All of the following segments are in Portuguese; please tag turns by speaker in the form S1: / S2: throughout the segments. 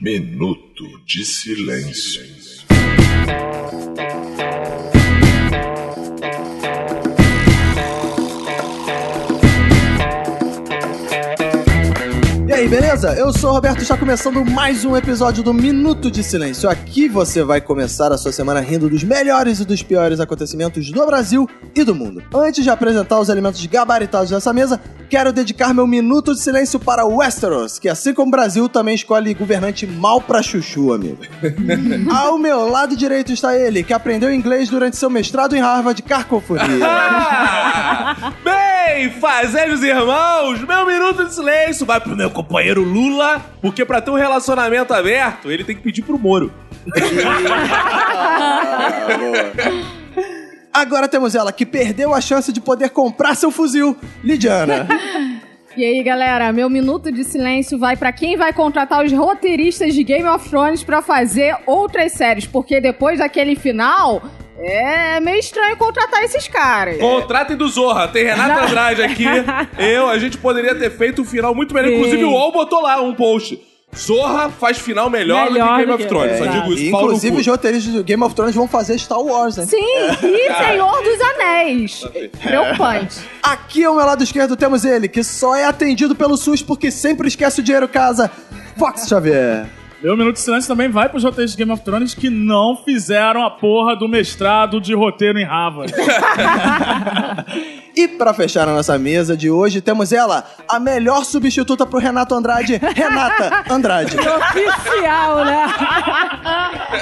S1: Minuto de Silêncio.
S2: E aí, beleza? Eu sou o Roberto e está começando mais um episódio do Minuto de Silêncio. Aqui você vai começar a sua semana rindo dos melhores e dos piores acontecimentos do Brasil e do mundo. Antes de apresentar os elementos gabaritados dessa mesa, quero dedicar meu Minuto de Silêncio para Westeros, que assim como o Brasil, também escolhe governante mal pra chuchu, amigo. Ao meu lado direito está ele, que aprendeu inglês durante seu mestrado em Harvard, carcofonia.
S3: Ah! Bem, fazejos irmãos, meu minuto de silêncio vai pro meu companheiro Lula, porque pra ter um relacionamento aberto, ele tem que pedir pro Moro.
S2: Agora temos ela, que perdeu a chance de poder comprar seu fuzil, Lidiana.
S4: E aí, galera, meu minuto de silêncio vai pra quem vai contratar os roteiristas de Game of Thrones pra fazer outras séries, porque depois daquele final é meio estranho contratar esses
S5: É.
S4: caras.
S3: Contratem do Zorra, tem Renata Andrade aqui. Eu, a gente poderia ter feito um final muito melhor. Inclusive, o UOL botou lá um post. Zorra faz final melhor, do que
S5: Melhor
S3: Game
S5: do
S3: of
S5: que-
S3: Thrones. Só
S5: É,
S3: digo isso,
S2: E,
S3: pau no
S2: inclusive,
S3: cu.
S2: os roteiristas do Game of Thrones vão fazer Star Wars, né?
S4: Sim, e Senhor dos Anéis. Preocupante.
S2: Aqui ao meu lado esquerdo temos ele, que só é atendido pelo SUS porque sempre esquece o dinheiro casa. Fox Xavier.
S5: Meu minuto de silêncio também vai pros roteiros de Game of Thrones que não fizeram a porra do mestrado de roteiro em Harvard.
S2: E pra fechar a nossa mesa de hoje, temos ela, a melhor substituta pro Renato Andrade, Renata Andrade.
S6: oficial, né?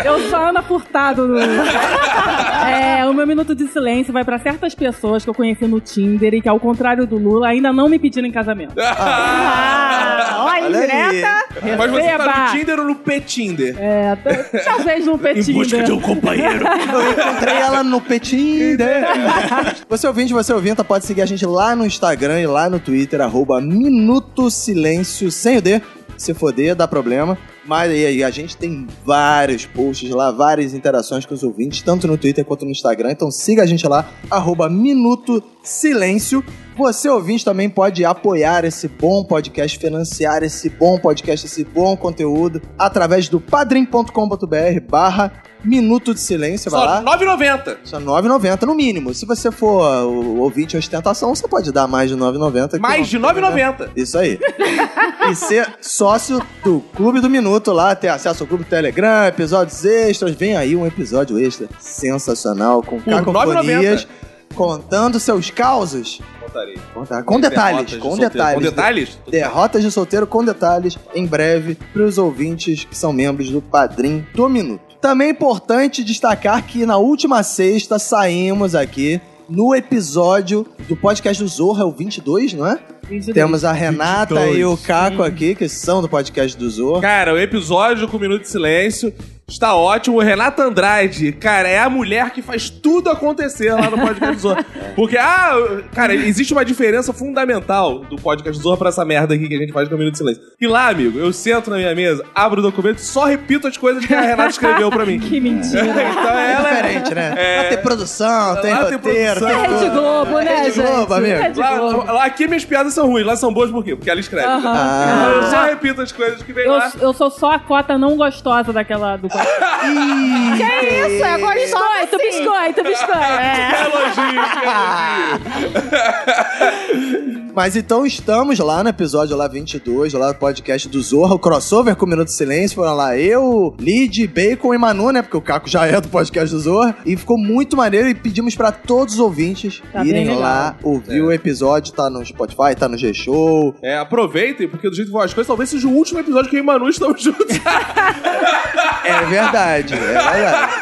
S6: Eu sou a Ana Furtado. No... É, o meu minuto de silêncio vai pra certas pessoas que eu conheci no Tinder e que, ao contrário do Lula, ainda não me pediram em casamento.
S4: Ah, ó,
S2: Olha aí.
S4: indireta.
S3: Mas você tá
S6: Receba.
S3: no Tinder ou no Petinder?
S6: É, t- talvez no
S3: Em busca de
S6: Petinder.
S3: um companheiro.
S2: Eu encontrei ela no Petinder. Você ouvinte, você ouvinta, pode seguir a gente lá no Instagram e lá no Twitter, arroba Minuto Silêncio, sem o D. Se foder, dá problema. Mas aí, aí, a gente tem vários posts lá, várias interações com os ouvintes, tanto no Twitter quanto no Instagram. Então siga a gente lá, arroba Minuto Silêncio. Você, ouvinte, também pode apoiar esse bom podcast, financiar esse bom podcast, esse bom conteúdo, através do padrim.com.br barra Minuto de Silêncio. Vai lá.
S3: Só 9,90.
S2: Só 9,90 no mínimo. Se você for o ouvinte em ostentação, você pode dar mais de 9,90. que né?
S3: Mais de
S2: não tem problema.
S3: 9,90.
S2: Isso aí. e ser sócio do Clube do Minuto lá, ter acesso ao Clube do Telegram, episódios extras. Vem aí um episódio extra sensacional com
S3: Por
S2: cacofonias,
S3: 9,90.
S2: contando seus causos.
S3: Contarei.
S2: Conta- Com detalhes,
S3: Derrotas de
S2: com
S3: solteiro.
S2: detalhes. né?
S3: Com detalhes?
S2: Derrotas de solteiro com detalhes em breve para os ouvintes que são membros do Padrim do Minuto. Também é importante destacar que na última sexta saímos aqui no episódio do podcast do Zorra, é o 22, não é? Temos a Renata e o Caco aqui, que são do podcast do Zorra.
S3: Cara, o episódio com o Minuto de Silêncio está ótimo. Renata Andrade, cara, é a mulher que faz tudo acontecer lá no podcast do Zorra.
S2: É.
S3: Porque, ah, cara, existe uma diferença fundamental do podcast do Zorra pra essa merda aqui que a gente faz com o Minuto de Silêncio. E lá, amigo, eu sento na minha mesa, abro o documento e só repito as coisas que a Renata escreveu pra mim.
S6: Que mentira.
S3: então
S2: É
S3: ela é...
S2: diferente, né? Lá tem produção, tem
S3: Lá tem
S2: roteiro,
S3: produção.
S2: tem
S6: É Rede
S2: tudo.
S6: Globo, né,
S2: Rede
S6: gente?
S2: Globo, amigo.
S6: Rede
S3: Lá,
S6: Globo.
S3: lá- aqui minhas piadas são ruins, lá são boas por quê? Porque ela escreve.
S2: Ah.
S3: Eu só repito as coisas que vem
S6: Eu,
S3: lá.
S6: eu sou só a cota não gostosa daquela do.
S2: Ih,
S4: Que isso, é gostosa assim.
S6: biscoito, biscoito, biscoito. É.
S3: Que elogio, que elogio.
S2: Mas então estamos lá no episódio lá 22, lá do podcast do Zorra, o crossover com o Minuto de Silêncio. Foram lá eu, Lid, Bacon e Manu, né? Porque o Caco já é do podcast do Zorra. E ficou muito maneiro e pedimos pra todos os ouvintes
S6: Tá bem
S2: irem
S6: legal.
S2: lá ouvir o episódio. Tá no Spotify, tá no G-Show.
S3: É, aproveitem, porque do jeito que vão as coisas, talvez seja o último episódio que eu e Manu estamos juntos.
S2: É verdade, é verdade.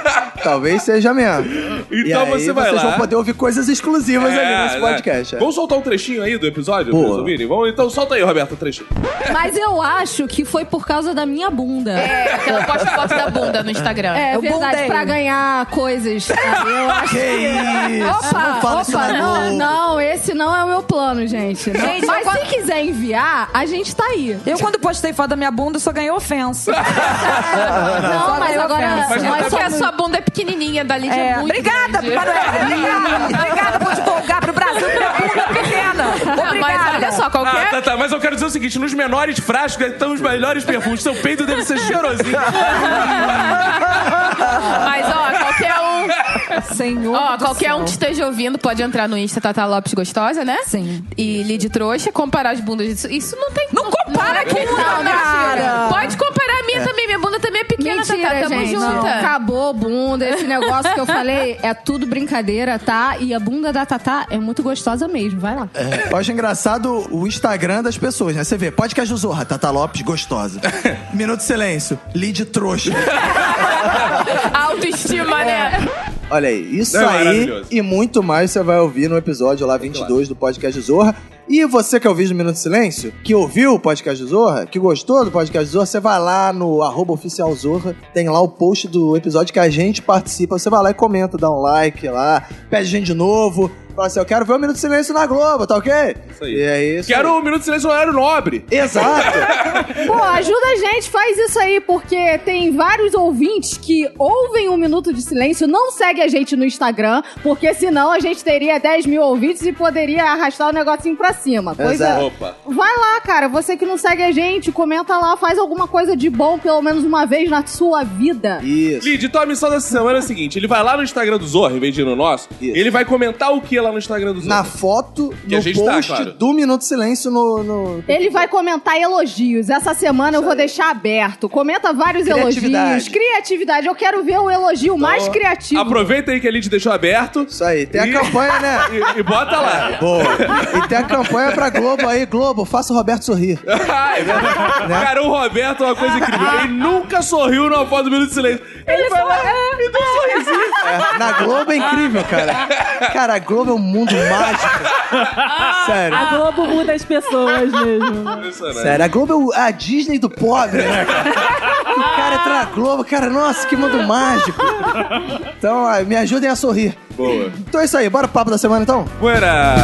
S2: Talvez seja mesmo. e
S3: Então
S2: aí
S3: você vai
S2: vocês
S3: lá.
S2: vão poder ouvir coisas exclusivas ali nesse
S3: né?
S2: podcast. é.
S3: Vamos soltar um trechinho aí do episódio
S2: Boa.
S3: pra eles ouvirem? Vamos, então solta aí, Roberto, o trechinho.
S7: Mas eu acho que foi por causa da minha bunda. É, que ela posta foto da bunda no Instagram.
S4: É
S7: eu
S4: verdade,
S7: bundei.
S4: pra ganhar coisas. Eu acho
S2: Que isso? não fala isso na
S4: não,
S2: Globo.
S4: não, esse não é o meu plano, gente. Não.
S8: Gente,
S4: Mas
S8: eu
S4: se
S8: quase-
S4: quiser enviar, a gente tá aí.
S8: Eu, quando postei foto da minha bunda, só ganhei ofensa.
S4: Não, mas
S8: Só
S4: agora.
S8: ofensa.
S7: Mas
S4: nós
S7: porque a
S4: somos-
S7: sua bunda é pequenininha, da Lídia é
S1: É,
S7: muito
S1: obrigada,
S7: grande.
S8: tá
S1: Manuela. Obrigada. obrigada por divulgar pro Brasil que minha bunda é pequena. Obrigada.
S7: Não, mas olha só,
S3: Ah,
S7: qualquer...
S3: tá, tá. Mas eu quero dizer o seguinte: nos menores frascos estão os melhores perfumes. Seu peito deve ser cheirosinho.
S7: Mas, ó, qualquer um...
S1: Senhor
S7: Ó,
S1: do
S7: qualquer
S1: céu.
S7: um que esteja ouvindo pode entrar no Insta Tata Lopes Gostosa, né?
S1: Sim.
S7: E Lid Trouxa, comparar as bundas. Isso, isso não tem...
S1: Não compara
S7: é
S1: com
S7: questão,
S1: ela,
S7: né,
S1: cara.
S7: Tira? Pode comparar a minha também. Minha bunda também é pequena, Tatá.
S8: Mentira,
S7: Tamo
S8: gente.
S7: junta.
S8: Acabou bunda. Esse negócio que eu falei é tudo brincadeira, tá? E a bunda da Tatá é muito gostosa mesmo. Vai lá.
S2: Eu acho engraçado o Instagram das pessoas, né? Você vê, podcast do Zorra, Tata Lopes, gostosa. Minuto de silêncio, lead trouxa.
S7: Autoestima, né?
S2: Olha aí, isso
S3: Não, é
S2: aí
S3: maravilhoso.
S2: e muito mais você vai ouvir no episódio lá 22 do podcast do Zorra. E você que ouviu do Minuto de Silêncio, que ouviu o podcast do Zorra, que gostou do podcast do Zorra, você vai lá no arroba oficial Zorra, tem lá o post do episódio que a gente participa, você vai lá e comenta, dá um like lá, pede gente de novo, fala assim, eu quero ver o Minuto de Silêncio na Globo, tá ok? Isso
S3: aí.
S2: E é isso.
S3: Quero o Minuto de Silêncio Horário Nobre.
S2: aí. Exato.
S4: Pô, ajuda a gente, faz isso aí, porque tem vários ouvintes que ouvem um minuto de silêncio, não segue a gente no Instagram, porque senão a gente teria 10 mil ouvintes e poderia arrastar o negocinho pra cima. Coisa...
S2: Exato.
S3: Opa.
S4: Vai lá, cara, você que não segue a gente, comenta lá, faz alguma coisa de bom pelo menos uma vez na sua vida.
S2: Isso.
S3: Lid, então a missão dessa semana é a seguinte: ele vai lá no Instagram do Zorro, em vez de ir no nosso,
S2: Isso.
S3: ele vai comentar o que é lá no Instagram do Zorro?
S2: Na foto,
S3: Que a
S2: no
S3: gente tá,
S2: post
S3: claro.
S2: do Minuto de Silêncio no... no...
S4: Ele vai comentar elogios. Essa semana eu vou deixar aberto. Comenta vários
S2: Criatividade.
S4: elogios. Criatividade. Eu quero ver o elogio mais criativo.
S3: Aproveita aí que a Lid deixou aberto
S2: Isso aí, tem
S3: E-
S2: a campanha, né?
S3: e, e bota lá.
S2: Boa. E tem a campanha pra Globo aí, Globo, faça o Roberto sorrir.
S3: Ai, É Cara, o Roberto é uma coisa incrível. Ele nunca sorriu numa foto do Minuto de Silêncio. Ele, foi lá e deu um sorrisinho.
S2: É, na Globo é incrível, cara. Cara, a Globo é um mundo mágico. Sério.
S6: A Globo muda as pessoas mesmo.
S3: Impressionante.
S2: Sério, a Globo é o- a Disney do pobre, né, cara? O cara entra na Globo, cara, nossa, que mundo mágico. Então, ah, me ajudem a sorrir.
S3: Boa.
S2: Então é isso aí, bora pro papo da semana então?
S3: Buena.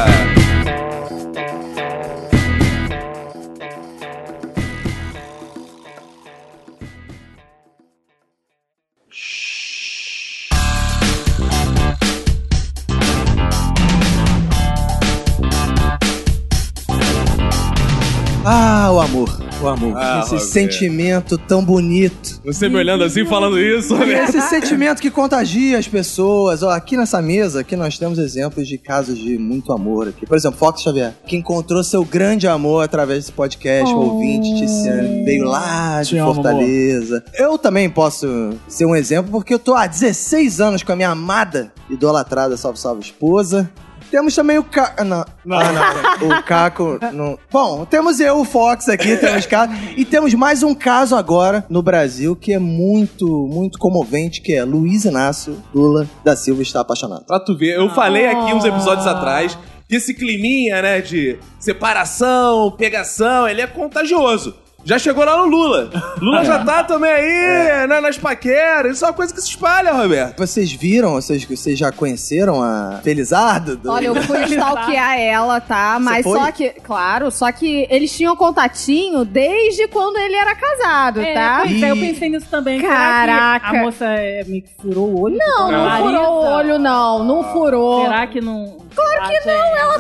S2: Ah, o amor, o amor.
S3: Ah,
S2: Esse
S3: Roberto.
S2: sentimento tão bonito.
S3: Você me olhando assim, falando isso,
S2: E
S3: né?
S2: esse sentimento que contagia as pessoas. Ó, aqui nessa mesa, aqui nós temos exemplos de casos de muito amor aqui. Por exemplo, Fox Xavier, que encontrou seu grande amor através desse podcast, ouvinte, Tiziane, veio lá de
S5: Te amo,
S2: Fortaleza. Eu também posso ser um exemplo, porque eu tô há 16 anos com a minha amada, idolatrada, salve, salve, esposa. Temos também o Caco. Não. Ah, não, não. O Caco. Não. Bom, temos eu, o Fox aqui, temos Caco. E temos mais um caso agora no Brasil que é muito, muito comovente, que é Luiz Inácio Lula da Silva está apaixonado.
S3: Pra tu ver, eu falei aqui uns episódios atrás que esse climinha, né, de separação, pegação, ele é contagioso. Já chegou lá no Lula. Lula já tá também aí, né, nas paqueras. Isso é uma coisa que se espalha, Roberto.
S2: Vocês viram, vocês, vocês já conheceram a Felizardo? Do-
S4: Olha, eu fui stalkear ela, tá? Mas
S2: foi?
S4: só que, claro, só que eles tinham contatinho desde quando ele era casado,
S6: É,
S4: tá?
S6: pois é, eu pensei nisso também.
S4: Caraca.
S6: Será que a moça é, me furou o olho?
S4: Não, não
S6: Clarissa?
S4: furou o olho, não. Não furou. Tá
S6: Será que não. Claro que não, ela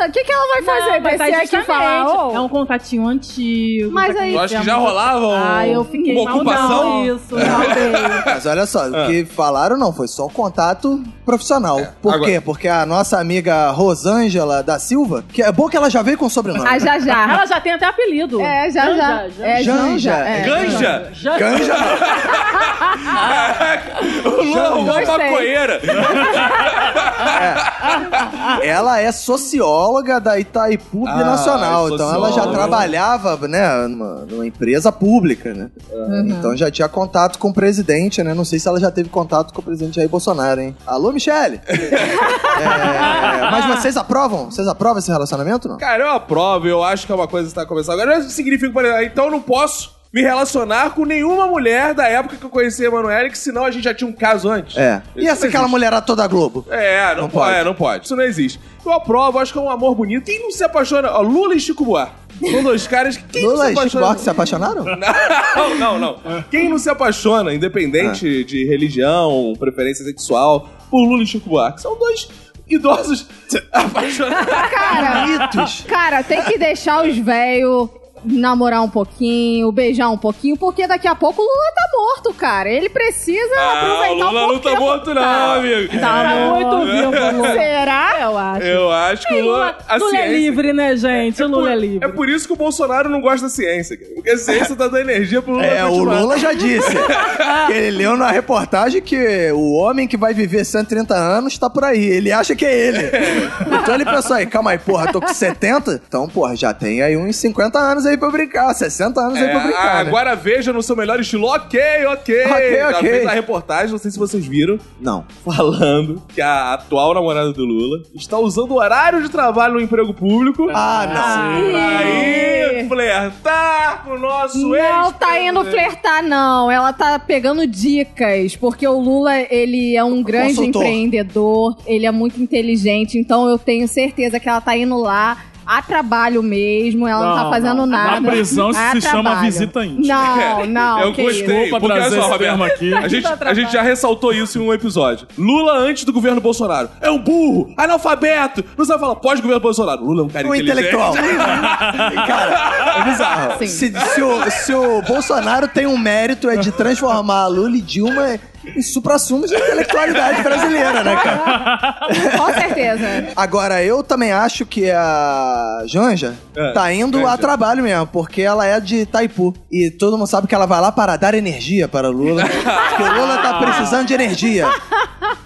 S2: Ah.
S4: O que, que ela vai fazer?
S6: mas
S4: Descer
S6: aí
S4: aqui e falar.
S6: justamente,
S4: "Ô,
S6: É um contatinho antigo.
S4: Mas
S6: tá
S4: aí-
S3: Eu
S6: com
S3: acho que
S6: tempo.
S3: já rolava um-
S6: Ah, eu fiquei
S3: uma
S6: mal
S3: ocupação.
S6: não, isso. Não,
S2: Mas olha só, o que falaram não, foi só o contato profissional. Por
S3: Ah. É. agora-
S2: quê? Porque a nossa amiga Rosângela da Silva, que é bom que ela já veio com o sobrenome.
S4: Ah, já já.
S6: ela já tem até apelido.
S4: É, já já.
S6: Janja, Janja.
S2: Janja.
S4: É, Janja. é.
S3: Ganja?
S6: Já-
S2: Ganja?
S3: Caraca,
S6: É,
S3: o Lula roubou uma
S4: Gostei.
S3: maconheira.
S2: Ela é socióloga da Itaipu
S3: Ah,
S2: Nacional. Então ela já
S3: socióloga.
S2: trabalhava, né, numa, numa empresa pública, né? Então já tinha contato com o presidente, né? Não sei se ela já teve contato com o presidente Jair Bolsonaro, hein? Alô, Michele! É, mas vocês aprovam? Vocês aprovam esse relacionamento, não?
S3: Cara, eu aprovo, eu acho que é uma coisa que tá começando agora. Não significa, por exemplo, então eu não posso me relacionar com nenhuma mulher da época que eu conheci a Emanuele, que senão a gente já tinha um caso antes.
S2: É. E
S3: Isso
S2: essa
S3: não
S2: aquela
S3: existe.
S2: mulherada toda Globo?
S3: É, não,
S2: Não
S3: pode.
S2: pode.
S3: é, não pode. Isso não existe. Eu aprovo, acho que é um amor bonito. Quem não se apaixona? Ó, Lula e Chico Buarque. São dois caras que quem
S2: Lula
S3: não
S2: e
S3: se
S2: Chico
S3: apaixona...
S2: Buarque se apaixonaram?
S3: Não, não, não. Quem não se apaixona,
S2: É.
S3: independente de religião, preferência sexual, por Lula e Chico Buarque? São dois idosos apaixonados.
S4: Cara,
S2: Bonitos.
S4: cara, tem que deixar os velhos namorar um pouquinho, beijar um pouquinho, porque daqui a pouco o Lula tá morto, cara. Ele precisa
S3: Ah, o
S4: aproveitar
S3: Lula
S4: um pouco
S3: não tá
S4: tempo.
S3: morto não, amigo. É.
S6: Tá muito vivo, Lula.
S4: Será?
S6: Eu acho.
S3: Eu acho que o Lula...
S6: Lula,
S3: a
S6: Lula é
S3: ciência-
S6: livre, né, gente?
S3: por-
S6: Lula é livre.
S3: é por isso que o Bolsonaro não gosta da ciência, cara. Porque a ciência tá dando energia pro Lula
S2: É, o
S3: continuar.
S2: Lula já disse. que ele leu na reportagem que o homem que vai viver 130 anos tá por aí. Ele acha que é ele. então ele pensou aí, calma aí, porra, tô com 70? Então, porra, já tem aí uns 50 anos aí pra eu brincar, 60 anos aí pra eu
S3: É,
S2: brincar. né?
S3: agora veja no seu melhor estilo. Ok, ok.
S2: Ok,
S3: Ela
S2: ok.
S3: fez a reportagem, não sei se vocês viram,
S2: Não.
S3: falando que a atual namorada do Lula está usando o horário de trabalho no emprego público
S2: Ah, não.
S3: pra ir flertar com o nosso ex.
S4: Não tá indo
S5: né?
S4: flertar, não. Ela tá pegando dicas, porque o Lula, ele é um grande
S2: Consultor.
S4: empreendedor, ele é muito inteligente, então eu tenho certeza que ela tá indo lá a trabalho mesmo, ela não, tá fazendo nada.
S5: Na prisão isso
S4: A
S5: se chama
S4: trabalho.
S5: visita íntima.
S4: Não,
S2: Ah,
S4: não.
S3: Eu
S4: que
S3: gostei,
S5: Desculpa
S3: porque olha
S5: trazer
S3: só,
S5: esse
S3: Roberto,
S5: termo aqui.
S2: Tá
S3: a gente, a gente já ressaltou isso em um episódio. Lula antes do governo Bolsonaro. É um burro, analfabeto, não sabe falar pós-governo Bolsonaro. Lula é um cara
S2: Um
S3: inteligente.
S2: intelectual. Cara, é bizarro. Se, se o, se o Bolsonaro tem um mérito é de transformar Lula e Dilma em supra-sumos da intelectualidade brasileira, né, cara?
S4: isso. Com certeza.
S2: Agora, eu também acho que a Janja
S3: É,
S2: tá indo
S3: Janja.
S2: a trabalho mesmo, porque ela é de Itaipu. E todo mundo sabe que ela vai lá para dar energia para Lula. porque o Lula tá precisando de energia.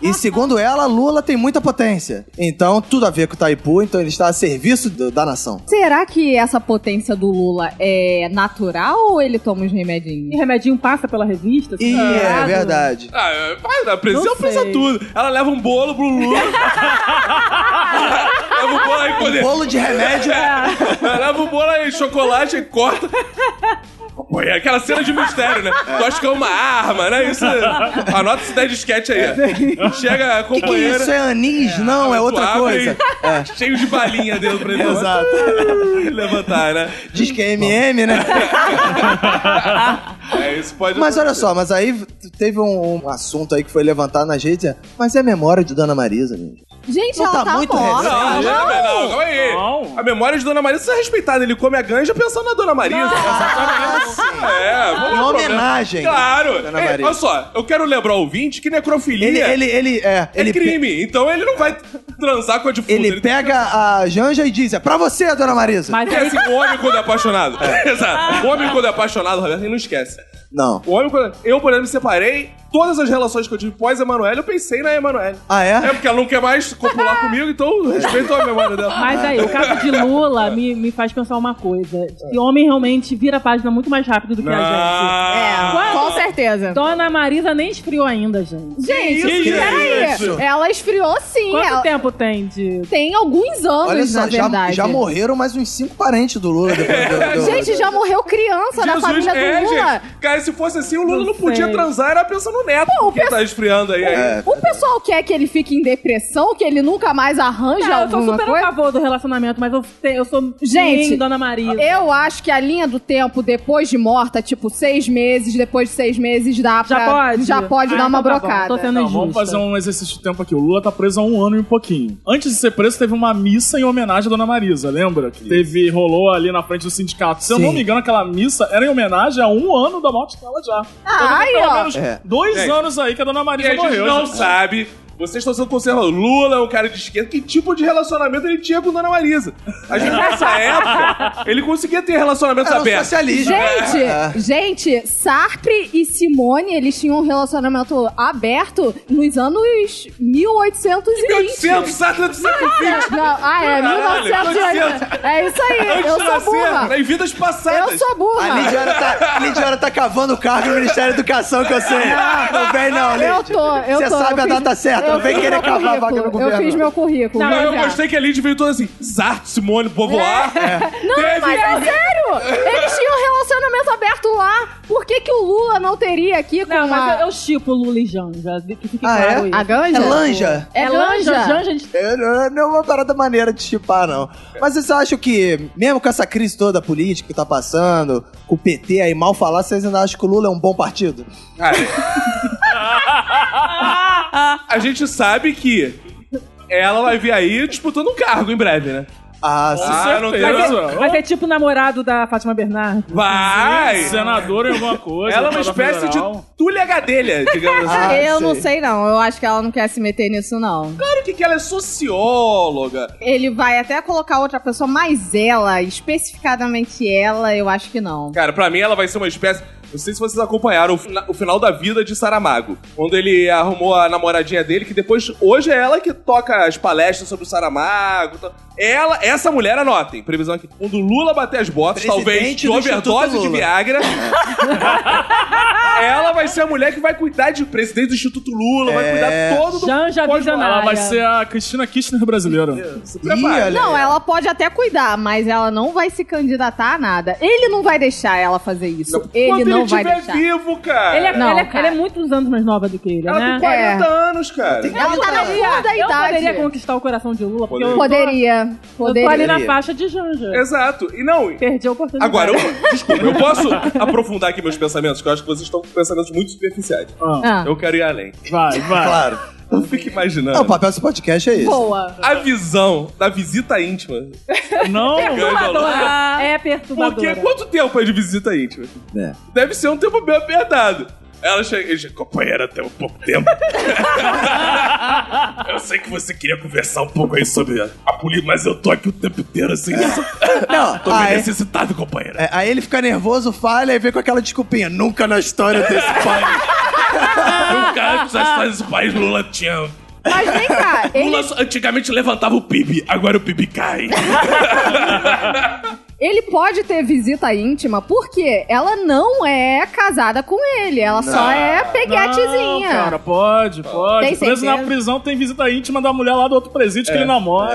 S2: E segundo ela, Lula tem muita potência. Então, tudo a ver com o Itaipu, então ele está a serviço do- da nação.
S4: Será que essa potência do Lula é natural ou ele toma uns remedinhos?
S6: E remedinho passa pela revista?
S2: E
S6: assim,
S2: é
S6: errado.
S2: verdade.
S3: Ah, é, vai, na prisão
S6: Não
S3: precisa
S6: sei.
S3: tudo. Ela leva um bolo pro Lula. leva um bolo aí quando ele-
S2: Bolo de remédio.
S3: Ela leva um bolo aí, chocolate e corta. Pô, é aquela cena de mistério, né? Tu acha que é uma arma, né? Isso. Anota essa ideia de sketch aí. ó. Chega
S2: O
S3: a
S2: É. que, que é
S3: companheira.
S2: isso? É anis? Não, é
S3: tu
S2: outra
S3: abre
S2: coisa. É,
S3: e- Cheio de balinha dentro pra ele.
S2: Exato.
S3: Levantar, né?
S2: Diz que é MM, né?
S3: É, isso pode
S2: Mas olha
S3: acontecer.
S2: só, mas aí t- teve um, um assunto aí que foi levantado nas redes, é, mas é a memória de Dona Marisa, gente.
S4: Gente,
S2: Não
S4: ela tá,
S2: tá muito
S4: morta.
S2: recente.
S3: Não, não, não, calma aí.
S5: Não.
S3: A memória de Dona Marisa é respeitada. Ele come a ganja pensando na Dona Marisa. É, vamos
S2: Uma
S3: lá,
S2: homenagem.
S3: Claro.
S2: Ah, Dona
S3: Ei,
S2: Marisa.
S3: olha só, eu quero lembrar ao ouvinte que necrofilia
S2: Ele, ele, ele, é,
S3: é
S2: ele, pe-
S3: crime. Então ele não vai transar com a defunta.
S2: ele pega a Janja e diz, é pra você, Dona Marisa.
S6: Mas
S3: Esquece
S6: aí,
S3: o homem quando é apaixonado. Exato. O homem quando é apaixonado, Roberto, ele não esquece.
S2: Não.
S3: O homem quando... Eu, por exemplo, me separei. Todas as relações que eu tive pós-Emanuele, eu pensei na Emanuele.
S2: Ah, é?
S3: É porque ela não quer mais copular comigo, então eu respeito a memória dela.
S6: mas aí, o caso de Lula me, me faz pensar uma coisa. Que homem realmente vira a página muito mais rápido do que
S3: Ah.
S6: a gente.
S5: Ah.
S4: É, com certeza.
S6: Dona Marisa nem esfriou ainda, gente.
S4: Gente,
S3: Que isso?
S2: é
S4: peraí. Ela esfriou sim.
S6: Quanto
S4: ela-
S6: tempo tem de...
S4: Tem alguns anos,
S2: Olha só,
S4: na
S2: já,
S4: verdade.
S2: já morreram mais uns cinco parentes do Lula. depois do- do-
S4: Gente, já morreu criança na
S3: Jesus,
S4: família
S3: é,
S4: do Lula.
S3: gente. Cara, se fosse assim, o Lula não,
S6: Não
S3: podia
S6: sei.
S3: transar, era pensando no neto,
S4: Pô, o
S3: que
S4: pe-
S3: tá esfriando aí.
S2: É.
S4: O pessoal quer que ele fique em depressão, que ele nunca mais arranja
S6: Não, eu sou
S4: alguma
S6: super
S4: coisa.
S6: a favor do relacionamento, mas eu, te- eu sou
S4: Gente,
S6: team Dona Marisa.
S4: Eu acho que a linha do tempo depois de morta, tipo seis meses, depois de seis meses dá
S6: Já
S4: pra-
S6: pode?
S4: já pode
S6: Ah,
S4: dar
S6: então
S4: uma
S6: tá bom,
S4: brocada.
S6: Tô sendo
S5: Não,
S6: injusta.
S5: vamos fazer um exercício de tempo aqui. O Lula tá preso há um ano e um pouquinho. Antes de ser preso, teve uma missa em homenagem à Dona Marisa, lembra? Que teve, rolou ali na frente do sindicato. Se eu
S2: Sim.
S5: não me engano, aquela missa era em homenagem a um ano da morte dela já. Então,
S4: Ah, aí,
S5: Pelo
S4: ó.
S5: menos
S2: É.
S5: dois
S3: É.
S5: anos aí que a Dona
S3: E a
S5: Marisa
S3: gente
S5: morreu.
S3: não sabe. Vocês estão sendo conservadores. Lula é um cara de esquerda. Que tipo de relacionamento ele tinha com Dona Marisa? A gente, nessa época, ele conseguia ter relacionamentos
S2: Era um
S3: abertos.
S2: socialismo.
S4: Gente,
S2: É.
S4: gente, Sartre e Simone, eles tinham um relacionamento aberto nos anos 1820.
S3: 1800, Sartre do século XX.
S4: Não, ah, é,
S3: Caralho,
S4: 1980. É isso aí,
S3: Antes
S4: eu
S3: de
S4: sou burra.
S3: nascer, né? em vidas passadas.
S4: Eu sou
S2: A
S4: burra.
S2: Lidiana tá, a Lidiana tá cavando cargo no Ministério da Educação, que eu sei. Não vem não, Lid.
S4: Eu tô, eu
S2: Você
S4: tô.
S2: sabe
S4: eu
S2: a
S4: fiz-
S2: data certa,
S4: eu
S2: não vem
S4: fiz
S2: querer
S4: meu
S2: cavar a vaga no
S4: currículo,
S2: governo.
S4: Eu fiz meu currículo.
S3: Não,
S4: mas
S3: eu
S4: é.
S3: gostei que a Lid veio toda assim, Sartre, Simone, Beauvoir. Não,
S4: é assim, Mas é sério! Eles tinham um relacionamento aberto lá. o Lula não teria aqui com
S6: Não, mas
S4: a...
S6: eu, eu chipo Lula e Janja, que fique
S2: Ah, é?
S6: claro isso.
S4: a Ganja?
S2: É lanja.
S4: É Ganja?
S6: Janja, a gente
S2: É, não- Não é uma parada maneira de chipar, não. Mas vocês acham que, mesmo com essa crise toda política que tá passando, com o PT aí mal falar, vocês ainda acham que o Lula é um bom partido?
S3: Cara, a gente sabe que ela vai vir aí disputando um cargo em breve, né?
S2: Ah, sim.
S3: Ah, não tem
S5: certeza.
S3: razão.
S6: Vai ser tipo o namorado da Fátima Bernardo.
S3: Vai!
S5: Um Senador em alguma coisa.
S3: Ela é uma
S5: deputada
S3: espécie de
S5: federal.
S3: tulha gadelha, digamos assim.
S2: Ah,
S4: eu não
S2: sei.
S4: sei, não. Eu acho que ela não quer se meter nisso, não.
S3: Claro que, que ela é socióloga.
S4: Ele vai até colocar outra pessoa, mas ela, especificadamente ela, eu acho que não.
S3: Cara, pra mim ela vai ser uma espécie. Não sei se vocês acompanharam o, fina- o final da vida de Saramago. Quando ele arrumou a namoradinha dele, que depois. Hoje é ela que toca as palestras sobre o Saramago. tal. Ela, essa mulher, anotem, previsão aqui. Quando o Lula bater as botas, talvez
S2: Presidente
S3: de
S2: do Instituto
S3: overdose de
S2: Lula.
S3: Viagra. ela vai ser a mulher que vai cuidar de presidente do Instituto Lula, vai
S2: É.
S3: cuidar todo do.
S6: Janja
S3: Pode
S6: visionária.
S5: Ela vai ser a Cristina Kirchner brasileira.
S3: Se
S2: Ih,
S3: prepara.
S2: olha
S4: Não,
S2: aí.
S4: ela pode até cuidar, mas ela não vai se candidatar a nada. Ele não vai deixar ela fazer isso.
S3: Quando
S4: Ele
S3: ele
S4: não vai
S3: estiver
S4: deixar.
S3: vivo, cara.
S6: Ele é,
S4: Não,
S6: ele, é,
S4: cara.
S6: ele é muitos anos mais nova do que ele,
S3: Ela
S6: né?
S3: tem 40
S4: É.
S3: anos, cara.
S4: Ela tá na flor da
S6: Eu poderia
S4: idade.
S6: conquistar o coração de Lula, porque
S3: Poderia.
S6: eu,
S4: Poderia.
S6: eu tô ali
S4: Poderia.
S6: na faixa de Janja.
S3: Exato. E não,
S6: Perdi a oportunidade.
S3: Agora, eu, desculpa, eu posso aprofundar aqui meus pensamentos, que eu acho que vocês estão com pensamentos muito superficiais.
S5: Ah,
S4: Ah,
S3: Eu quero ir além.
S5: vai, vai.
S2: Claro.
S3: Eu fico imaginando
S2: Não, o papel desse podcast é esse.
S4: boa.
S3: a visão da visita íntima.
S5: Não,
S3: Porque
S6: É perturbadora.
S3: quanto tempo é de visita íntima?
S2: É.
S3: Deve ser um tempo bem apertado. Ela chega e diz, companheira, até um pouco tempo. eu sei que você queria conversar um pouco aí sobre a política, mas eu tô aqui o tempo inteiro assim.
S2: Não,
S3: Tô
S2: ah,
S3: bem
S2: é.
S3: necessitado, companheira.
S2: É, aí ele fica nervoso, falha e vem com aquela desculpinha. Nunca na história desse país.
S3: Nunca antes a história desse país Lula tinha
S4: Mas vem cá, ele,
S3: Lula antigamente levantava o PIB, agora o PIB cai.
S4: ele pode ter visita íntima porque ela não é casada com ele. Ela só é
S5: Não,
S4: peguetezinha.
S5: cara, pode, pode.
S4: Tem
S5: Preso na
S4: certeza?
S5: prisão tem visita íntima da mulher lá do outro presídio que ele namora.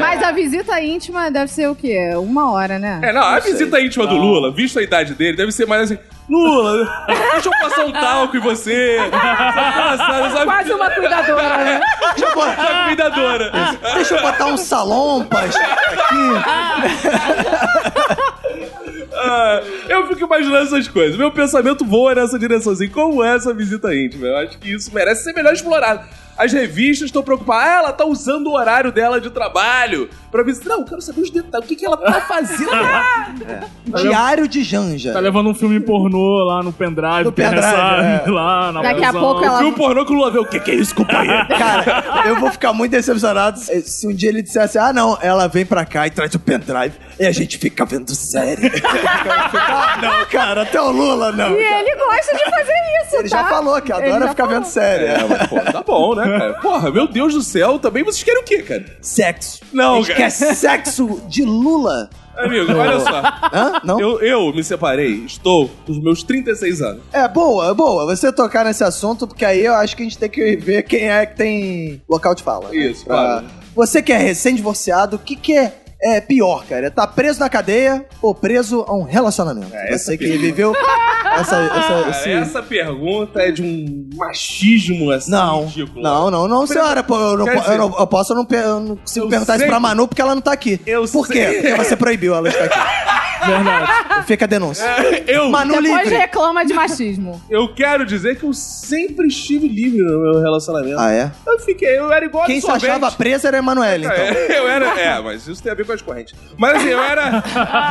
S4: Mas a visita íntima deve ser o quê? Uma hora, né?
S3: É, não, a visita íntima do Lula, visto a idade dele, deve ser mais assim: Lula, deixa eu passar um talco em você. Sabe, sabe,
S6: Quase uma cuidadora, né?
S2: Deixa eu, botar,
S3: sabe, cuidadora.
S2: deixa eu botar um salompas aqui.
S3: Ah, eu fico imaginando essas coisas. Meu pensamento voa nessa direção assim: como é essa visita íntima? Eu acho que isso merece ser melhor explorado. As revistas estão preocupadas. Ah, ela tá usando o horário dela de trabalho pra visitar. Não, eu quero saber os detalhes. O que, que ela tá fazendo?
S2: Diário de Janja.
S5: Tá levando um filme pornô lá no pendrive.
S2: No
S5: tem
S2: pendrive,
S5: essa-
S2: é.
S5: lá na
S4: Daqui a
S5: prisão.
S4: pouco ela-
S3: Viu o pornô que o Lula vê? O que, que é isso, companheiro?
S2: Cara, eu vou ficar muito decepcionado se se um dia ele dissesse, ah, não, ela vem pra cá e traz o pendrive e a gente fica vendo série. Eu fico, ah, não, cara, até o Lula, não.
S4: E ele gosta de fazer isso,
S2: Ele
S4: tá?
S2: já falou que
S4: Ele
S2: adora
S4: já
S2: ficar
S4: falou.
S2: vendo série.
S3: É, mas, pô, tá bom, né, cara? Porra, meu Deus do céu, também vocês querem o quê, cara?
S2: Sexo.
S3: Não,
S2: A gente
S3: cara.
S2: quer sexo de Lula.
S3: Amigo, olha só.
S2: Hã? Não?
S3: Eu, eu me separei, estou com os meus 36 anos.
S2: É, boa, boa. Você tocar nesse assunto, porque aí eu acho que a gente tem que ver quem é que tem local de fala. né?
S3: Isso, claro.
S2: Você que é recém-divorciado, o que, que é, é pior, cara? É Tá preso na cadeia ou preso a um relacionamento?
S3: É, essa
S2: Você que
S3: pergunta.
S2: viveu essa. essa-
S3: Cara,
S2: esse-
S3: essa pergunta é de um machismo assim
S2: Não,
S3: ridículo.
S2: não, não, não, senhora. pô, eu, não,
S3: Quer
S2: po-
S3: dizer-
S2: eu não- eu posso, eu não, pe- eu não consigo
S3: Eu
S2: perguntar
S3: sei-
S2: isso pra Manu porque ela não tá aqui.
S3: Eu
S2: Por
S3: sei-
S2: quê? Porque você proibiu ela de estar aqui.
S5: Verdade.
S2: Fica a denúncia.
S3: É, Eu,
S2: Manu
S4: Depois
S2: livre.
S4: reclama de machismo.
S3: eu quero dizer que eu sempre estive livre no meu relacionamento.
S2: Ah, é?
S3: Eu fiquei, eu era igual a
S2: Quem se
S3: sorvete.
S2: achava presa era a Emanuele, então.
S3: É, eu era. É, mas isso tem a ver com as correntes. Mas assim, eu era.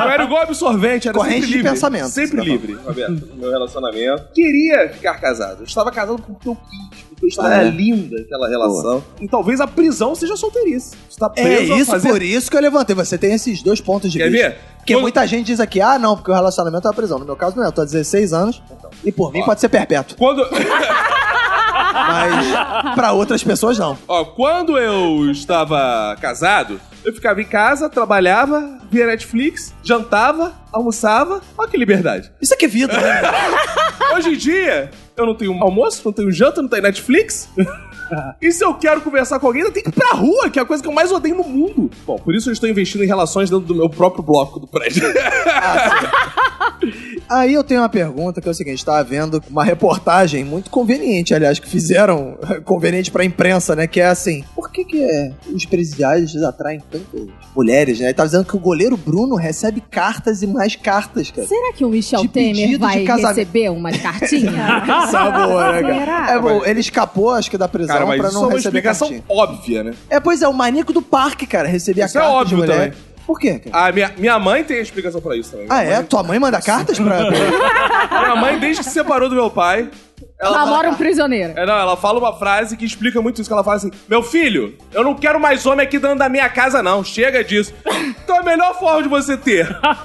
S3: Eu era igual absorvente, era
S2: Corrente
S3: sempre
S2: de
S3: livre.
S2: pensamento, você
S3: Sempre
S2: tá
S3: livre, Roberto, no meu relacionamento. Queria ficar casado. Eu estava casado porque eu quis, porque eu estava
S2: É.
S3: linda aquela relação. E talvez a prisão seja solteirice. Você está preso
S2: É
S3: a
S2: isso,
S3: fazer-
S2: por isso que eu levantei. Você tem esses dois pontos de
S3: Quer
S2: vista.
S3: ver?
S2: Porque é
S3: Quando-
S2: muita gente diz aqui, ah, não, porque o relacionamento é uma prisão. No meu caso, não é. Eu tô há 16 anos e por mim
S3: Ó.
S2: pode ser perpétuo.
S3: Quando,
S2: Mas pra outras pessoas, não.
S3: ó, quando eu estava casado, eu ficava em casa, trabalhava, via Netflix, jantava, almoçava. Olha que liberdade.
S2: Isso aqui é vida, né?
S3: Hoje em dia, eu não tenho almoço, não tenho janta, não tenho Netflix. E se eu quero conversar com alguém, eu tenho que ir pra rua, que é a coisa que eu mais odeio no mundo. Bom, por isso eu estou investindo em relações dentro do meu próprio bloco do prédio.
S2: Aí eu tenho uma pergunta que é o seguinte: estava vendo uma reportagem muito conveniente, aliás, que fizeram, conveniente pra imprensa, né? Que é assim: por que, que é, os presidiários atraem tanto mulheres, né? E tava dizendo que o goleiro Bruno recebe cartas e mais cartas, cara.
S4: Será que o Michel
S2: De
S4: Temer
S2: pedido
S4: vai
S2: de casamento.
S4: receber umas cartinhas?
S3: é
S2: Sabor, né,
S4: Será?
S2: cara? É, bom, ele escapou, acho que, da prisão
S3: Cara, mas
S2: um pra
S3: isso é
S2: não
S3: uma
S2: receber
S3: explicação
S2: cartinha.
S3: óbvia, né?
S2: É, pois é, o maníaco do parque, cara, recebia
S3: Isso é
S2: cartas
S3: óbvio
S2: de mulher.
S3: também.
S2: Por quê, cara?
S3: A Ah, minha, minha mãe tem a explicação pra isso também.
S2: Ah,
S3: minha
S2: é?
S3: Mãe,
S2: Tua mãe manda cartas pra.
S3: minha mãe, desde que se separou do meu pai, ela
S2: Tá
S3: tá
S4: Namora um prisioneiro.
S3: É, não, ela fala uma frase que explica muito isso, que ela fala assim, meu filho, eu não quero mais homem aqui dentro da minha casa, não. Chega disso. Então a melhor forma de você ter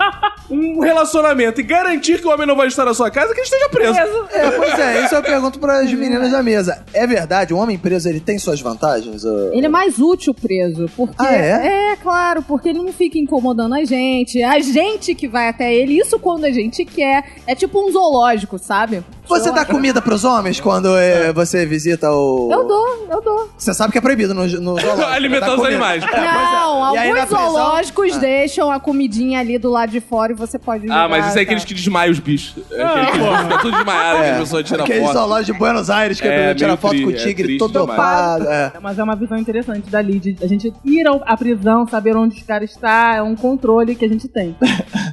S3: um relacionamento e garantir que o homem não vai estar na sua casa é que ele esteja preso.
S2: É, pois é, isso eu pergunto pras meninas da mesa. É verdade, o homem preso ele tem suas vantagens? ô?
S4: Ele é mais útil preso, porque...
S2: Ah, é?
S4: claro, porque ele não fica incomodando a gente, É a gente que vai até ele, isso quando a gente quer. É tipo um zoológico, sabe?
S2: Você tá dá comida pros homens quando é, você visita o.
S4: Eu dou, eu dou.
S2: Você sabe que é proibido no. no zoológico,
S3: Alimentar
S2: dar
S3: Então, os
S2: comida.
S3: animais.
S4: Tá Não,
S2: é, E aí,
S4: alguns
S2: na prisão?
S4: zoológicos
S2: Ah.
S4: deixam a comidinha ali do lado de fora e você pode
S3: Ah,
S4: jogar,
S3: mas isso é
S4: tá?
S3: aqueles que desmaiam os bichos. É, aquele que fica tudo desmaiado, que a pessoa tira
S2: Aquele
S3: foto.
S2: É, zoológico de Buenos Aires que
S3: É,
S2: é, tira
S3: meio
S2: foto com o
S3: tri- é
S2: tigre
S3: triste
S2: todo
S3: demais.
S2: dopado. É.
S6: Mas é uma visão interessante da Lid. A gente ir ao- à prisão, saber onde os caras estão, é um controle que a gente tem.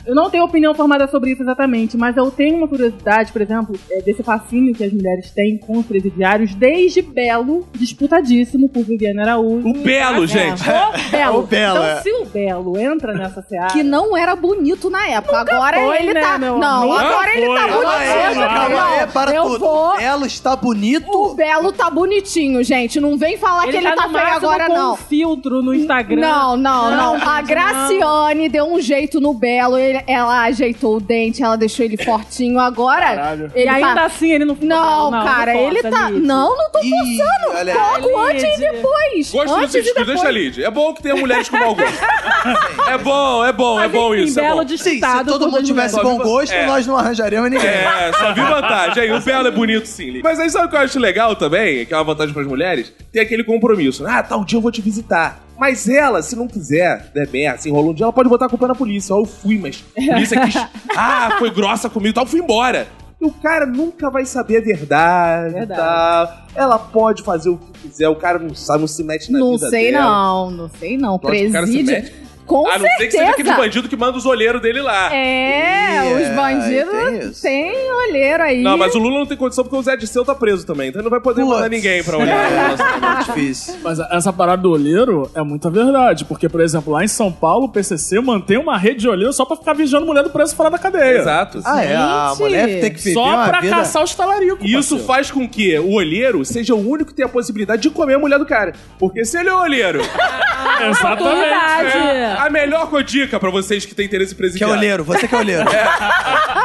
S6: eu não tenho opinião formada sobre isso exatamente, mas eu tenho uma curiosidade, por exemplo, é, desse fascínio que as mulheres têm com os presidiários, desde Belo, disputadíssimo por Viviane Araújo.
S3: O Belo,
S6: É,
S3: gente.
S6: O Belo.
S2: O Belo,
S6: Então,
S2: é.
S6: se o Belo entra nessa seara...
S4: Que não era bonito na época. agora
S6: foi,
S4: ele
S6: né,
S4: tá.
S6: meu
S4: não,
S6: amor?
S4: agora ele tá
S6: Nunca foi.
S2: Calma aí,
S4: bonitinho.
S2: calma aí, para
S4: eu
S2: tudo.
S4: vou-
S2: Ela está
S4: O
S2: bonito.
S4: Belo tá bonitinho, gente. Não vem falar que ele tá,
S6: no
S4: feio
S6: máximo
S4: agora,
S6: com um
S4: não.
S6: filtro no Instagram.
S4: Não, não, não. A Graciane deu um jeito no Belo, ele- ela ajeitou o dente, ela deixou ele fortinho. Agora.
S5: Caralho.
S4: Ele
S6: E ainda
S4: tá-
S6: assim ele não...
S4: Não, cara,
S6: não
S4: ele
S6: força,
S4: tá.
S6: Lid.
S4: Não, não tô
S2: Ih, olha aí.
S4: pouco antes e
S6: Lid.
S4: depois.
S3: Gosto dos
S4: antes e
S3: discos, deixa
S4: depois.
S3: ali. É bom que tenha mulheres com mau gosto. É bom, é bom, é
S6: Mas,
S3: bom
S6: enfim,
S3: isso. é
S6: Belo
S3: bom.
S2: Sim,
S6: disputado
S2: se todo
S6: por
S2: mundo
S6: duas
S2: tivesse
S6: mulheres.
S2: bom gosto,
S3: É.
S2: nós não arranjaríamos ninguém.
S3: É, só vi vantagem. Aí, o belo é bonito sim. Lili. Mas aí sabe o que eu acho legal também? Que é uma vantagem pras mulheres? Tem aquele compromisso. Ah, tal dia eu vou te visitar. Mas ela, se não quiser, der merda, se enrolou um dia, ela pode botar a culpa na polícia. Ó, eu fui, mas a polícia quis... Ah, foi grossa comigo e tal, fui embora. E o cara nunca vai saber a verdade, e
S6: Verdade.
S3: tal. Ela pode fazer o que quiser, o cara não sabe, não se mete na
S4: Não
S3: vida
S4: sei,
S3: dela.
S4: não. Não sei, não.
S3: Lógico que o cara se
S4: Presídio.
S3: mete.
S4: Com
S3: A não ser que seja aquele
S4: certeza.
S3: bandido que manda os olheiros dele lá.
S4: É,
S2: Ih, é,
S4: os
S2: aí tem
S4: bandidos
S2: isso.
S4: têm olheiro aí.
S3: Não, mas o Lula não tem condição porque o Zé Disseu tá preso também. Então ele não vai poder mandar ninguém pra olhar.
S2: É, é difícil.
S5: Mas essa parada do olheiro é muita verdade, porque, por exemplo, lá em São Paulo, o PCC mantém uma rede de olheiro só pra ficar vigiando mulher do preso fora da cadeia.
S3: Exato.
S2: Ah, é, a
S4: Gente.
S2: mulher tem que viver
S5: Só
S2: uma
S5: pra
S2: vida...
S5: caçar os talaricos.
S3: E isso faz com que o olheiro seja o único que tem a possibilidade de comer a mulher do cara. Porque se ele é o olheiro,
S5: faz...
S6: Oportunidade.
S3: é a melhor dica pra vocês que têm interesse
S2: Que é
S3: presidiário.
S2: olheiro, você que é olheiro.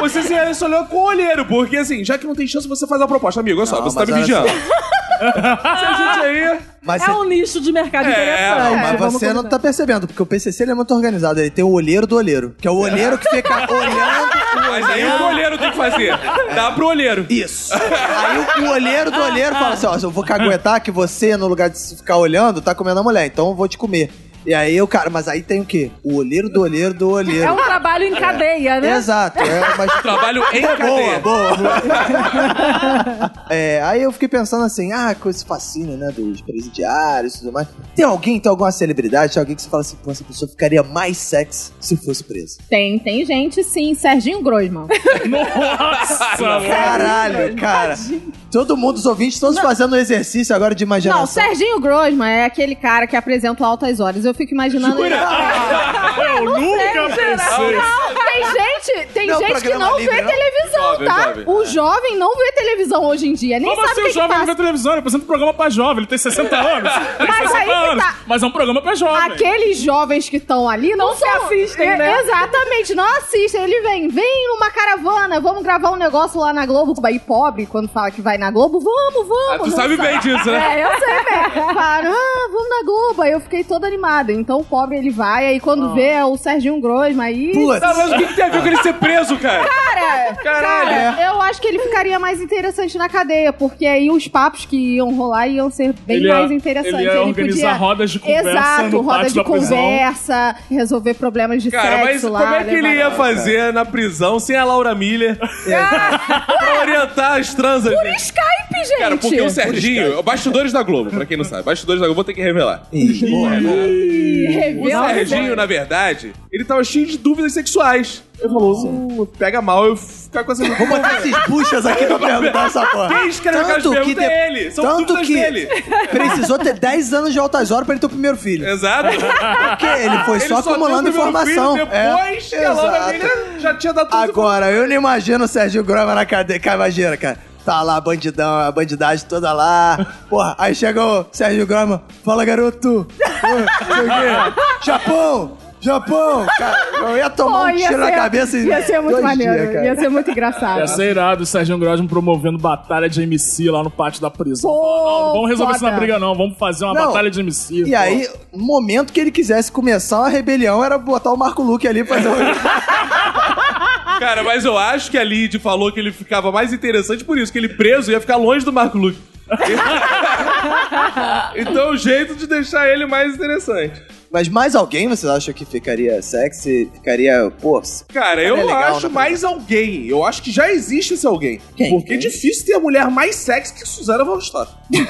S3: Você se relacionou com o olheiro, porque assim, já que não tem chance, você faz a proposta. Amigo, olha só,
S2: Não,
S3: você tá
S2: mas
S3: me
S2: olha
S3: vigiando. se ajude aí.
S2: Mas
S6: É
S2: você-
S6: um nicho de mercado
S3: É,
S6: interessante.
S2: Não, mas
S6: vamos
S2: você não
S6: combinar.
S2: tá percebendo, porque o PCC ele é muito organizado. Ele tem o olheiro do olheiro, que é o olheiro que fica olhando o
S3: Mas aí o que o olheiro tem que fazer. Dá pro olheiro.
S2: Isso. Aí o, o olheiro do olheiro fala assim: ó, eu vou caguetar que você, no lugar de se ficar olhando, tá comendo a mulher, então eu vou te comer. E aí o cara, mas aí tem o quê? O olheiro do olheiro do
S6: É um
S2: olheiro.
S6: trabalho em cadeia, né?
S2: Exato, é, mas.
S3: Trabalho em
S2: Boa,
S3: cadeia.
S2: boa. boa. É, aí eu fiquei pensando assim, ah, com esse fascínio, né, dos presidiários e tudo mais. Tem alguém, tem alguma celebridade, tem alguém que você fala assim, pô, essa pessoa ficaria mais sexy se fosse presa.
S4: Tem, tem gente sim. Serginho Grosman.
S5: Nossa,
S3: É,
S5: mano.
S2: Caralho, cara. Todo mundo, os ouvintes, todos fazendo um exercício agora de imaginação.
S4: Não, Serginho Grosman é aquele cara que apresenta o altas horas. Eu fico imaginando.
S5: Ah, Eu nunca pensei.
S4: Não, tem gente, tem
S2: Não,
S4: gente que
S2: programa
S4: não
S2: livre,
S4: vê
S2: né?
S4: televisão,
S3: Jovem,
S4: tá?
S3: jovem.
S4: O jovem não vê televisão hoje em dia. Nem
S5: Como
S4: sabe
S5: assim
S4: o que
S5: o
S4: que
S5: jovem não
S4: passa.
S5: vê televisão? Ele apresenta um programa pra jovem. Ele tem 60 anos. Tem
S4: Mas
S5: 60
S4: aí que
S5: anos.
S4: tá.
S5: Mas é um programa pra jovem.
S4: Aqueles jovens que estão ali não,
S6: Não se
S4: são-
S6: assistem,
S4: É,
S6: né?
S4: Exatamente, não assistem. Ele vem, vem numa caravana, vamos gravar um negócio lá na Globo. E pobre, quando fala que vai na Globo, vamos, vamos.
S3: Ah, tu
S4: não
S3: sabe bem disso, né?
S4: É, eu sei bem. Falaram, ah, vamos na Globo. Aí eu fiquei toda animada. Então o pobre ele vai, aí quando vê é o Serginho Grosma, aí.
S2: Putz.
S3: Tá, Não, mas o que, que tem a ver com ele ser preso, cara?
S4: Cara, Cara,
S3: Caralho.
S4: cara, eu acho que ele ficaria mais interessante na cadeia, porque aí os papos que iam rolar iam ser bem
S5: Ele ia-
S4: mais interessantes.
S5: ele ia organizar rodas de conversa
S4: Exato,
S5: no
S4: roda
S5: pátio
S4: de
S5: da prisão.
S4: conversa, resolver problemas de
S3: Cara, mas
S4: sexo lá.
S3: como é que ele ia
S4: levar-
S3: fazer na prisão sem a Laura Miller pra orientar as transas? Por
S4: Skype, gente!
S3: Cara, porque o Serginho, bastidores da Globo, pra quem não sabe, bastidores da Globo, vou ter que revelar. O
S4: Revela-
S3: Serginho, na verdade, ele tava cheio de dúvidas sexuais. Ele falou, "Uh, pega mal, eu ficar com essa...
S2: Vou botar esses buchas aqui pra perguntar essa porra.
S3: Quem escreve aquelas perguntas
S2: de-
S3: é ele, são
S2: tanto
S3: dúvidas
S2: que
S3: dele.
S2: precisou ter 10 anos de altas horas pra ele ter o primeiro filho.
S3: Exato.
S2: Porque ele é? foi
S3: Ah, Ele
S2: só
S3: deu o
S2: acumulando
S3: primeiro
S2: informação.
S3: filho Depois
S2: É,
S3: que a Laura
S2: exato.
S3: Miller já tinha dado tudo.
S2: Agora, eu não imagino o Sérgio Grama na cadeia, cavageira, cara. Tá lá, bandidão, a bandidagem toda lá. Porra, aí chega o Sérgio Grama, fala, garoto. Pô, sei o quê. Japão! Japão! Cara, eu ia tomar
S4: Pô,
S2: um tiro
S4: ia
S2: na
S4: ser-
S2: cabeça e.
S4: Ia ser muito
S2: dois
S4: maneiro,
S2: dias, cara.
S4: ia ser muito engraçado.
S5: Ia ser irado o Serginho Grosman promovendo batalha de MC lá no pátio da prisão.
S4: Pô,
S5: não, não vamos resolver isso na
S4: foda.
S5: briga, não. Vamos fazer uma
S2: Não.
S5: batalha de MC.
S2: E
S5: pô.
S2: aí, o momento que ele quisesse começar uma rebelião era botar o Marco Luque ali pra fazer um...
S3: Cara, mas eu acho que a Lid falou que ele ficava mais interessante por isso, que ele preso ia ficar longe do Marco Luque. então, o jeito de deixar ele mais interessante.
S2: Mas mais alguém vocês acham que ficaria sexy? Ficaria, pô,
S3: Cara, eu
S2: é legal,
S3: acho
S2: né?
S3: mais alguém. Eu acho que já existe esse alguém.
S2: Quem?
S3: Porque é
S2: Quem?
S3: difícil ter a mulher mais sexy que Suzana von Stoff.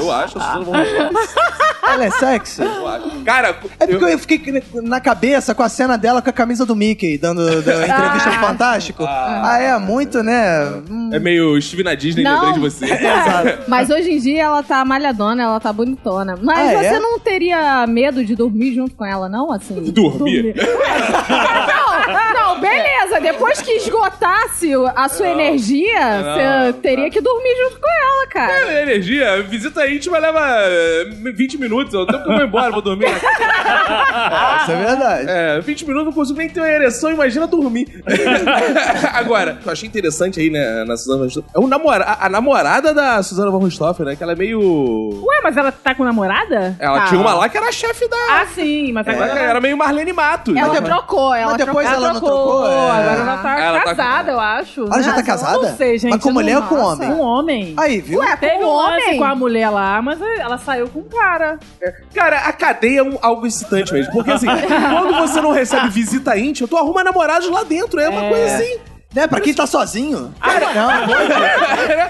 S3: eu acho a Suzana von Stoff.
S2: ela é sexy?
S3: Eu acho. Cara,
S2: É porque eu fiquei na cabeça com a cena dela com a camisa do Mickey, dando da entrevista ao Fantástico. Ah, é, muito, né? Hum,
S3: é meio estive na Disney,
S4: Não.
S3: lembrei de você.
S6: Ah.
S2: Exato.
S4: Mas hoje em dia ela tá malhadona, ela tá bonitona. Mas
S2: Ah,
S4: você
S2: é?
S4: não teria medo de dormir junto com ela, não? Assim? Ah,
S3: Dormir.
S4: não, não, beleza. Depois que esgotasse a sua energia,
S3: Não,
S4: você
S3: não.
S4: teria que dormir junto com ela, cara.
S3: É, energia, visita íntima leva eh, 20 minutos. É o tempo que eu vou embora, vou dormir. né?
S2: Isso é verdade.
S3: É, 20 minutos não consigo nem ter uma ereção, imagina dormir. Agora, o que eu achei interessante aí, né, na Suzana von Richthofen, é o namora a, a namorada da Suzana von Richthofen, né, que ela é meio...
S6: Ué, mas ela tá com namorada?
S3: Ela
S4: tá.
S3: tinha uma lá que era a chefe da...
S6: Ah, sim, mas agora.
S3: Ela era meio Marlene Matos.
S4: Ela
S3: né?
S4: trocou, ela
S2: Mas depois
S4: trocou.
S2: ela não trocou. é.
S6: Agora ela tá
S3: Ela tá com-
S6: casada, eu acho. né?
S2: Ela já tá
S6: Não,
S2: casada?
S6: Não sei, gente.
S2: Mas com
S6: eu
S2: mulher
S6: não-
S2: ou com
S6: Nossa,
S2: homem?
S6: Com homem.
S2: Aí, viu?
S4: Ué,
S6: Teve
S4: com
S6: um lance
S4: homem?
S6: com a mulher lá, mas ela saiu com um cara.
S3: Cara, a cadeia é um- algo excitante mesmo. Porque assim, quando você não recebe visita íntima, tu arruma namorados lá dentro. É uma coisa assim.
S2: Né, pra quem tá sozinho.
S6: Ah,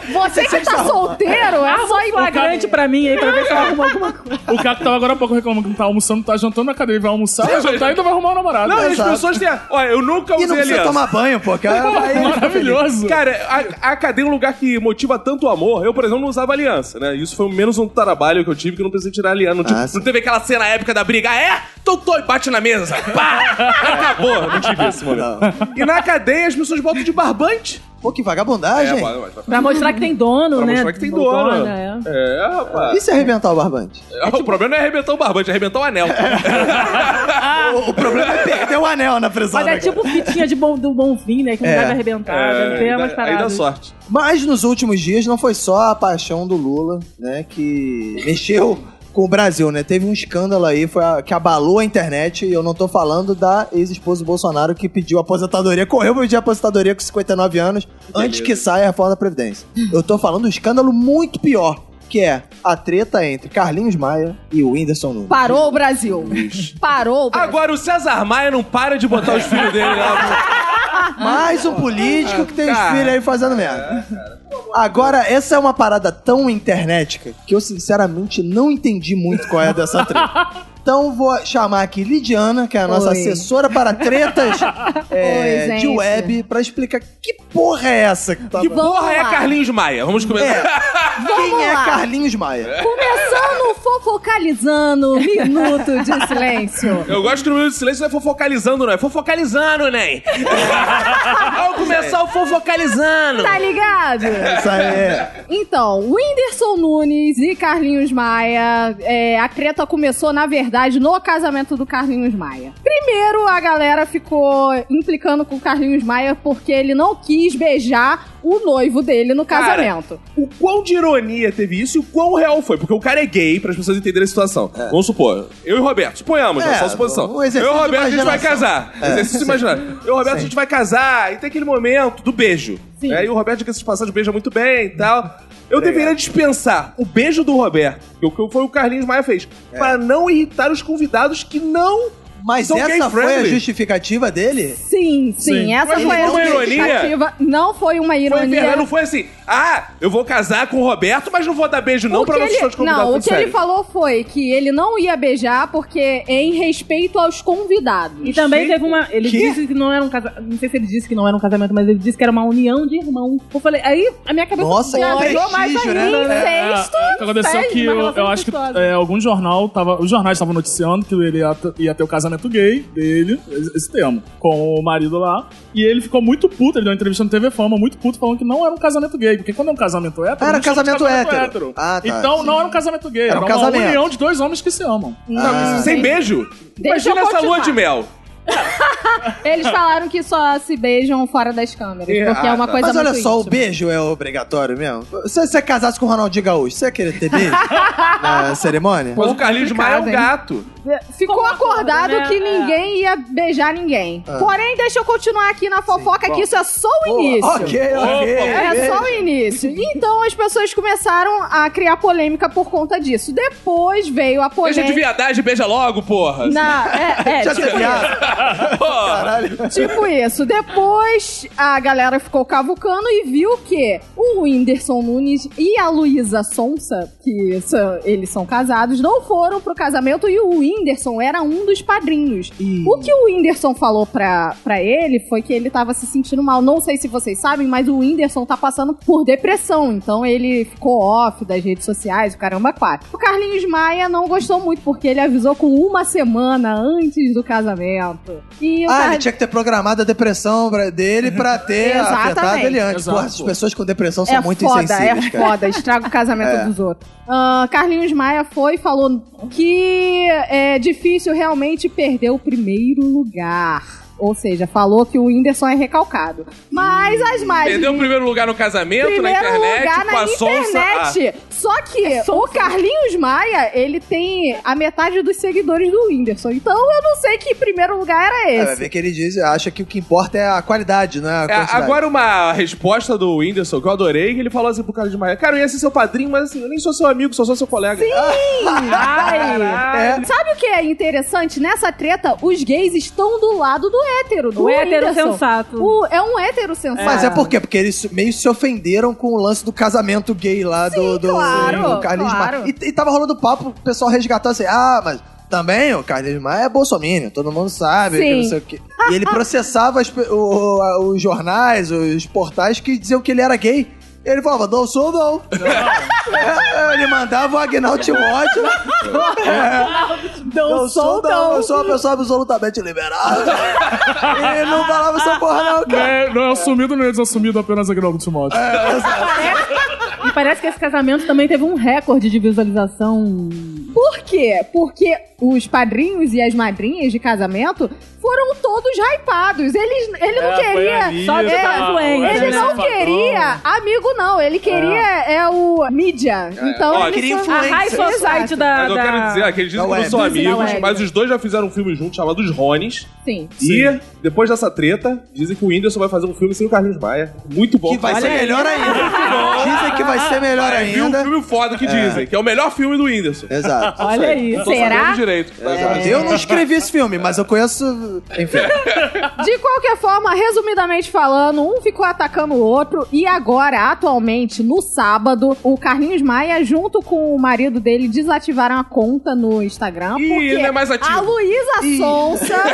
S2: Não,
S4: Você que tá solteiro,
S3: Ah,
S4: é só ir pra
S6: Flagrante pra mim aí, pra ver se ela arruma alguma coisa.
S5: O cara que tava agora há pouco reclamando que tá almoçando, tá jantando na cadeia, vai almoçar, vai jantar e ainda vai arrumar um namorado.
S3: Não, e as
S2: Exato.
S3: pessoas têm... a- Olha, eu nunca
S2: e
S3: usei
S2: não precisa
S3: aliança.
S2: tomar banho, pô. é Cara,
S5: Maravilhoso.
S3: Cara, a, a cadeia é um lugar que motiva tanto amor. Eu, por exemplo, não usava aliança, né? Isso foi menos um trabalho que eu tive que eu não precisei tirar a aliança. Não, tive-
S2: Ah, sim.
S3: não teve aquela cena épica da briga. Ah, É? Tô, tô, e bate na mesa. Pá! Acabou. Não tive esse momento. E na cadeia as pessoas botam de barbante.
S2: É, Pô, que vagabundagem.
S3: pode- pode- pode.
S6: Pra mostrar que tem dono,
S3: Pra
S6: né?
S3: mostrar que tem
S6: Dona,
S3: dono.
S6: é.
S3: É, rapaz.
S2: e se arrebentar o barbante?
S3: O problema não é arrebentar o barbante, é arrebentar o anel.
S2: O, o problema é perder o anel na prisão.
S6: Mas é
S2: né, cara?
S6: tipo fitinha de bom, do bom fim, né? Que não
S2: É.
S6: deve arrebentar, deve ter
S3: aí,
S6: umas
S3: dá, aí dá
S6: paradas.
S3: é
S6: assim.
S3: sorte.
S2: Mas nos últimos dias não foi só a paixão do Lula, né, que mexeu com o Brasil, né? Teve um escândalo aí foi a- que abalou a internet e eu não tô falando da ex-esposa do Bolsonaro que pediu aposentadoria, correu pra pedir aposentadoria com 59 anos antes que saia a reforma da Previdência. Eu tô falando um escândalo muito pior, que é a treta entre Carlinhos Maia e o Whindersson Nunes.
S4: Parou o Brasil. Parou o Brasil.
S3: Agora o César Maia não para de botar os filhos dele lá.
S2: Mais um político que tem os
S3: Ah, Cara.
S2: filhos aí fazendo merda. Agora, essa é uma parada tão internetica que eu sinceramente não entendi muito qual é dessa treta. Então vou chamar aqui Lidiana, que é a nossa
S4: Oi.
S2: assessora para tretas é,
S4: Oi, gente.
S2: de web, pra explicar que porra é essa que tá
S3: Que
S2: rolando.
S3: porra é
S4: lá.
S3: Carlinhos Maia? Vamos
S2: É.
S3: começar.
S2: Quem é
S4: lá.
S2: Carlinhos Maia?
S4: Começando, fofocalizando, minuto de silêncio.
S3: né? Eu gosto que no minuto de silêncio não é fofocalizando, não. É fofocalizando, Ney. Vamos né? começar
S9: só o fofocalizando.
S4: Tá ligado?
S2: Isso aí é.
S4: Então, Whindersson Nunes e Carlinhos Maia. é, a treta começou, na verdade, no casamento do Carlinhos Maia. Primeiro, a galera ficou implicando com o Carlinhos Maia porque ele não quis beijar o noivo dele no
S3: Cara,
S4: casamento.
S3: O quão de ironia teve isso e o quão real foi. Porque o cara é gay, para as pessoas entenderem a situação. Vamos supor, eu e o Roberto, suponhamos,
S2: É,
S3: é, só suposição.
S2: um
S3: eu e
S2: exercício
S3: o Roberto, a
S2: de
S3: gente vai
S2: imaginação.
S3: casar.
S2: É,
S3: Exercício imaginário. Eu e o Roberto, a gente vai casar e tem aquele momento do beijo.
S6: Sim.
S3: É, e o Roberto, que esses passagens beija muito bem e tal. Eu deveria dispensar o beijo do Roberto, que o que foi o Carlinhos Maia fez,
S2: É.
S3: pra não irritar os convidados que não
S2: Mas
S3: são gay
S2: essa foi a
S3: friendly.
S2: justificativa dele?
S4: Sim, sim,
S5: Sim.
S4: essa
S3: Mas não
S4: foi a
S3: foi uma ironia?
S4: justificativa. Não foi uma
S3: Foi
S4: ironia.
S3: verdade, não foi assim. Ah, eu vou casar com o Roberto, mas não vou dar beijo não
S4: O
S3: pra
S4: que
S3: não
S4: ele-
S3: pessoas convidadas.
S4: Não, o
S3: tudo
S4: que ele
S3: sério.
S4: falou foi que ele não ia beijar porque é em respeito aos convidados.
S6: E também
S3: Gente,
S6: teve uma. Ele
S3: quê?
S6: disse que não era um casamento. Não sei se ele disse que não era um casamento, mas ele disse que era uma união de irmãos. Eu falei, aí a minha cabeça
S2: Nossa, que
S6: viajou mais
S2: prestígio,
S6: ainda.
S2: né?
S5: É,
S4: Incesto,
S5: o que aconteceu é
S6: sério,
S5: que
S6: uma
S5: eu,
S6: relação
S5: eu acho que
S6: incestuosa.
S5: é, algum jornal tava. Os jornais estavam noticiando que ele ia, t- ia ter o casamento gay dele, esse- esse termo, com o marido lá. E ele ficou muito puto, ele deu uma entrevista no TV Fama, muito puto, falando que não era um casamento gay. Porque quando é um casamento hétero.
S2: Era
S5: não chama de
S2: casamento hétero. Ah, tá,
S5: então
S2: sim.
S5: não era um casamento gay,
S2: Era
S5: era,
S2: um
S5: uma
S2: casamento.
S5: união de dois homens que se amam.
S2: Ah.
S3: Sem beijo?
S4: é Deixa
S3: Imagina
S4: eu
S3: essa lua
S4: continuar.
S3: de mel.
S4: Eles falaram que só se beijam fora das câmeras,
S3: É,
S4: porque é uma
S3: ah, tá.
S4: coisa
S2: Mas olha
S4: muito
S2: só, o
S4: íntima.
S2: beijo é obrigatório mesmo? Se você casasse com o Ronaldinho Gaúcho, você ia querer ter beijo na cerimônia?
S3: Mas o Carlinhos Maia é um gato.
S4: Ficou acordado
S6: né?
S4: que
S6: É.
S4: ninguém ia beijar ninguém.
S2: Ah.
S4: Porém, deixa eu continuar aqui na fofoca, que isso é só o início.
S2: ok, ok.
S4: É só o início. Então as pessoas começaram a criar polêmica por conta disso. Depois veio a
S3: Deixa de
S4: polêmica.
S3: viadagem, beija logo, porra.
S4: Na, é, é,
S2: Já
S4: tipo
S2: teve a-
S3: Porra.
S4: Tipo isso. Depois a galera ficou cavucando e viu que o Whindersson Nunes e a Luísa Sonsa, que são- eles são casados, não foram pro casamento e o Whindersson era um dos padrinhos.
S2: Ah,
S4: O que o Whindersson falou pra, pra ele foi que ele tava se sentindo mal. Não sei se vocês sabem, mas o Whindersson tá passando por depressão. Então ele ficou off das redes sociais, o caramba, quatro. O Carlinhos Maia não gostou muito, porque ele avisou com uma semana antes do casamento. E o
S2: Ah,
S4: Car-
S2: ele tinha que ter programado a depressão pra- dele pra ter
S4: Exatamente.
S2: afetado ele antes.
S5: Exato.
S2: Porra, as pessoas com depressão são
S4: é
S2: muito
S4: foda,
S2: insensíveis,
S4: é
S2: cara.
S4: foda, estraga o casamento
S2: É.
S4: dos outros. Ah, Carlinhos Maia foi e falou que é difícil realmente perder o primeiro lugar. Ou seja, falou que o Whindersson é recalcado. Mas as mais.
S3: Hum, Perdeu o primeiro lugar no casamento,
S4: Primeiro
S3: na internet,
S4: lugar
S3: com
S4: na
S3: a sonsa. Ah,
S4: internet. Só que o Carlinhos Maia, ele tem a metade dos seguidores do Whindersson. Então eu não sei que primeiro lugar era
S2: É, vai
S4: esse.
S2: ver que ele diz, acha que o que importa é a qualidade, não é a
S3: é,
S2: quantidade.
S3: agora uma resposta do Whindersson que eu adorei, que ele falou assim pro Carlinhos Maia, cara, eu ia ser seu padrinho, mas assim, eu nem sou seu amigo, só sou seu colega. Sim.
S4: Ah,
S2: É.
S4: Sabe o que é interessante? Nessa treta, os gays estão do lado do hétero. Do
S6: O hétero
S4: Whindersson.
S6: sensato.
S4: O- é um hétero sensato.
S2: Mas é por quê? Porque eles meio se ofenderam com o lance do casamento gay lá do, do,
S4: claro,
S2: do Carlinhos
S4: claro.
S2: Maia. E, e tava rolando papo, o pessoal resgatando assim, ah, mas também o Carlinhos Maia é bolsominion, todo mundo sabe, que não
S4: Sim.
S2: sei o quê. E ele processava as pe- o- a- os jornais, os portais que diziam que ele era gay. Ele falava, não sou não. É, ele mandava o Agnaldo Timóteo. É, Não, sou não, eu sou uma pessoa absolutamente liberal. e não falava essa porra não,
S5: Não
S2: cara.
S5: é, não é assumido nem desassumido, apenas Aguinaldo Timóteo.
S6: E parece que esse casamento também teve um recorde de visualização.
S4: Por quê? Porque os padrinhos e as madrinhas de casamento foram todos hypados. Eles, ele
S5: É,
S4: não queria.
S6: só que
S4: é,
S5: tá,
S6: tava doente,
S4: Ele não queria amigo, não. Ele queria é, o mídia.
S2: É,
S4: Então,
S3: Ó,
S4: ele
S2: queria
S4: só-
S6: A High
S2: influencer.
S6: Society da.
S3: Mas eu quero
S6: da-
S3: dizer, ó, que eles dizem
S2: Da
S3: que não
S2: web.
S3: são
S6: Dizem da
S3: amigos,
S4: é,
S6: web.
S4: né?
S3: mas os dois já fizeram um filme junto chamado Os Rones.
S4: Ah, Sim.
S3: E depois dessa treta, dizem que o Whindersson vai fazer um filme sem o Carlinhos Maia. Muito bom. é
S2: Que vai ser melhor ainda. Dizem que vai ser melhor
S3: Cara, eu vi um
S2: ainda.
S3: filme foda que dizem, que é o melhor filme do Whindersson.
S2: Exato.
S6: Olha aí.
S3: Não tô
S4: Será?
S3: sabendo direito. Mas,
S2: Exato. Eu não escrevi esse filme, mas eu conheço. Enfim.
S4: De qualquer forma, resumidamente falando, um ficou atacando o outro e agora, atualmente, no sábado, o Carlinhos Maia, junto com o marido dele, desativaram a conta no Instagram.
S3: Ih,
S4: porque
S3: ele não é mais ativo.
S4: A Luísa Sonsa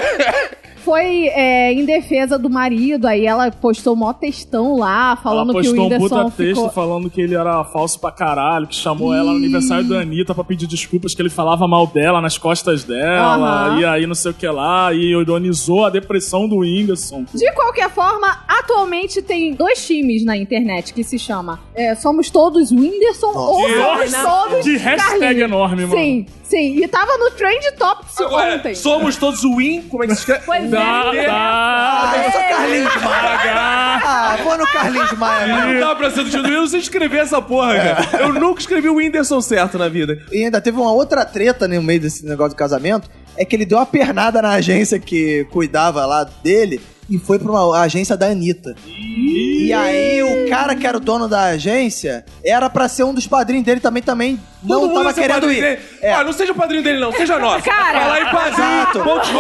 S4: foi é, em defesa do marido, aí ela postou mó textão lá, falando
S5: ela
S4: que o
S5: postou um puta
S4: Whindersson
S5: texto
S4: ficou...
S5: falando que ele era falso pra caralho, que chamou ela no aniversário da Anitta pra pedir desculpas, que ele falava mal dela nas costas dela,
S4: Aham.
S5: e aí não sei o que lá, e ironizou a depressão do Whindersson.
S4: De qualquer forma, atualmente tem dois times na internet que se chama é, Somos Todos Whindersson ou Somos Todos
S5: Que hashtag
S4: Carlinhos.
S5: enorme, mano.
S4: Sim, sim. E tava no Trend Topics
S3: Agora,
S4: ontem.
S3: somos todos win, como é que se escreve?
S4: Pois é.
S5: Dá, dá,
S2: Ah, eu sou Carlinhos Maia. Ah, vou no Carlinhos Maia. né? mesmo.
S3: Eu tava pensando, Júlio, eu não sei escrever essa porra, cara. Eu nunca escrevi o Whindersson certo na vida.
S2: E ainda teve uma outra treta né, no meio desse negócio do casamento, é que ele deu uma pernada na agência que cuidava lá dele e foi pra uma agência da Anitta. E aí o cara que era o dono da agência era pra ser um dos padrinhos dele também, também
S3: Todo
S2: não
S3: mundo
S2: tava
S3: é seu
S2: querendo
S3: padrinho
S2: ir.
S3: dele.
S2: É.
S3: Ah, não seja o padrinho dele, não, seja nosso.
S1: Cara.
S3: Vai lá um em
S2: Exato.
S3: padrinho.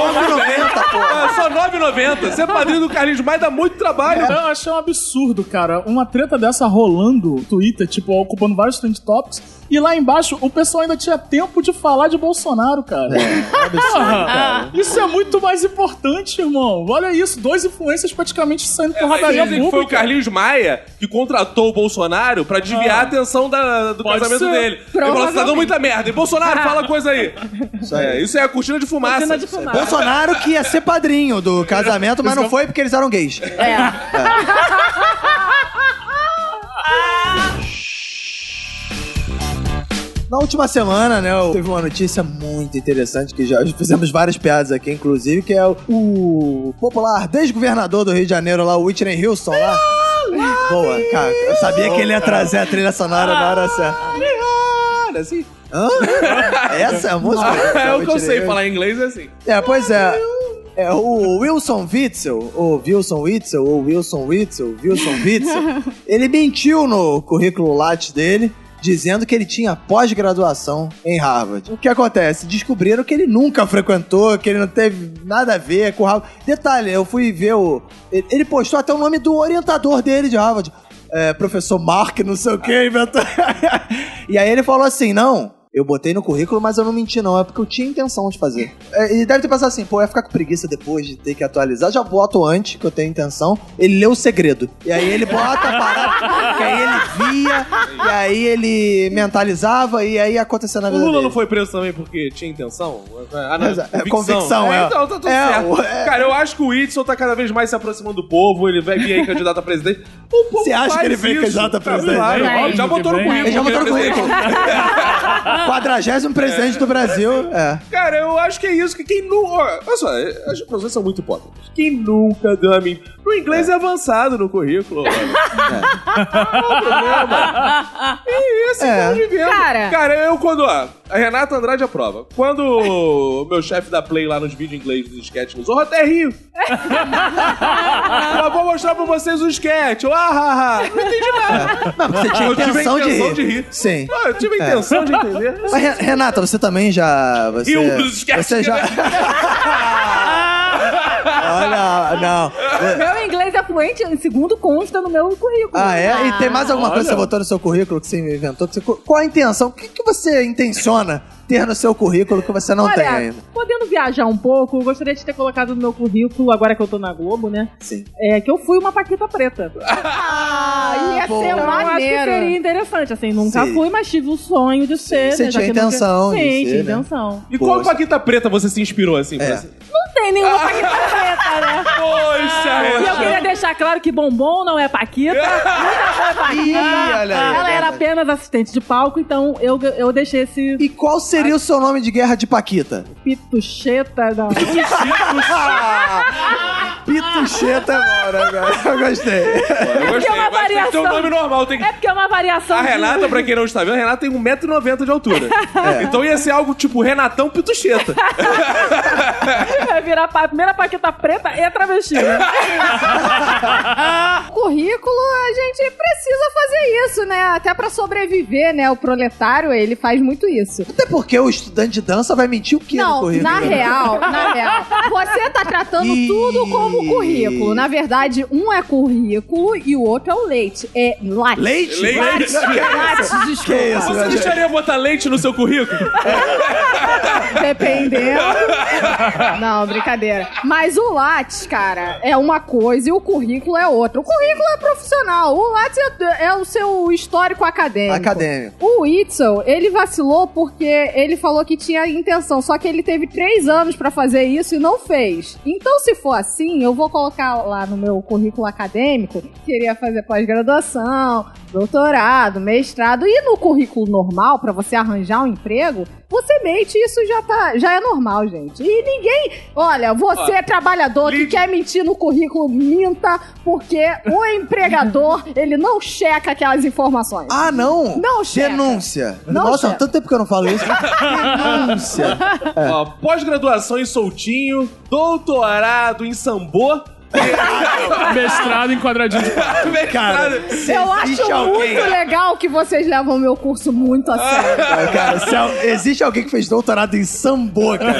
S2: 9,90, porra.
S3: É só 9,90. Ser é padrinho do Carlinhos Maia dá muito trabalho.
S5: Eu achei um absurdo, cara. Uma treta dessa rolando no Twitter, tipo, ocupando vários trend topics. E lá embaixo, o pessoal ainda tinha tempo de falar de Bolsonaro, cara.
S2: É, um
S5: Porra, isso é muito mais importante, irmão. Olha isso, dois influencers praticamente saindo
S3: É, Mas
S5: porradaria
S3: dizem que foi o
S5: pública.
S3: Carlinhos Maia que contratou o Bolsonaro pra desviar a atenção da- do
S5: Ah. Pode
S3: casamento
S5: ser. Ah.
S3: dele. Ele falou, você tá dando muita merda. E Bolsonaro, fala coisa aí.
S2: Isso aí.
S3: É, isso é a cortina de fumaça.
S6: Cortina de fumaça.
S2: Bolsonaro que ia ser padrinho do casamento, mas não foi porque eles eram gays. Na última semana, né, eu- teve uma notícia muito interessante que já fizemos várias piadas aqui, inclusive, que é o, o popular desgovernador do Rio de Janeiro lá, o Whitney Houston lá. Boa, cara. Eu sabia que ele ia trazer a trilha sonora na hora certa.
S3: Cara, assim.
S2: Hã? Essa é a música?
S3: é o que eu sei
S2: Whitney
S3: falar em inglês é assim.
S2: é, pois é. É, o Wilson Witzel, ou Wilson Witzel, ou Wilson Witzel, Wilson Witzel, ele mentiu no currículo Lattes dele, dizendo que ele tinha pós-graduação em Harvard. O que acontece? Descobriram que ele nunca frequentou, que ele não teve nada a ver com Harvard. Detalhe, eu fui ver o... Ele ele postou até o nome do orientador dele de Harvard. É, professor Mark, não sei o que, inventou. e aí ele falou assim, não... Eu botei no currículo, mas eu não menti, não. É porque eu tinha intenção de fazer. É, Ele deve ter pensado assim, pô, eu ia ficar com preguiça depois de ter que atualizar. Já boto antes, que eu tenho intenção. Ele leu o segredo. E aí ele bota a parada, que aí ele via, e aí ele mentalizava, e aí acontecia na
S3: O
S2: vida
S3: Lula
S2: dele.
S3: não foi preso também porque tinha intenção? Ah,
S2: Mas é, convicção, é.
S3: Então, tá tudo
S2: É,
S3: certo.
S2: o- é.
S3: Cara, eu acho que o Whitson tá cada vez mais se aproximando do povo, ele vai vir aí candidato a presidente. O povo
S2: Você acha
S3: faz
S2: que ele vem
S3: isso.
S2: candidato a presidente?
S3: Claro,
S5: Vai.
S3: óbvio, já
S5: Ano que
S3: botou no
S5: vem.
S3: currículo.
S2: Ele já
S3: que é
S2: botou no
S3: presidente.
S2: currículo. Quadragésimo presidente do Brasil. É.
S3: Cara, eu acho que é isso. Que quem nunca. Olha só, as pessoas são muito hipócritas. Quem nunca deu a mim. O inglês é, avançado no currículo. olha. Não é problema. E esse
S2: É.
S3: é. vivendo.
S4: Cara.
S3: Cara, eu quando. Ó, a Renata Andrade aprova. Quando o meu chefe da Play lá nos vídeos em inglês dos sketches usou, eu até rio. eu vou mostrar pra vocês o sketch. Eu, ah, ah, ah. Não entendi nada.
S2: Não, porque você tinha
S3: Eu tive a
S2: intenção, de,
S3: intenção
S2: rir.
S3: de rir.
S2: Sim.
S3: Ah, eu tive a intenção de entender.
S2: Mas, Re- Renata, você também já. Você,
S3: Rio dos sketches.
S2: Você já. Olha, não.
S6: Meu inglês é fluente, segundo consta no meu currículo.
S2: Ah, é? E tem mais alguma coisa que você botou no seu currículo que você inventou? Que você- Qual a intenção? O que, que você intenciona ter no seu currículo que você não tem
S6: Olha,
S2: ainda?
S6: podendo viajar um pouco, eu gostaria de ter colocado no meu currículo, agora que eu tô na Globo, né?
S2: Sim.
S6: É que eu fui uma Paquita Preta.
S4: Ah,
S2: um
S4: ia ser
S6: Então, eu acho que
S4: maneiro.
S6: seria interessante, assim, nunca
S2: Sim.
S6: fui, mas tive o sonho de ser,
S2: Você
S6: né? já
S2: tinha
S6: que eu nunca-
S2: intenção de
S6: Sim,
S2: ser,
S6: tinha
S2: né?
S6: intenção.
S3: E qual
S2: Poxa.
S3: Paquita Preta você se inspirou assim? pra
S2: É.
S3: você?
S6: Não tem nenhuma Paquita Preta, né?
S3: Poxa,
S6: E eu
S3: Renata.
S6: queria deixar claro que Bombom não é Paquita, nunca foi
S2: Ih,
S6: Paquita.
S2: olha aí,
S6: Ela era
S2: verdade.
S6: apenas assistente de palco, então eu, eu deixei esse
S2: E qual seria o seu nome de guerra de Paquita?
S6: pitucheta. Não.
S2: Pitucheta é bom, né, cara? Eu gostei.
S3: Eu
S6: porque é
S3: gostei, mas tem que ter um
S6: uma variação.
S3: nome normal. Tem que...
S6: É porque é uma variação
S3: A
S6: de-
S3: Renata, pra quem não está vendo, a Renata tem 1,90m de altura.
S6: É.
S3: Então ia ser algo tipo Renatão Pitucheta.
S6: Vai virar pa- primeira paqueta preta e travesti. né?
S4: currículo, a gente precisa fazer isso. isso, né? Até pra sobreviver, né? O proletário, ele faz muito isso.
S2: Até porque o estudante de dança vai mentir o quê no
S4: Não,
S2: currículo?
S4: na
S2: né?
S4: real, na real, você tá tratando
S2: Ih.
S4: tudo como currículo. Na verdade, um é currículo e o outro é o leite. É latte.
S2: Leite?
S3: Leite?
S2: Que isso,
S3: Você
S2: velho?
S3: deixaria botar leite no seu currículo?
S4: Dependendo. Não, brincadeira. Mas o Lattes, cara, é uma coisa e o currículo é outra. O currículo é profissional. O Lattes é, é o seu histórico acadêmico.
S2: Acadêmico.
S4: O Whitson, ele vacilou porque ele falou que tinha intenção, só que ele teve três anos pra fazer isso e não fez. Então, se for assim, eu vou colocar lá no meu currículo acadêmico, queria fazer pós-graduação, doutorado, mestrado e no currículo normal pra você arranjar um emprego, você mente isso já tá, já é normal, gente. E ninguém, olha, você é trabalhador que
S3: Lid-
S4: quer mentir no currículo, minta, porque o empregador, ele não checa aquelas informações.
S2: Ah, não!
S4: Não, checa.
S2: Denúncia.
S4: Não,
S2: Nossa,
S4: checa.
S2: tanto tempo que eu não falo isso. Denúncia.
S6: É.
S3: Ó, Pós-graduação em soltinho, doutorado em sambô.
S6: Ah,
S5: Mestrado em quadradinho de pau.
S2: Cara,
S4: Eu acho
S2: existe alguém- Ah,
S4: muito legal que vocês levam meu curso muito a sério.
S2: Cara, se al- existe alguém que fez doutorado em sambo, cara.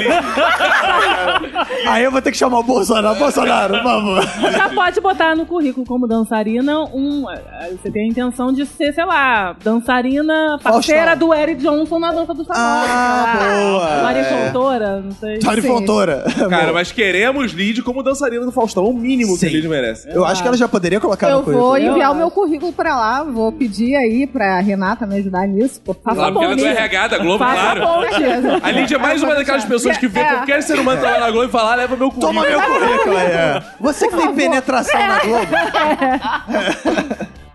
S2: Aí eu vou ter que chamar o Bolsonaro. Bolsonaro, vamos.
S6: Já pode botar no currículo como dançarina um. eh, Você tem a intenção de ser, sei lá, dançarina parceira
S2: Faustão.
S6: do Eric Johnson na dança do sabor.
S2: Ah, boa,
S6: Maria
S2: é.
S6: Contora, não sei.
S2: Tony Fontoura.
S3: Cara, mas queremos Lid como dançarina do Faustão. É o mínimo que
S2: Sim.
S3: a Lid merece.
S2: Eu acho que ela já poderia colocar
S4: Eu
S2: tá no currículo. é.
S4: vou enviar o meu currículo pra lá, vou pedir aí pra Renata me ajudar nisso, por favor.
S6: Tá
S3: Claro, porque ela é do RH da Globo,
S6: Faça
S3: claro. A Lid é mais uma daquelas pessoas que vê
S4: É.
S3: qualquer ser humano trabalhar na Globo e falar, leva meu currículo.
S2: Toma meu currículo aí. é. Você que tem penetração na Globo.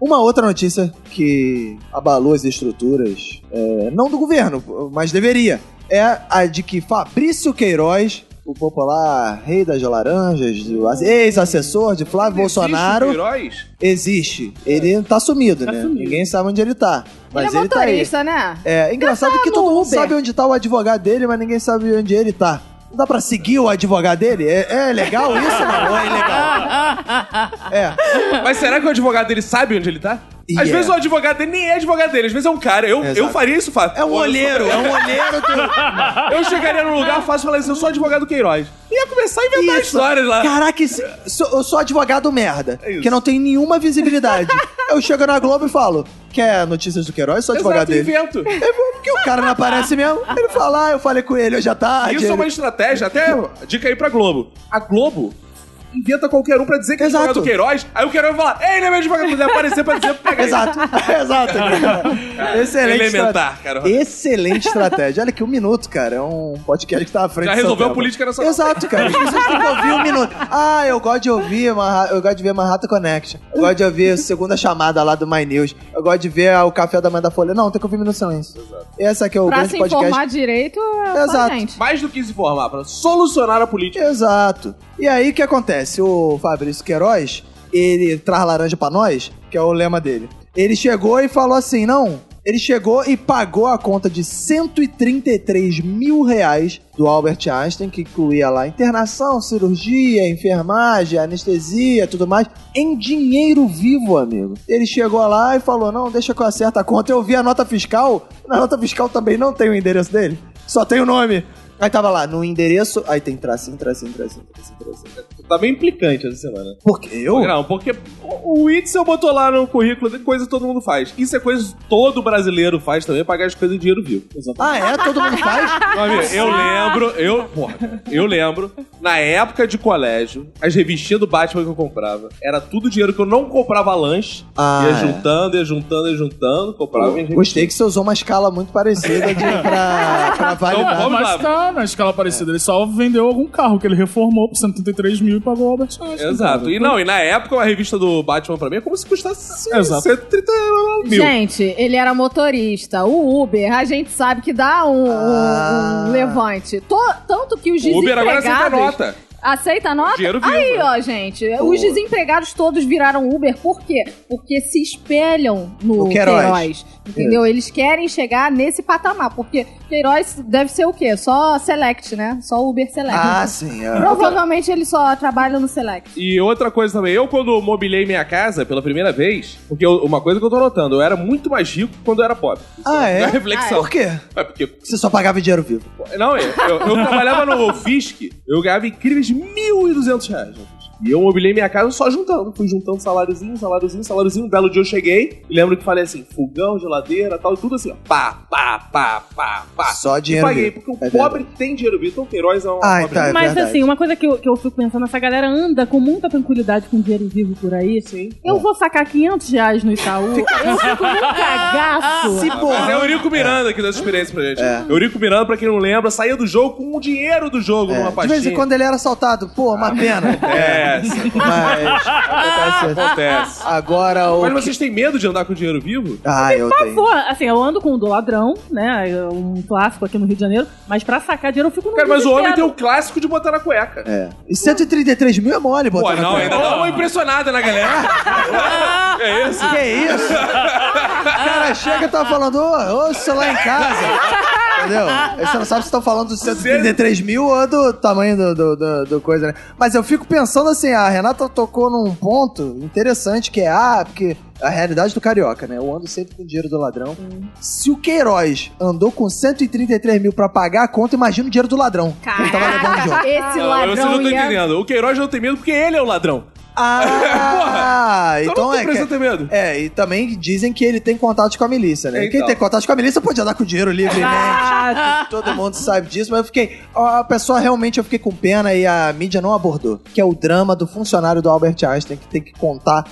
S2: Uma outra notícia que abalou as estruturas, é, não do governo, mas deveria, é a de que Fabrício Queiroz, o popular rei das laranjas, do- ex-assessor de Flávio
S3: Existe
S2: Bolsonaro,
S3: Queiroz?
S2: existe. Ele tá sumido, né?
S6: sumido.
S2: Ninguém sabe onde ele tá. Mas
S4: Ele
S2: ele,
S4: é
S2: tá aí.
S4: motorista, né?
S2: É, engraçado que
S4: no
S2: todo mundo
S4: Uber.
S2: sabe onde tá o advogado dele, mas ninguém sabe onde ele tá. Não dá pra seguir o advogado dele? É, é legal isso, não? Ou é legal? É.
S3: Mas será que o advogado dele sabe onde ele tá? Às
S2: Yeah.
S3: vezes o advogado dele nem é advogado dele, às vezes é um cara. Eu, eu
S2: Exato.
S3: faria isso, Fábio.
S2: É um olheiro, é um olheiro do...
S3: Eu chegaria num lugar, faço e falaria assim, eu sou advogado Queiroz. E ia começar a inventar
S2: Isso.
S3: histórias lá.
S2: Caraca, isso- sou- eu sou advogado merda,
S3: É isso.
S2: que não tem nenhuma visibilidade. Eu chego na Globo e falo, quer notícias do Queiroz? Sou advogado
S3: Exato,
S2: dele.
S3: invento.
S2: É porque o cara não aparece mesmo. Ele fala, ah, eu falei com ele hoje à tarde.
S3: Isso é uma
S2: ele-
S3: estratégia, até dica aí pra Globo. A Globo inventa qualquer um pra dizer que
S2: Exato.
S3: é advogado Queiroz, aí o Queiroz vai falar, ei, ele é meu advogado, vai aparecer pra dizer pra
S2: Exato, exato. Excelente
S3: elementar,
S2: estra-
S3: cara.
S2: Excelente estratégia. Olha que um minuto, cara. É um podcast que tá à frente.
S3: Já
S2: do seu
S3: resolveu
S2: tempo.
S3: política nacional.
S2: Exato, cara. As pessoas têm que ouvir um minuto. Ah, eu gosto de ouvir, Manha- eu gosto de ver Manhattan Connection. Eu gosto de ouvir a segunda chamada lá do My News. Eu gosto de ver ah, o Café da Manhã da Folha. Não, tem que ouvir Minuto Silêncio. Essa que é o
S4: Pra
S2: grande
S4: se
S2: podcast.
S4: informar direito, é só
S2: Exato.
S4: gente.
S3: Mais do que se informar, pra solucionar a política.
S2: Exato. E aí o que acontece? O Fabrício Queiroz, ele traz laranja pra nós, que é o lema dele. Ele chegou e falou assim: não. Ele chegou e pagou a conta de 133 mil reais do Albert Einstein, que incluía lá internação, cirurgia, enfermagem, anestesia, tudo mais, em dinheiro vivo, amigo. Ele chegou lá e falou: não, deixa que eu acerto a conta. Eu vi a nota fiscal, na nota fiscal também não tem o endereço dele, só tem o nome. Aí tava lá, no endereço. Aí tem tracinho, tracinho, tracinho, tracinho, tracinho.
S3: Tá bem implicante essa semana.
S2: Porque eu?
S3: Não, porque o Witzel botou lá no currículo, dele, coisa que todo mundo faz. Isso é coisa que todo brasileiro faz também, pagar as coisas em dinheiro vivo.
S2: Ah, é? Todo mundo faz?
S3: Meu amigo, eu lembro, eu, porra, cara, eu lembro, na época de colégio, as revistinhas do Batman que eu comprava, era tudo dinheiro que eu não comprava lanche,
S2: Ah,
S3: ia
S2: é.
S3: juntando, ia juntando, ia juntando, comprava e
S2: Gostei que você usou uma escala muito parecida de, pra, pra validar.
S3: Então, Vamos lá.
S5: Mas tá na escala parecida. Ele só vendeu algum carro que ele reformou por 133 mil e pagou o Albert Einstein.
S3: Exato.
S5: cara.
S3: E não, e na época a revista do Batman pra mim é como se custasse
S5: Exato.
S3: 130 mil.
S4: Gente, ele era motorista. O Uber, a gente sabe que dá um, um-
S2: Ah.
S4: um levante. Tô- tanto que os
S3: O
S4: desempregados...
S3: Uber agora aceita nota.
S4: Aceita a nota?
S3: Dinheiro vivo,
S4: Aí,
S3: né?
S4: ó, gente. Os desempregados todos viraram Uber. Por quê? Porque se espelham no
S2: No Queiroz. É.
S4: Queiroz. Entendeu? Eles querem chegar nesse patamar. Porque Queiroz deve ser o quê? Só Select, né? Só Uber Select.
S2: Ah, sim. é.
S4: Provavelmente ele só trabalha no Select.
S3: E outra coisa também, eu quando mobilei minha casa pela primeira vez, porque eu- uma coisa que eu tô notando, eu era muito mais rico quando eu era pobre.
S2: Ah, é?
S3: É uma reflexão.
S2: Por quê?
S3: É porque
S2: Você só pagava em dinheiro vivo.
S3: Não, eu, eu- eu trabalhava no FISC, eu ganhava incríveis 1.200 reais. no Fisk. E eu mobilei minha casa só juntando. Fui juntando saláriozinho, saláriozinho, saláriozinho. Um belo dia eu cheguei e lembro que falei assim: fogão, geladeira, tal, tudo assim, ó. Pá, pá, pá, pá, pá.
S2: Só
S3: E
S2: dinheiro
S3: paguei,
S2: vivo.
S3: porque o
S2: É
S3: pobre tem dinheiro vivo, então o Queiroz é um
S2: Ah,
S3: pobre.
S2: tá. É
S6: Mas
S2: verdade.
S6: assim, uma coisa que eu, que eu fico pensando, essa galera anda com muita tranquilidade com dinheiro vivo por aí. assim. Eu vou sacar 500 reais no Itaú. eu fico num cagaço.
S2: Se
S3: Mas é o
S2: porra.
S3: Eurico Miranda que deu essa experiência pra gente.
S2: É.
S3: Eurico Miranda, pra quem não lembra, saía do jogo com o dinheiro do jogo numa
S2: É, de
S3: pastinha. Ah,
S2: vez em quando ele era assaltado. Pô, uma pena.
S3: É,
S2: Mas acontece.
S3: acontece.
S2: Agora o...
S3: Mas vocês têm medo de andar com dinheiro vivo?
S2: Ah, eu tenho.
S6: Pô, assim, eu ando com o do ladrão, né? é Um clássico aqui no Rio de Janeiro, mas pra sacar dinheiro eu fico no.
S3: Cara, mas o homem tem o clássico de botar na cueca.
S2: É. E 133 mil é mole,
S3: Pô,
S2: botar na
S3: não, Ah,
S2: conta.
S3: ainda dá uma impressionada na galera. é isso?
S2: Que isso? cara chega e tá falando, ô, ô, celular em casa. Entendeu? Aí você não sabe se estão falando dos 133 mil ou do tamanho do, do, do- do coisa, né? Mas eu fico pensando assim, a Renata tocou num ponto interessante que é, ah, porque a realidade do carioca, né? Eu ando sempre com dinheiro do ladrão. Se o Queiroz andou com 133 mil pra pagar a conta, imagina o dinheiro do ladrão. que Ele tava levando o jogo.
S4: Esse
S3: Não, eu- você não
S4: ladrão é.
S3: tá
S4: ia...
S3: entendendo. O Queiroz não tem medo porque ele é o ladrão.
S2: Ah,
S3: Então,
S2: então
S3: não
S2: é.
S3: precisa
S2: que-
S3: ter medo.
S2: É, e também dizem que ele tem contato com a milícia, né?
S3: É,
S2: E Quem
S3: então.
S2: tem contato com a milícia pode andar com dinheiro livremente. Todo mundo sabe disso, mas eu fiquei. A pessoa realmente eu fiquei com pena e a mídia não abordou. Que é o drama do funcionário do Albert Einstein que tem que contar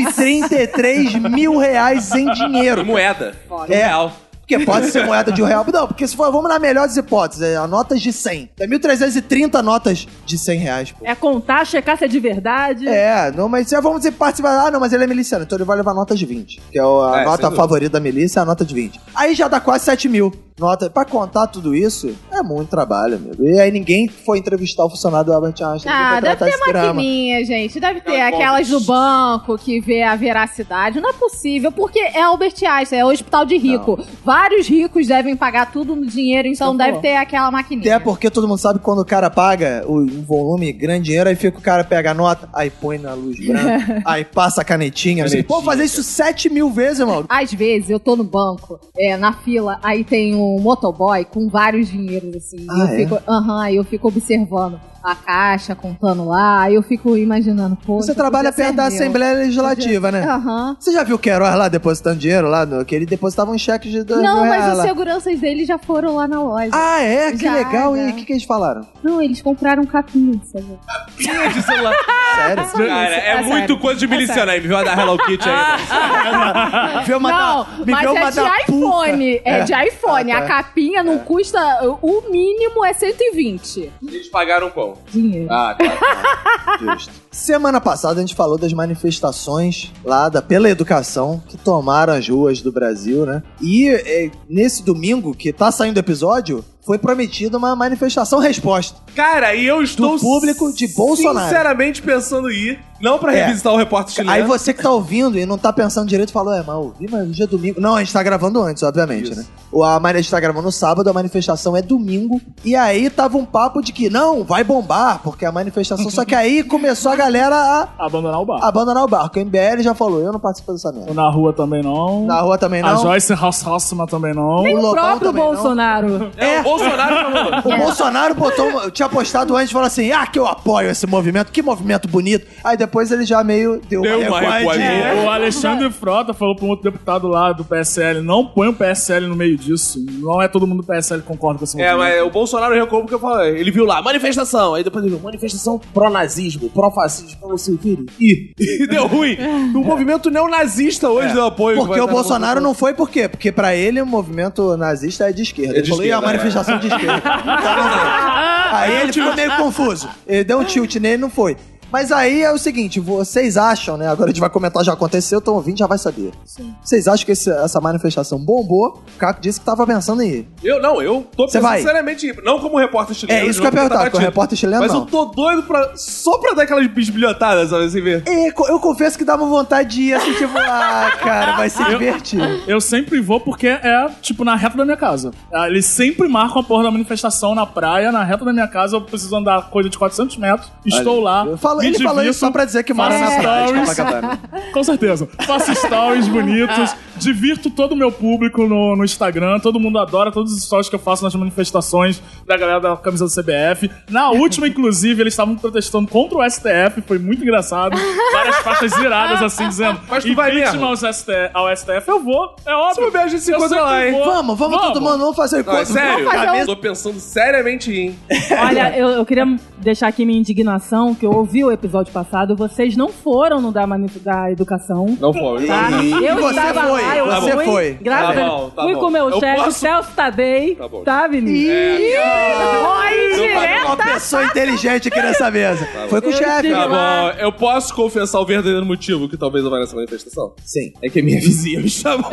S2: 133 mil reais em
S3: E
S2: dinheiro.
S3: moeda. Um
S2: É.
S3: Real.
S2: Porque pode ser moeda de um real. Não, porque se for, vamos na melhor das hipóteses, é, notas de 100. É 1.330 notas de 100 reais, pô.
S6: É contar, checar se é de verdade.
S2: É, não, mas já vamos dizer participar. Ah, não, mas ele é miliciano, então ele vai levar nota de 20. Que é o- a
S3: É, sem
S2: nota
S3: dúvida.
S2: favorita da milícia, é a nota de 20. Aí já dá quase 7 mil. Nota. Pra contar tudo isso, é muito trabalho, amigo. E aí ninguém foi entrevistar o funcionário do Albert Einstein.
S4: Ah,
S2: ninguém foi
S4: deve
S2: tratar
S4: ter
S2: esse drama.
S4: maquininha, gente. Deve ter
S3: Aquelas
S4: aquelas do banco que vê a veracidade. Não é possível, porque é Albert Einstein, é o hospital de rico. Vários ricos devem pagar tudo no dinheiro, então deve ter aquela maquininha.
S2: Até porque todo mundo sabe que quando o cara paga o- um volume grande de dinheiro, aí fica o cara pega a nota, aí põe na luz branca, aí passa a canetinha. Você, Pô, fazer isso 7 mil vezes, mano.
S4: Às vezes eu tô no banco, é, na fila, aí tem um motoboy com vários dinheiros, assim.
S2: Ah,
S4: eu
S2: é?
S4: fico, aham, aí eu fico observando a caixa, contando lá, aí eu fico imaginando, pô.
S2: Você trabalha perto da Assembleia Legislativa,
S4: É.
S2: né?
S4: Aham.
S2: Você já viu o Queiroz lá depositando dinheiro lá? No, que ele depositava um cheque de dois
S4: Não,
S2: mil
S4: mas
S2: reais
S4: os
S2: lá.
S4: seguranças dele já foram lá na loja.
S2: Ah, é? Que
S4: Já,
S2: legal.
S4: já.
S2: E o que, que eles falaram?
S4: Não, eles compraram capinha, sabe?
S3: Pinha de celular.
S2: Sério?
S3: Cara, é,
S6: é
S3: muito coisa de miliciano aí. Viu a da Hello Kitty aí?
S2: Viu uma
S4: Não,
S2: da- me
S4: mas
S2: deu uma
S4: é de
S2: da puta.
S4: iPhone. É,
S2: É.
S4: de iPhone.
S2: Ah, tá.
S4: A capinha não custa. O mínimo é 120.
S3: Eles pagaram como?
S4: Dinheiro.
S3: Ah, tá.
S2: Justo. Semana passada a gente falou das manifestações lá da Pela Educação que tomaram as ruas do Brasil, né? E é, nesse domingo que tá saindo o episódio, foi prometida uma manifestação resposta.
S3: Cara, e eu estou...
S2: público de Bolsonaro.
S3: Sinceramente pensando em ir. Não pra
S2: É.
S3: revisitar o repórter chileno.
S2: Aí você que tá ouvindo e não tá pensando direito, falou, é, mas eu ouvi, mas hoje é domingo. Não, a gente tá gravando antes, obviamente, né? O- A, Maria- a gente tá gravando no sábado, a manifestação é domingo. E aí tava um papo de que, não, vai bombar, porque a manifestação... Só que aí começou a galera
S5: Abandonar o
S2: a
S5: bar.
S2: abandonar o barco. O MBL já falou, eu não participo dessa merda.
S5: Na rua também não.
S2: Na rua também
S5: A
S2: não.
S5: Joyce House Hossman também não.
S2: o
S6: O
S2: Lobão
S6: próprio
S2: também não.
S6: Bolsonaro. é.
S3: É, o Bolsonaro falou.
S2: O Bolsonaro botou, uma- tinha postado antes e falou assim: ah, que eu apoio esse movimento, que movimento bonito. Aí depois ele já meio deu,
S3: Deu uma recuadinha.
S5: O Alexandre Frota falou pra um outro deputado lá do PSL: não põe o PSL no meio disso. Não é todo mundo do PSL que concorda com esse
S3: É,
S5: movimento.
S3: mas o Bolsonaro recuou porque eu falei. Ele viu lá, manifestação. Aí depois ele viu, manifestação pró-nazismo, pró-fascismo, pra você ouvir. E, e deu ruim. O movimento neonazista hoje deu apoio. que
S2: É. Porque
S3: vai
S2: o
S3: estar no
S2: Bolsonaro não foi por quê? Porque pra ele o movimento nazista é de esquerda.
S3: É
S2: ele
S3: de
S2: falou, e a
S3: esquerda, é.
S2: manifestação de esquerda. Então não foi. Aí ele ficou meio confuso. Ele deu um tilt nele e não foi. Mas aí é o seguinte, vocês acham, né? Agora a gente vai comentar, já aconteceu, então o ouvinte já vai saber. Vocês acham que esse- essa manifestação bombou? O Caco disse que tava pensando em ir.
S3: Eu não, eu tô
S2: Você
S3: pensando
S2: vai?
S3: sinceramente, não como repórter chileno.
S2: É isso
S3: não
S2: que eu ia
S3: porque tá
S2: perguntar, porque o
S3: batido.
S2: repórter chileno
S3: Mas
S2: não.
S3: eu tô doido pra, só pra dar aquelas bisbilhotadas, sabe, assim, ver.
S2: E co- eu confesso que dava vontade de ir assim, tipo, ah, cara, vai se divertir.
S5: Eu sempre vou porque é, tipo, na reta da minha casa. Ah, Eles sempre marcam a porra da manifestação na praia, na reta da minha casa. Eu preciso andar coisa de 400 metros. Estou lá.
S2: Fala-
S5: me
S2: ele falou isso
S5: divirto,
S2: só pra dizer que mora
S5: faço
S2: na praia de
S5: stories.
S2: Copacabana.
S5: Com certeza. Faço stories bonitos, divirto todo o meu público no, no Instagram. Todo mundo adora todos os stories que eu faço nas manifestações da galera da camisa do CBF. Na última, inclusive, eles estavam protestando contra o STF. Foi muito engraçado. Várias faixas iradas assim, dizendo:
S3: Mas tu vai
S5: "Impeachment
S3: mesmo?"
S5: Aos STF, ao STF, eu vou. É óbvio.
S3: bobear, a gente se
S5: Eu
S3: encontra
S5: sempre
S3: lá, hein?
S5: vou.
S2: Vamos, vamos, todo mundo, vamos fazer o
S3: Não,
S2: encontro.
S3: é sério,
S2: Vamos fazer um-
S3: tô pensando seriamente em.
S6: Olha, eu, eu queria deixar aqui minha indignação, que eu ouvi o episódio passado, vocês não foram no da, mani- da educação.
S3: Não foi.
S6: Tá?
S2: Ih,
S6: Eu
S2: você
S6: estava
S2: foi,
S6: lá, eu
S2: você
S6: fui,
S2: foi.
S6: Graças
S3: Tá
S6: a
S3: bom,
S6: Deus.
S3: tá
S6: fui
S3: bom.
S6: com o meu
S3: Eu
S6: chefe,
S3: posso-
S6: Celso Tadei.
S3: Tá bom.
S6: Tá, Vinícius?
S2: É,
S6: Oi, É direto!
S2: Então Uma pessoa inteligente aqui nessa mesa. Foi com o
S6: Eu
S2: chefe.
S6: digo-
S3: Tá bom, eu posso confessar o verdadeiro motivo que talvez eu vá nessa manifestação?
S2: Sim.
S3: É que minha vizinha me chamou.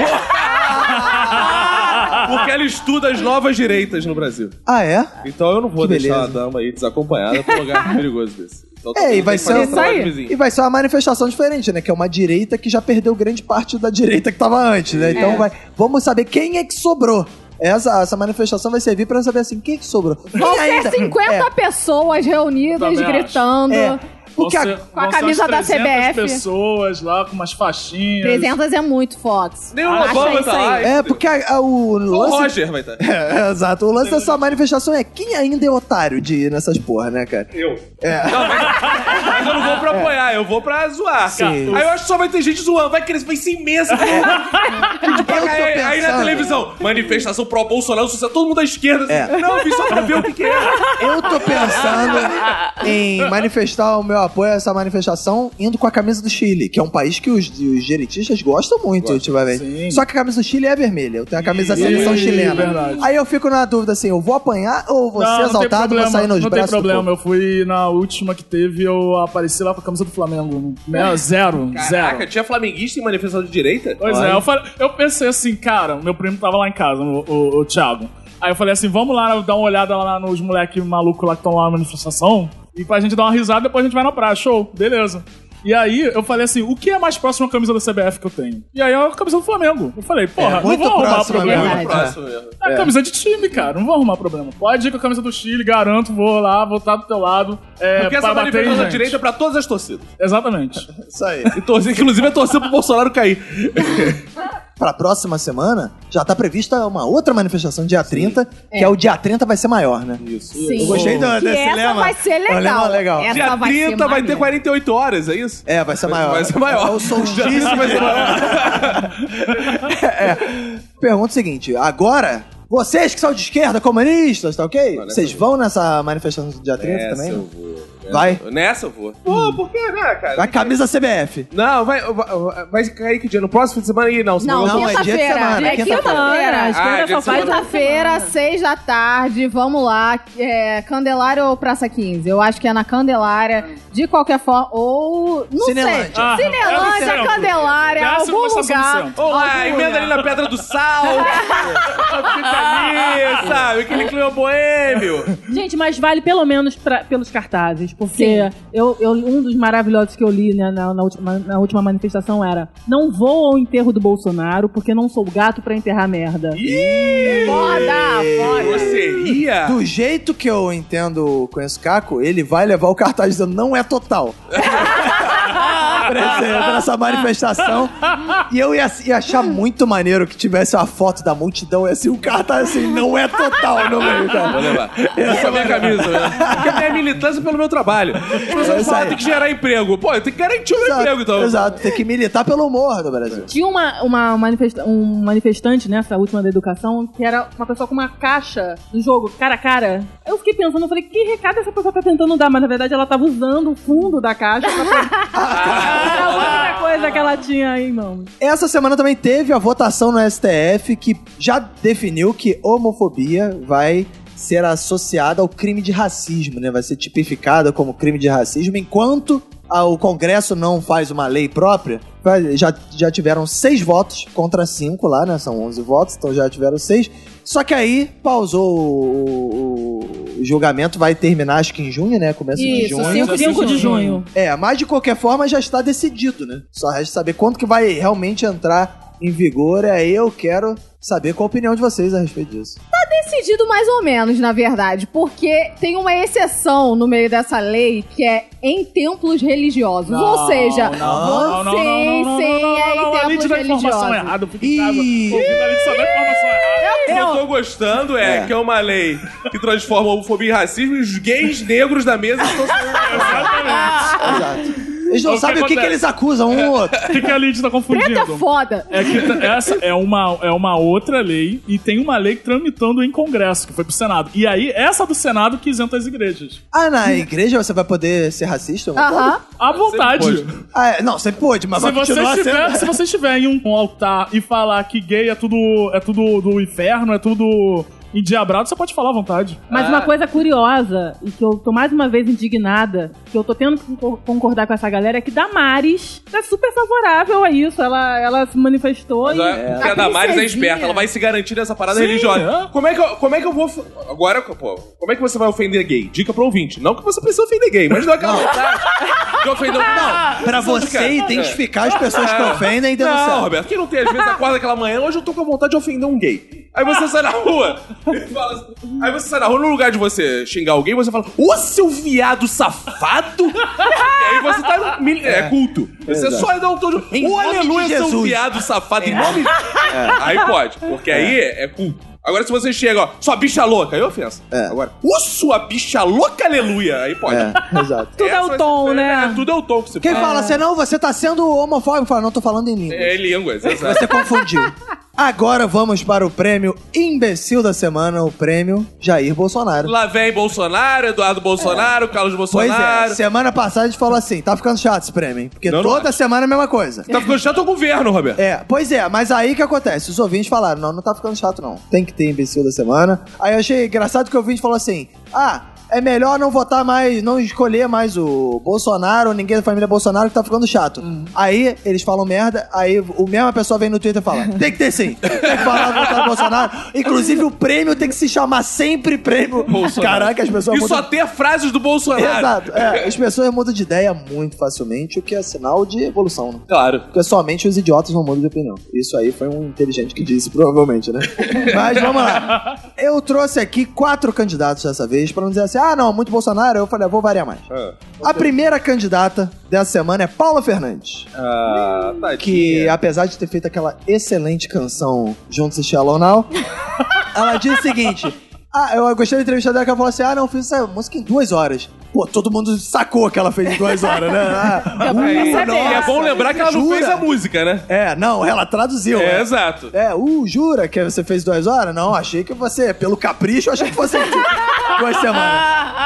S3: Porque ela estuda as novas direitas no Brasil.
S2: Ah, é?
S3: Então eu não vou
S2: Que
S3: deixar
S2: beleza.
S3: a dama aí desacompanhada pra um lugar perigoso desse. Então,
S2: É, e vai
S3: tem que fazer
S2: ser-
S3: o trabalho
S6: Isso aí.
S3: de
S2: E
S3: vizinho.
S2: vai ser uma manifestação diferente, né? Que é uma direita que já perdeu grande parte da direita que tava antes, né? Então vai, vamos saber quem é que sobrou. Essa, essa manifestação vai servir pra saber assim, quem é que sobrou? Quem
S4: Vão ser
S2: ainda?
S4: 50
S2: É,
S4: pessoas reunidas,
S5: Também acho.
S4: gritando.
S2: É.
S5: Vão
S2: Porque a-
S5: ser-
S4: Com a
S5: vão ser
S4: camisa
S5: umas
S4: da
S5: 300
S4: CBF.
S5: pessoas lá com umas faixinhas.
S4: 300 é muito, Fox.
S3: Nem o
S4: Abaixa
S3: Obama
S4: isso
S3: tá lá.
S4: aí.
S2: é, porque a- a- o
S3: O
S2: lance.
S3: Roger vai tá. estar.
S2: É, exato. O lance dessa manifestação é quem ainda é otário de ir nessas porra, né, cara?
S3: Eu. Não, mas, mas eu não vou pra apoiar, eu vou pra zoar. cara.
S2: É. Sim.
S3: Aí eu acho que só vai ter gente zoando, vai crescer, vai ser imensa.
S2: Eu tô
S3: aí, aí na
S2: pensando-
S3: televisão, manifestação pró-Bolsonaro, sucesso, todo mundo à esquerda.
S2: É.
S3: Assim, não, eu vim só pra ver o que, que é.
S2: Eu tô pensando em manifestar o meu apoio a essa manifestação indo com a camisa do Chile, que é um país que os, os direitistas gostam muito ultimamente.
S5: Sim.
S2: Só que a camisa do Chile é vermelha. Eu tenho a camisa da seleção
S5: Ih,
S2: chilena.
S5: verdade.
S2: Aí eu fico na dúvida assim, eu vou apanhar ou vou ser
S5: tem
S2: é exaltado, vou sair nos
S5: não
S2: braços
S5: tem
S2: do povo?
S5: problema, eu fui na última que teve, eu apareci lá com a camisa do Flamengo. Né? Zero,
S3: Caraca,
S5: zero.
S3: tinha flamenguista em manifestação de direita?
S5: Pois é, eu, falei- eu pensei assim, cara, meu primo tava lá em casa, o, o- o Thiago. Aí eu falei assim, vamos lá dar uma olhada lá nos moleque maluco lá que estão lá na manifestação e pra gente dar uma risada, depois a gente vai na praia, show, beleza. E aí eu falei assim, o que é mais próximo à camisa da CBF que eu tenho? E aí é a camisa do Flamengo. Eu falei, porra, não
S2: É, muito
S5: vou arrumar
S2: próximo,
S5: problema.
S2: né?
S3: Muito próximo mesmo.
S5: É, camisa de time, cara. Não vou arrumar problema. Pode ir com a camisa do Chile, garanto, vou lá, vou estar do teu lado. É,
S3: Porque
S5: pra
S3: essa
S5: bater em
S3: manifestação da
S5: gente.
S3: direita é pra todas as torcidas.
S5: Exatamente.
S2: Isso aí.
S3: E torcer, inclusive é torcer pro Bolsonaro cair.
S2: Pra próxima semana, já tá prevista uma outra manifestação, dia 30, que é. o dia 30 vai ser maior, né?
S3: Isso.
S2: Eu
S4: Sim.
S2: gostei do, desse
S4: Que essa
S2: lema.
S4: vai ser
S2: É um lema
S4: legal.
S2: legal.
S4: Essa
S3: Dia
S4: vai
S3: 30 vai, ter
S4: maneira.
S3: 48 horas, é isso?
S2: É, vai ser maior.
S3: Vai ser maior.
S2: É o solstício vai ser maior. É, Pergunta o seguinte, agora, vocês que são de esquerda, comunistas, tá ok?
S3: Olha, É,
S2: Vocês vão nessa manifestação do dia 30 também? né?
S3: vou.
S2: Vai.
S3: Nessa eu vou. Pô, por que, né, cara?
S2: A camisa CBF.
S3: Não, vai, vai, vai cair que dia? No próximo fim de semana? Ih, não.
S4: Não,
S3: semana-
S2: Não, é dia de
S4: quinta-feira.
S2: semana,
S4: É
S2: quinta-feira.
S4: quinta-feira.
S6: Ana,
S3: Ah,
S6: esquerda
S3: gente,
S6: só faz
S2: é
S3: semana-
S6: na
S4: Quinta-feira, seis da tarde, vamos lá. É, Candelária ou Praça 15? Eu acho que é na Candelária, de qualquer forma, ou. Não
S2: Cinelândia.
S4: sei.
S5: Ah,
S4: Cinelândia,
S5: é no centro.
S4: Candelária,
S5: Décima
S4: algum
S5: estação do
S4: lugar.
S5: centro.
S3: Olá, emenda ali na Pedra do Sal. Fica ali, sabe? Aquele clima boêmio.
S6: Gente, mas vale pelo menos pra- pelos cartazes, porque eu, eu- um dos maravilhosos que eu li né, na, na última, na última manifestação era: não vou ao enterro do Bolsonaro porque não sou gato pra enterrar merda.
S3: Ih!
S4: Foda, foda.
S3: Você ria?
S2: Do jeito que eu entendo, conheço o Caco, ele vai levar o cartaz dizendo não é total. Pra esse- pra essa manifestação. E eu ia, ia achar muito maneiro que tivesse uma foto da multidão e assim, o cartaz assim, não é total no meio, cara.
S3: Vou levar. Essa é a minha camisa. né? Porque a minha militância é pelo meu trabalho. As
S2: É
S3: pessoas
S2: isso
S3: falam,
S2: aí.
S3: tem que gerar emprego. Pô, eu tenho que garantir o meu emprego, então.
S2: Exato, tem que militar pelo humor do Brasil.
S6: Tinha uma, uma manifesta- um manifestante nessa última da educação que era uma pessoa com uma caixa do jogo, cara a cara. Eu fiquei pensando, eu falei, que recado essa pessoa tá tentando dar? Mas na verdade ela tava usando o fundo da caixa pra era outra coisa que ela tinha aí, mano.
S2: Essa semana também teve a votação no STF que já definiu que homofobia vai ser associada ao crime de racismo, né? Vai ser tipificada como crime de racismo, enquanto a- o Congresso não faz uma lei própria. vai- Já, já tiveram seis votos contra cinco lá, né? São 11 votos, então já tiveram seis. Só que aí pausou o, o- o julgamento, vai terminar acho que em junho, né? Começo de
S4: Isso,
S2: junho.
S6: 5 de junho.
S2: É, mas de qualquer forma já está decidido, né? Só resta saber quando que vai realmente entrar em vigor. Aí eu quero saber qual a opinião de vocês a respeito disso.
S4: decidido mais ou menos, na verdade, porque tem uma exceção no meio dessa lei que é em templos religiosos. ou seja, vocês sim é em
S5: a gente
S4: templos
S5: dá informação
S4: religiosos.
S5: errada. Eu fico em casa ouvindo, a gente só dá informação errada.
S3: O que eu tô gostando é, que é uma lei que transforma a homofobia em racismo e os gays negros da mesa estão
S5: Exatamente.
S2: Exato. Eles não
S5: Então, O que
S2: sabem o que, que
S5: acontece?
S2: eles acusam um ou outro.
S5: O que, que a Lid
S4: Preta
S5: tá confundindo?
S4: foda.
S5: É que t- essa é uma, é uma outra lei e tem uma lei tramitando em Congresso, que foi pro Senado. E aí, essa do Senado que isenta as igrejas.
S2: Ah, na igreja você vai poder ser racista?
S4: Aham.
S5: À vontade.
S3: pode.
S2: Ah, é, não, né? você pode, mas
S5: Se
S2: vai
S5: você,
S2: continuar
S5: estiver,
S2: sendo...
S5: se você estiver em um altar e falar que gay é tudo, é tudo do inferno, é tudo endiabrado, você pode falar à vontade.
S6: Mas uma coisa curiosa, e que eu tô mais uma vez indignada, que eu tô tendo que concor- concordar com essa galera, é que Damares tá super favorável a isso. Ela, ela se manifestou
S3: Mas
S6: e. tá
S3: a, porque a Damares é
S4: princesinha.
S3: esperta, ela vai se garantir nessa parada
S5: Sim,
S3: religiosa.
S5: é.
S3: Como é, que eu, como é que eu vou. f- Agora, pô, como é que você vai ofender gay? Dica pro ouvinte. Não que você precisa ofender gay, mas dá aquela vontade de ofender Não,
S2: Pra você identificar as pessoas que ofendem e
S3: Não,
S2: denunciar.
S3: Roberto, quem não tem, às vezes acorda aquela manhã, hoje eu tô com vontade de ofender um gay. Aí você sai na rua e fala assim, Aí você sai na rua, no lugar de você xingar alguém, você fala, ô seu viado safado! e aí você tá. mil- É, culto. Você
S2: Exato.
S3: só dá um tom de.
S2: Em
S3: Ô
S2: nome de
S3: aleluia, seu
S2: Jesus."
S3: viado safado, em nome de. Aí pode, porque aí é culto. Agora se você chega, ó, sua bicha louca, aí é ofensa.
S2: É.
S3: Agora, ô sua bicha louca, aleluia! Aí pode.
S2: É, exato.
S6: Tudo é o
S3: Essa-
S6: tom, né?
S3: É, tudo é o tom que você
S2: Quem
S3: fala.
S5: Ah.
S2: fala assim, não, você tá sendo homofóbico, fala, não, tô falando em língua.
S3: É línguas, exato.
S2: Você confundiu. Agora vamos para o prêmio imbecil da semana, o prêmio Jair Bolsonaro.
S3: Lá vem Bolsonaro, Eduardo Bolsonaro, Carlos
S2: Pois
S3: Bolsonaro.
S2: é, semana passada a gente falou assim, tá ficando chato esse prêmio, hein? Porque
S3: Não, não
S2: toda semana é a mesma coisa.
S3: Tá ficando chato o governo, Roberto.
S2: É, pois é, mas aí o que acontece? Os ouvintes falaram, não, não tá ficando chato não, tem que ter imbecil da semana. Aí eu achei engraçado que o ouvinte falou assim, ah, é melhor não votar mais, não escolher mais o Bolsonaro, ninguém da família Bolsonaro que tá ficando chato. Aí eles falam merda, aí o mesma pessoa vem no Twitter e fala, tem que ter sim, tem que falar votar no Bolsonaro. Inclusive o prêmio tem que se chamar sempre prêmio.
S3: Bolsonaro.
S2: Caraca, as pessoas
S3: E
S2: mudam
S3: só ter frases do Bolsonaro.
S2: Exato. É, as pessoas mudam de ideia muito facilmente, o que é sinal de evolução, né?
S3: Claro.
S2: Porque somente os idiotas não mudam de opinião. Isso aí foi um inteligente que disse, provavelmente, né? Mas vamos lá. Eu trouxe aqui quatro candidatos dessa vez, pra não dizer assim, ah, não, muito Bolsonaro, eu falei, ah, vou variar mais. A primeira candidata dessa semana é Paula Fernandes,
S3: Ah, tá
S2: que apesar de ter feito aquela excelente canção Juntos e Shallow Now, ela disse o seguinte... Ah, eu gostei da entrevista dela que ela falou assim: ah, não, eu fiz essa música em duas horas. Pô, todo mundo sacou que ela fez em duas horas, né? Ah,
S3: É, e
S2: uh,
S3: é bom
S2: nossa,
S3: lembrar que ela não
S2: jura?
S3: fez a música, né?
S2: É, não, ela traduziu.
S3: É,
S2: né?
S3: exato.
S2: É, uh, jura que você fez duas horas? Não, achei que você, pelo capricho, achei que fosse duas semanas.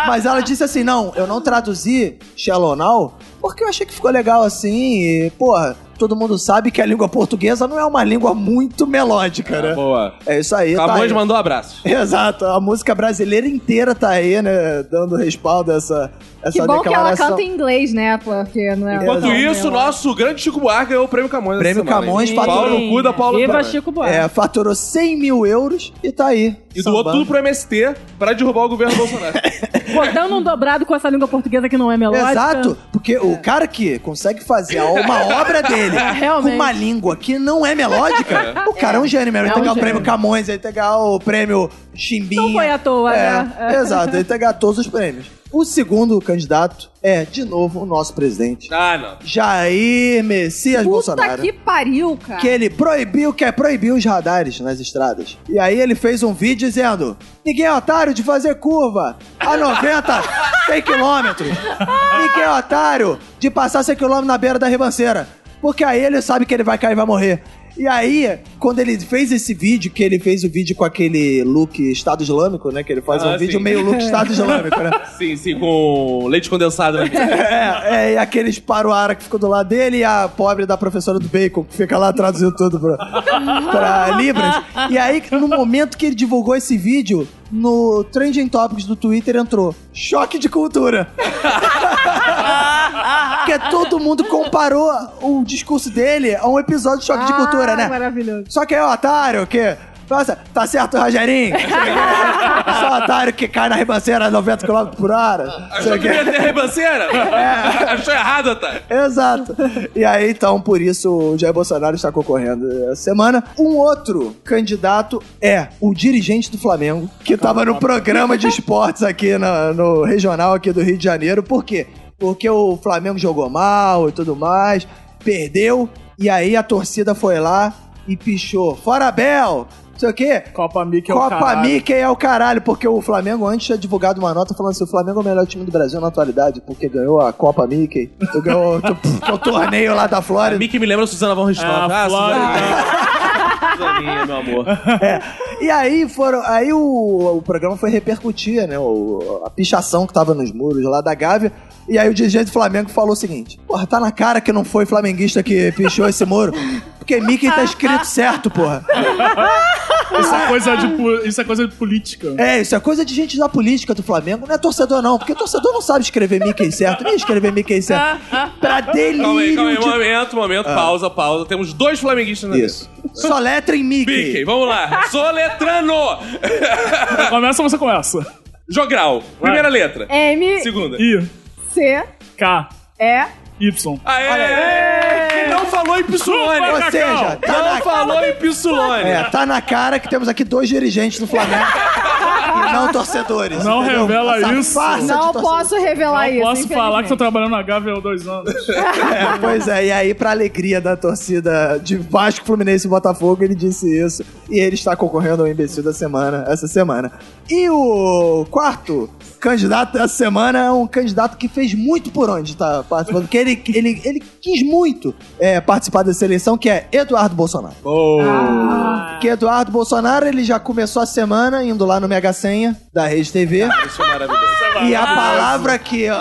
S2: Mas ela disse assim: não, eu não traduzi Shallow Now porque eu achei que ficou legal assim. E, porra, todo mundo sabe que a língua portuguesa não é uma língua muito melódica, né?
S3: Boa.
S2: É isso aí, tá
S3: Camões
S2: aí.
S3: mandou um abraço.
S2: Exato, a música brasileira inteira tá aí, né? Dando respaldo a essa, essa
S4: Que bom que ela
S2: declaração.
S4: canta em inglês, né? Porque não é.
S3: Enquanto
S4: não,
S3: isso,
S4: não.
S3: nosso grande Chico Buarque ganhou o prêmio Camões. essa
S2: Prêmio
S3: semana,
S2: Camões
S3: hein?
S2: faturou-
S3: Pau no cu da Paulo
S6: Viva
S3: Camões.
S6: Chico Buarque.
S2: É, faturou 100 mil euros e tá aí.
S3: E doou
S2: sambando.
S3: tudo pro MST pra derrubar o governo Bolsonaro. É.
S6: Pô, dando um dobrado com essa língua portuguesa que não é melódica.
S2: Exato, porque
S6: É.
S2: o cara que consegue fazer uma obra dele com
S6: Realmente.
S2: uma língua que não é melódica, o cara é um gênio mesmo. Ele
S6: É
S2: tem que
S6: um
S2: ganhar o
S6: gênio.
S2: prêmio Camões, ele tem que ganhar o prêmio Chimbinha.
S6: Não foi à toa,
S2: é,
S6: né? É.
S2: Exato, ele tem que ganhar todos os prêmios. O segundo candidato é, de novo, o nosso presidente.
S3: ah, não.
S2: Jair Messias
S4: Puta
S2: Bolsonaro.
S4: que pariu, cara.
S2: Que ele proibiu, quer proibir os radares nas estradas. E aí ele fez um vídeo dizendo: ninguém é otário de fazer curva a 90, 100 quilômetros. Ninguém é otário de passar 100 quilômetros na beira da ribanceira. Porque aí ele sabe que ele vai cair e vai morrer. E aí, quando ele fez esse vídeo, que ele fez o vídeo com aquele look Estado Islâmico, né? Que ele faz
S3: Ah,
S2: um vídeo
S3: sim.
S2: meio look Estado Islâmico, né?
S3: Sim, sim, com leite condensado. né?
S2: É, é, e aqueles paruara que ficam do lado dele e a pobre da professora do bacon que fica lá traduzindo tudo pra, pra Libras. E aí, no momento que ele divulgou esse vídeo, no Trending Topics do Twitter entrou choque de cultura. Porque todo mundo comparou o discurso dele a um episódio de choque de cultura, né?
S6: Maravilhoso.
S2: Só que é otário que. Nossa, tá certo, Rogerinho? Só otário que cai na ribanceira a 90 km por hora.
S3: Achou que ia ter ribanceira?
S2: É.
S3: Achou errado, Otário?
S2: Exato. E aí, então, por isso, o Jair Bolsonaro está concorrendo essa semana. Um outro candidato é o dirigente do Flamengo, que estava no programa de esportes aqui na- no, regional aqui do Rio de Janeiro. Por quê? Porque o Flamengo jogou mal e tudo mais, perdeu, e aí a torcida foi lá e pichou. Fora Bel! Não sei o quê.
S5: Copa Mickey é o
S2: Copa
S5: caralho.
S2: Mickey é o caralho, porque o Flamengo antes tinha divulgado uma nota falando assim: o Flamengo é o melhor time do Brasil na atualidade, porque ganhou a Copa Mickey, tu ganhou tu- que é o torneio lá da
S3: A
S2: Flórida.
S3: Mickey me lembra a Suzana von Richthofen.
S5: Ah,
S3: Suzana- Suzaninha, meu amor.
S2: É. E aí foram. Aí o, o programa foi repercutir, né? o- a pichação que tava nos muros lá da Gávea. E aí o dirigente do Flamengo falou o seguinte: Porra, tá na cara que não foi flamenguista que pichou esse muro. Porque Mickey tá escrito certo, porra.
S5: Isso é coisa de, po- isso é coisa de política.
S2: É, isso é coisa de gente da política do Flamengo. Não é torcedor, não. Porque torcedor não sabe escrever Mickey certo. Nem escrever Mickey certo. Pra delírio
S3: Calma aí, calma aí.
S2: de...
S3: Momento, momento. Pausa, pausa. Temos dois flamenguistas na
S2: Isso. Só letra em Mickey.
S3: Mickey, vamos lá. Soletrano. É.
S5: Começa ou você começa?
S3: Jogral. Primeira letra.
S4: M,
S3: Segunda.
S5: I,
S4: C, É.
S5: K,
S4: E,
S5: Y.
S3: Aê! Que não falou em Pissulone.
S2: Ou seja, tá
S3: Não
S2: na-
S3: falou em Pissulone.
S2: É, tá na cara que temos aqui dois dirigentes do Flamengo. e não torcedores.
S5: Não
S2: entendeu?
S5: revela
S2: Essa
S5: isso.
S2: farsa de
S4: não
S2: torcedor.
S4: posso revelar
S5: Não
S4: É isso.
S5: posso falar que tô
S4: infelizmente.
S5: trabalhando na Gávea há dois anos.
S2: É, pois é, e aí, pra alegria da torcida de Vasco, Fluminense e Botafogo, ele disse isso. E ele está concorrendo ao imbecil da semana, essa semana. E o quarto candidato dessa semana é um candidato que fez muito por onde tá participando, porque ele, ele, ele quis muito é, participar dessa eleição, que é Eduardo Bolsonaro.
S3: Oh,
S2: Porque Eduardo Bolsonaro, ele já começou a semana indo lá no Mega Senha da Rede TV.
S3: Isso é maravilhoso.
S2: E a palavra que a,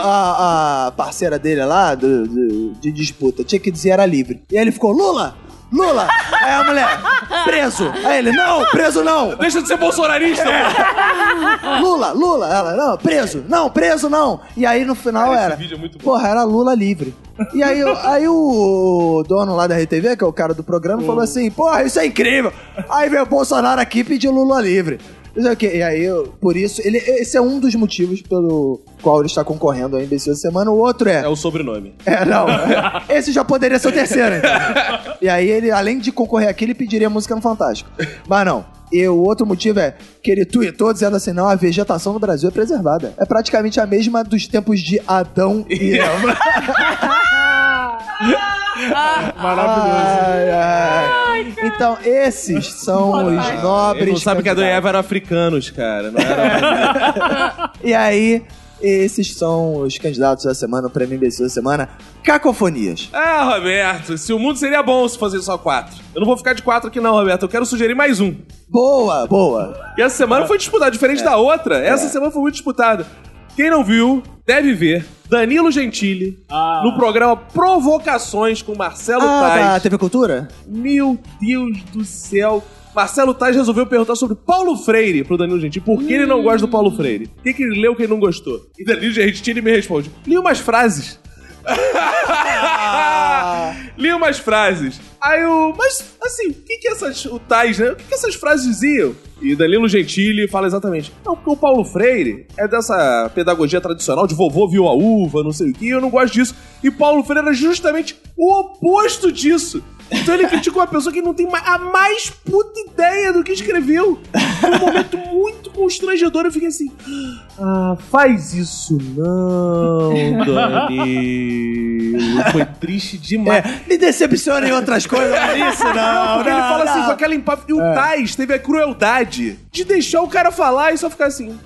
S2: a parceira dele lá, do- do- de disputa, tinha que dizer era livre. E aí ele ficou, Lula! Lula! Aí a mulher, preso! Aí ele, não, preso não!
S3: Deixa de ser bolsonarista.
S2: É.
S3: mano.
S2: Lula, Lula! Ela, não, preso! Não, preso não! E aí no final
S3: Cara, esse
S2: era,
S3: vídeo é muito bom.
S2: porra, era Lula livre. E aí, o- aí o dono lá da RTV, que é o cara do programa, falou assim, porra, isso é incrível! Aí veio o Bolsonaro aqui e pediu Lula livre. Não sei o quê. E aí, eu- por isso, ele, esse é um dos motivos pelo qual ele está concorrendo ao imbecil da semana. O outro é.
S3: É o sobrenome.
S2: É, não. Esse já poderia ser o terceiro. então. E aí ele, além de concorrer aqui, ele pediria música no Fantástico. Mas não. E o outro motivo é que ele tweetou dizendo assim, não, a vegetação no Brasil é preservada. É praticamente a mesma dos tempos de Adão
S3: É
S2: e é Eva.
S5: Maravilhoso.
S2: Ai, ai. Então, esses são os nobres
S3: Ele não sabe que a do
S2: candidatos.
S3: Eva eram africanos, cara. Não era...
S2: E aí, esses são os candidatos da semana, o prêmio imbecil da semana. Cacofonias.
S3: Ah, Roberto, se o mundo seria bom se fosse só quatro. Eu não vou ficar de quatro aqui não, Roberto. Eu quero sugerir mais um.
S2: Boa, boa.
S3: E essa semana foi disputada, diferente da outra. Essa semana foi muito disputada. Quem não viu, deve ver. Danilo Gentili,
S5: Ah.
S3: no programa Provocações com Marcelo
S2: Ah, da
S3: Tais.
S2: TV Cultura?
S3: Meu Deus do céu. Marcelo Tais resolveu perguntar sobre Paulo Freire pro Danilo Gentili. Por que ele não gosta do Paulo Freire? O que, que ele leu que ele não gostou? E Danilo Gentili me responde. Li umas frases.
S2: Ah.
S3: Li umas frases. Aí o. Mas, assim, o que que essas. O Tais, né? O que que essas frases diziam? E Danilo Gentili fala exatamente. Não, porque o Paulo Freire é dessa pedagogia tradicional de vovô viu a uva, não sei o que, eu não gosto disso. E Paulo Freire era justamente o oposto disso. Então ele criticou uma pessoa que não tem ma- a mais puta ideia do que escreveu. Foi um momento muito constrangedor. Eu fiquei assim. Ah, faz isso não, Danilo. Foi triste demais.
S2: É, me decepciona em outras coisas,
S4: É.
S2: mas isso não.
S3: Porque ele
S2: não,
S3: fala assim,
S2: não. É.
S3: com aquela empáfia. E o Tais teve a crueldade de deixar o cara falar e só ficar assim.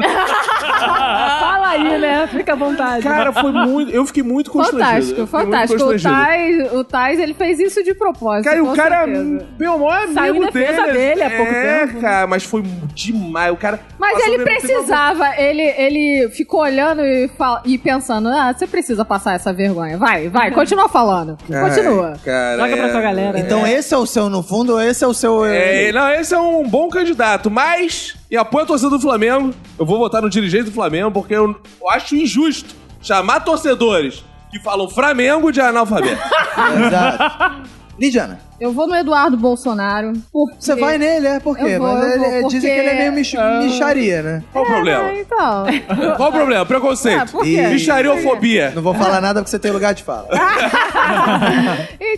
S6: Fala aí, né? Fica à vontade.
S3: Cara, foi muito. Eu fiquei muito constrangido.
S4: Fantástico,
S3: Eu fiquei muito
S4: fantástico. O
S3: constrangido.
S4: Tais, o Tais, ele fez isso isso de propósito.
S3: Cara, e
S4: com
S3: o cara hum,
S4: certeza.
S3: meu maior amigo
S6: Saiu em defesa dele há pouco
S3: é,
S6: tempo, né?
S3: cara, mas foi demais. O cara.
S4: Mas
S3: passou
S4: ele
S3: mesmo tempo-
S4: precisava, ele, ele ficou olhando e, fal- e pensando: ah, você precisa passar essa vergonha. Vai,
S3: É.
S4: vai, continua falando. Continua.
S3: Ai, Cara,
S6: Joga pra
S3: é-
S6: sua galera. né?
S2: Então esse é o seu, no fundo, esse é o seu...
S3: É, não, esse é um bom candidato, mas em apoio à torcida do Flamengo, eu vou votar no dirigente do Flamengo porque eu eu acho injusto chamar torcedores que falam Flamengo de analfabeto.
S2: Exato. Lidiana,
S4: Eu vou no Eduardo Bolsonaro. Porque...
S2: você vai nele, é por quê?
S4: Eu vou,
S2: Mas
S4: eu
S2: ele,
S4: vou,
S2: Dizem que
S4: porque-
S2: ele é meio mich- micharia, né?
S3: Qual o
S4: Ah,
S3: problema?
S4: então.
S3: Qual o problema?
S4: Ah,
S3: Preconceito.
S4: por quê?
S2: Ih.
S3: Bichariofobia.
S2: Não vou falar nada porque você tem lugar de fala.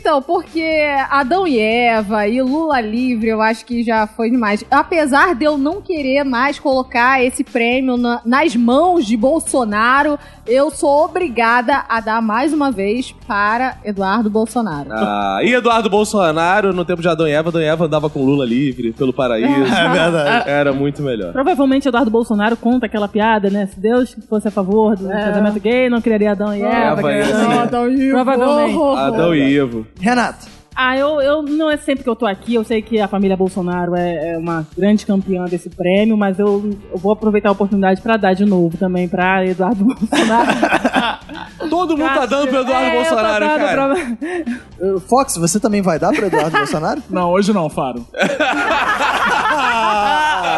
S4: Então, porque Adão e Eva e Lula livre, eu acho que já foi demais. Apesar de eu não querer mais colocar esse prêmio na- nas mãos de Bolsonaro, eu sou obrigada a dar mais uma vez para Eduardo Bolsonaro.
S3: Ah, e Eduardo Bolsonaro, no tempo de Adão e Eva, Adão e Eva andava com Lula livre pelo paraíso.
S2: É verdade.
S3: Era muito melhor.
S6: Provavelmente Eduardo Bolsonaro conta aquela piada, né? Se Deus fosse a favor do
S2: É.
S6: casamento gay, não criaria Adão e Eva.
S3: Eva,
S6: criaria-
S3: isso.
S6: Não,
S4: Adão e
S6: Provavelmente.
S3: Adão e Ivo.
S2: Renato,
S6: Ah, eu, eu não é sempre que eu tô aqui, eu sei que a família Bolsonaro é, é uma grande campeã desse prêmio, mas eu, eu vou aproveitar a oportunidade pra dar de novo também pra Eduardo Bolsonaro.
S3: Todo mundo tá dando pro Eduardo
S6: É, eu tô
S3: Bolsonaro,
S6: dando
S3: cara.
S6: pra-
S2: eh, Fox, você também vai dar pro Eduardo Bolsonaro?
S5: Não, hoje não, Faro.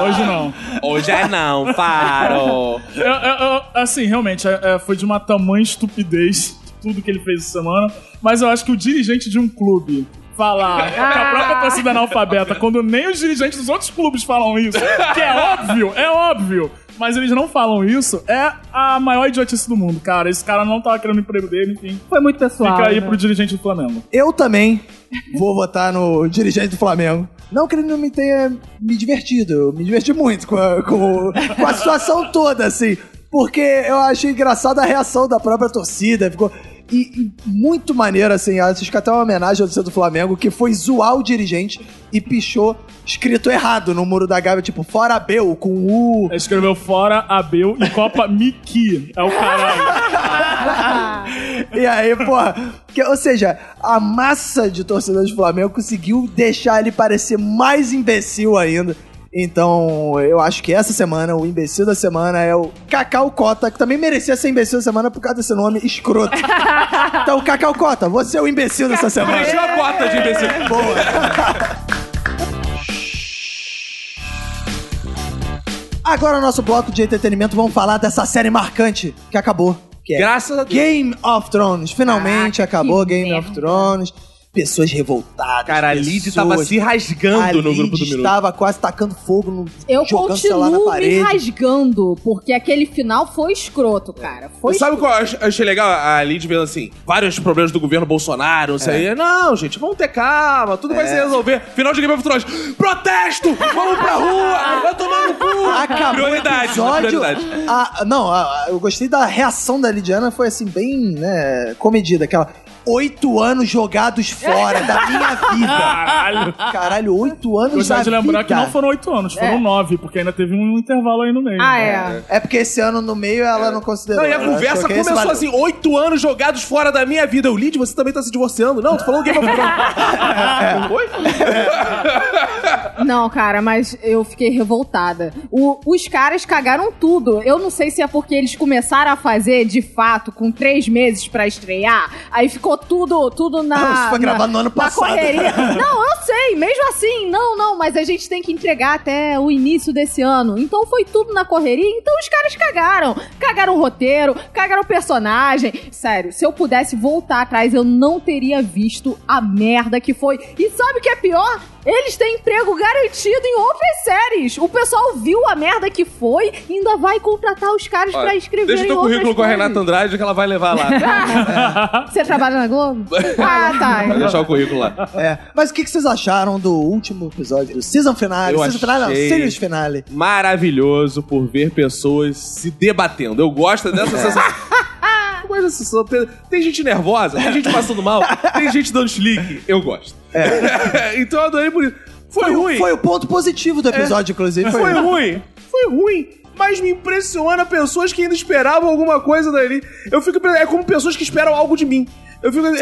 S5: hoje não.
S3: Hoje é não, paro.
S5: Eu- eu- eu- assim, realmente, é- é, foi de uma tamanha estupidez tudo que ele fez essa semana. Mas eu acho que o dirigente de um clube falar
S4: Ah!
S5: pra própria torcida analfabeta, quando nem os dirigentes dos outros clubes falam isso, que é óbvio, é óbvio. Mas eles não falam isso, é a maior idiotice do mundo, cara. Esse cara não tava querendo o emprego dele, enfim.
S6: Foi muito pessoal.
S5: Fica aí
S6: né?
S5: pro dirigente do Flamengo.
S2: Eu também vou votar no dirigente do Flamengo. Não que ele não me tenha me divertido, eu me diverti muito com a, com- com a situação toda, assim. Porque eu achei engraçada a reação da própria torcida, ficou. E, e muito maneiro, assim, acho que até uma homenagem ao torcedor do Flamengo, que foi zoar o dirigente e pichou escrito errado no muro da Gávea, tipo, fora Bel, com U.
S5: Ele Escreveu fora Abel e Copa Miki. É o caralho.
S2: E aí, porra. que- ou seja, a massa de torcedores do Flamengo conseguiu deixar ele parecer mais imbecil ainda. Então, eu acho que essa semana, o imbecil da semana é o Cacau Cota, que também merecia ser imbecil da semana por causa desse nome escroto. então, Cacau Cota, você é o imbecil dessa semana.
S3: Preencheu a cota de imbecil.
S2: Agora, no nosso bloco de entretenimento, vamos falar dessa série marcante que acabou. Que é
S3: Graças a Deus.
S2: Game of Thrones.
S4: Ah,
S2: Finalmente acabou Game of Thrones. Pessoas revoltadas.
S3: Cara, a Lid tava
S2: pessoas-
S3: se rasgando
S2: A
S3: no grupo
S2: Lid
S3: do Minuto.
S2: estava quase tacando fogo, no,
S4: Eu
S2: jogando celular na
S4: continuo me
S2: parede.
S4: rasgando, porque aquele final foi escroto, cara. Foi
S3: Sabe o
S2: é.
S3: que eu ach- achei legal? A Lid vendo assim, vários problemas do governo Bolsonaro, isso
S2: É.
S3: aí. Não, gente, vamos ter calma, tudo vai se resolver. Final de Game of Thrones, protesto! Vamos pra rua! Vai tomar no cu!
S2: Acabou o
S3: prioridade,
S2: episódio.
S3: prioridade.
S2: A- não, a- a- eu gostei da reação da Lidiana, foi assim, bem, né, comedida. Aquela, oito anos jogados fora da minha vida.
S5: Caralho.
S2: Caralho, oito anos
S5: Gostaria de
S2: da
S5: lembrar
S2: vida.
S5: que não foram oito anos, foram nove, porque ainda teve um intervalo aí no meio.
S4: É.
S5: né?
S4: Ah, é.
S2: É porque esse ano no meio ela não considerou.
S3: Não, e a
S2: Ela achou
S3: conversa
S2: que é esse
S3: começou
S2: valeu.
S3: assim, oito anos jogados fora da minha vida. Eu, Lid, você também tá se divorciando. Não, tu falou Game of Thrones. Oi?
S4: Não, cara, mas eu fiquei revoltada. O- os caras cagaram tudo. Eu não sei se é porque eles começaram a fazer de fato com três meses pra estrear. Aí ficou tudo, tudo na.
S2: Não, Ah, isso foi
S4: na-
S2: gravado no ano
S4: na
S2: passado.
S4: correria. Não, eu sei, mesmo assim, não, não, mas a gente tem que entregar até o início desse ano. Então foi tudo na correria, então os caras cagaram. Cagaram o roteiro, cagaram o personagem. Sério, se eu pudesse voltar atrás, eu não teria visto a merda que foi. E sabe o que é pior? Eles têm emprego garantido em outras séries. O pessoal viu a merda que foi e ainda vai contratar os caras pra escrever
S3: Deixa o teu currículo com a Renata Andrade que ela vai levar lá. tá?
S4: Você trabalha na Globo? ah, tá.
S3: Vai deixar o currículo lá.
S2: É. Mas o que que vocês acharam do último episódio, do season finale?
S3: Eu
S2: season finale não,
S3: achei-
S2: series finale.
S3: maravilhoso por ver pessoas se debatendo. Eu gosto dessa sensação. Eu gosto dessa sensação. Tem- Tem gente nervosa, tem gente passando mal, tem gente dando chilique. Eu gosto. então eu adorei por isso. Foi,
S2: o-
S3: ruim. É.
S2: Foi o ponto positivo do episódio, inclusive.
S3: Foi ruim. Foi ruim. Mas me impressiona pessoas que ainda esperavam alguma coisa dali. Eu fico. É como pessoas que esperam algo de mim. Eu fico.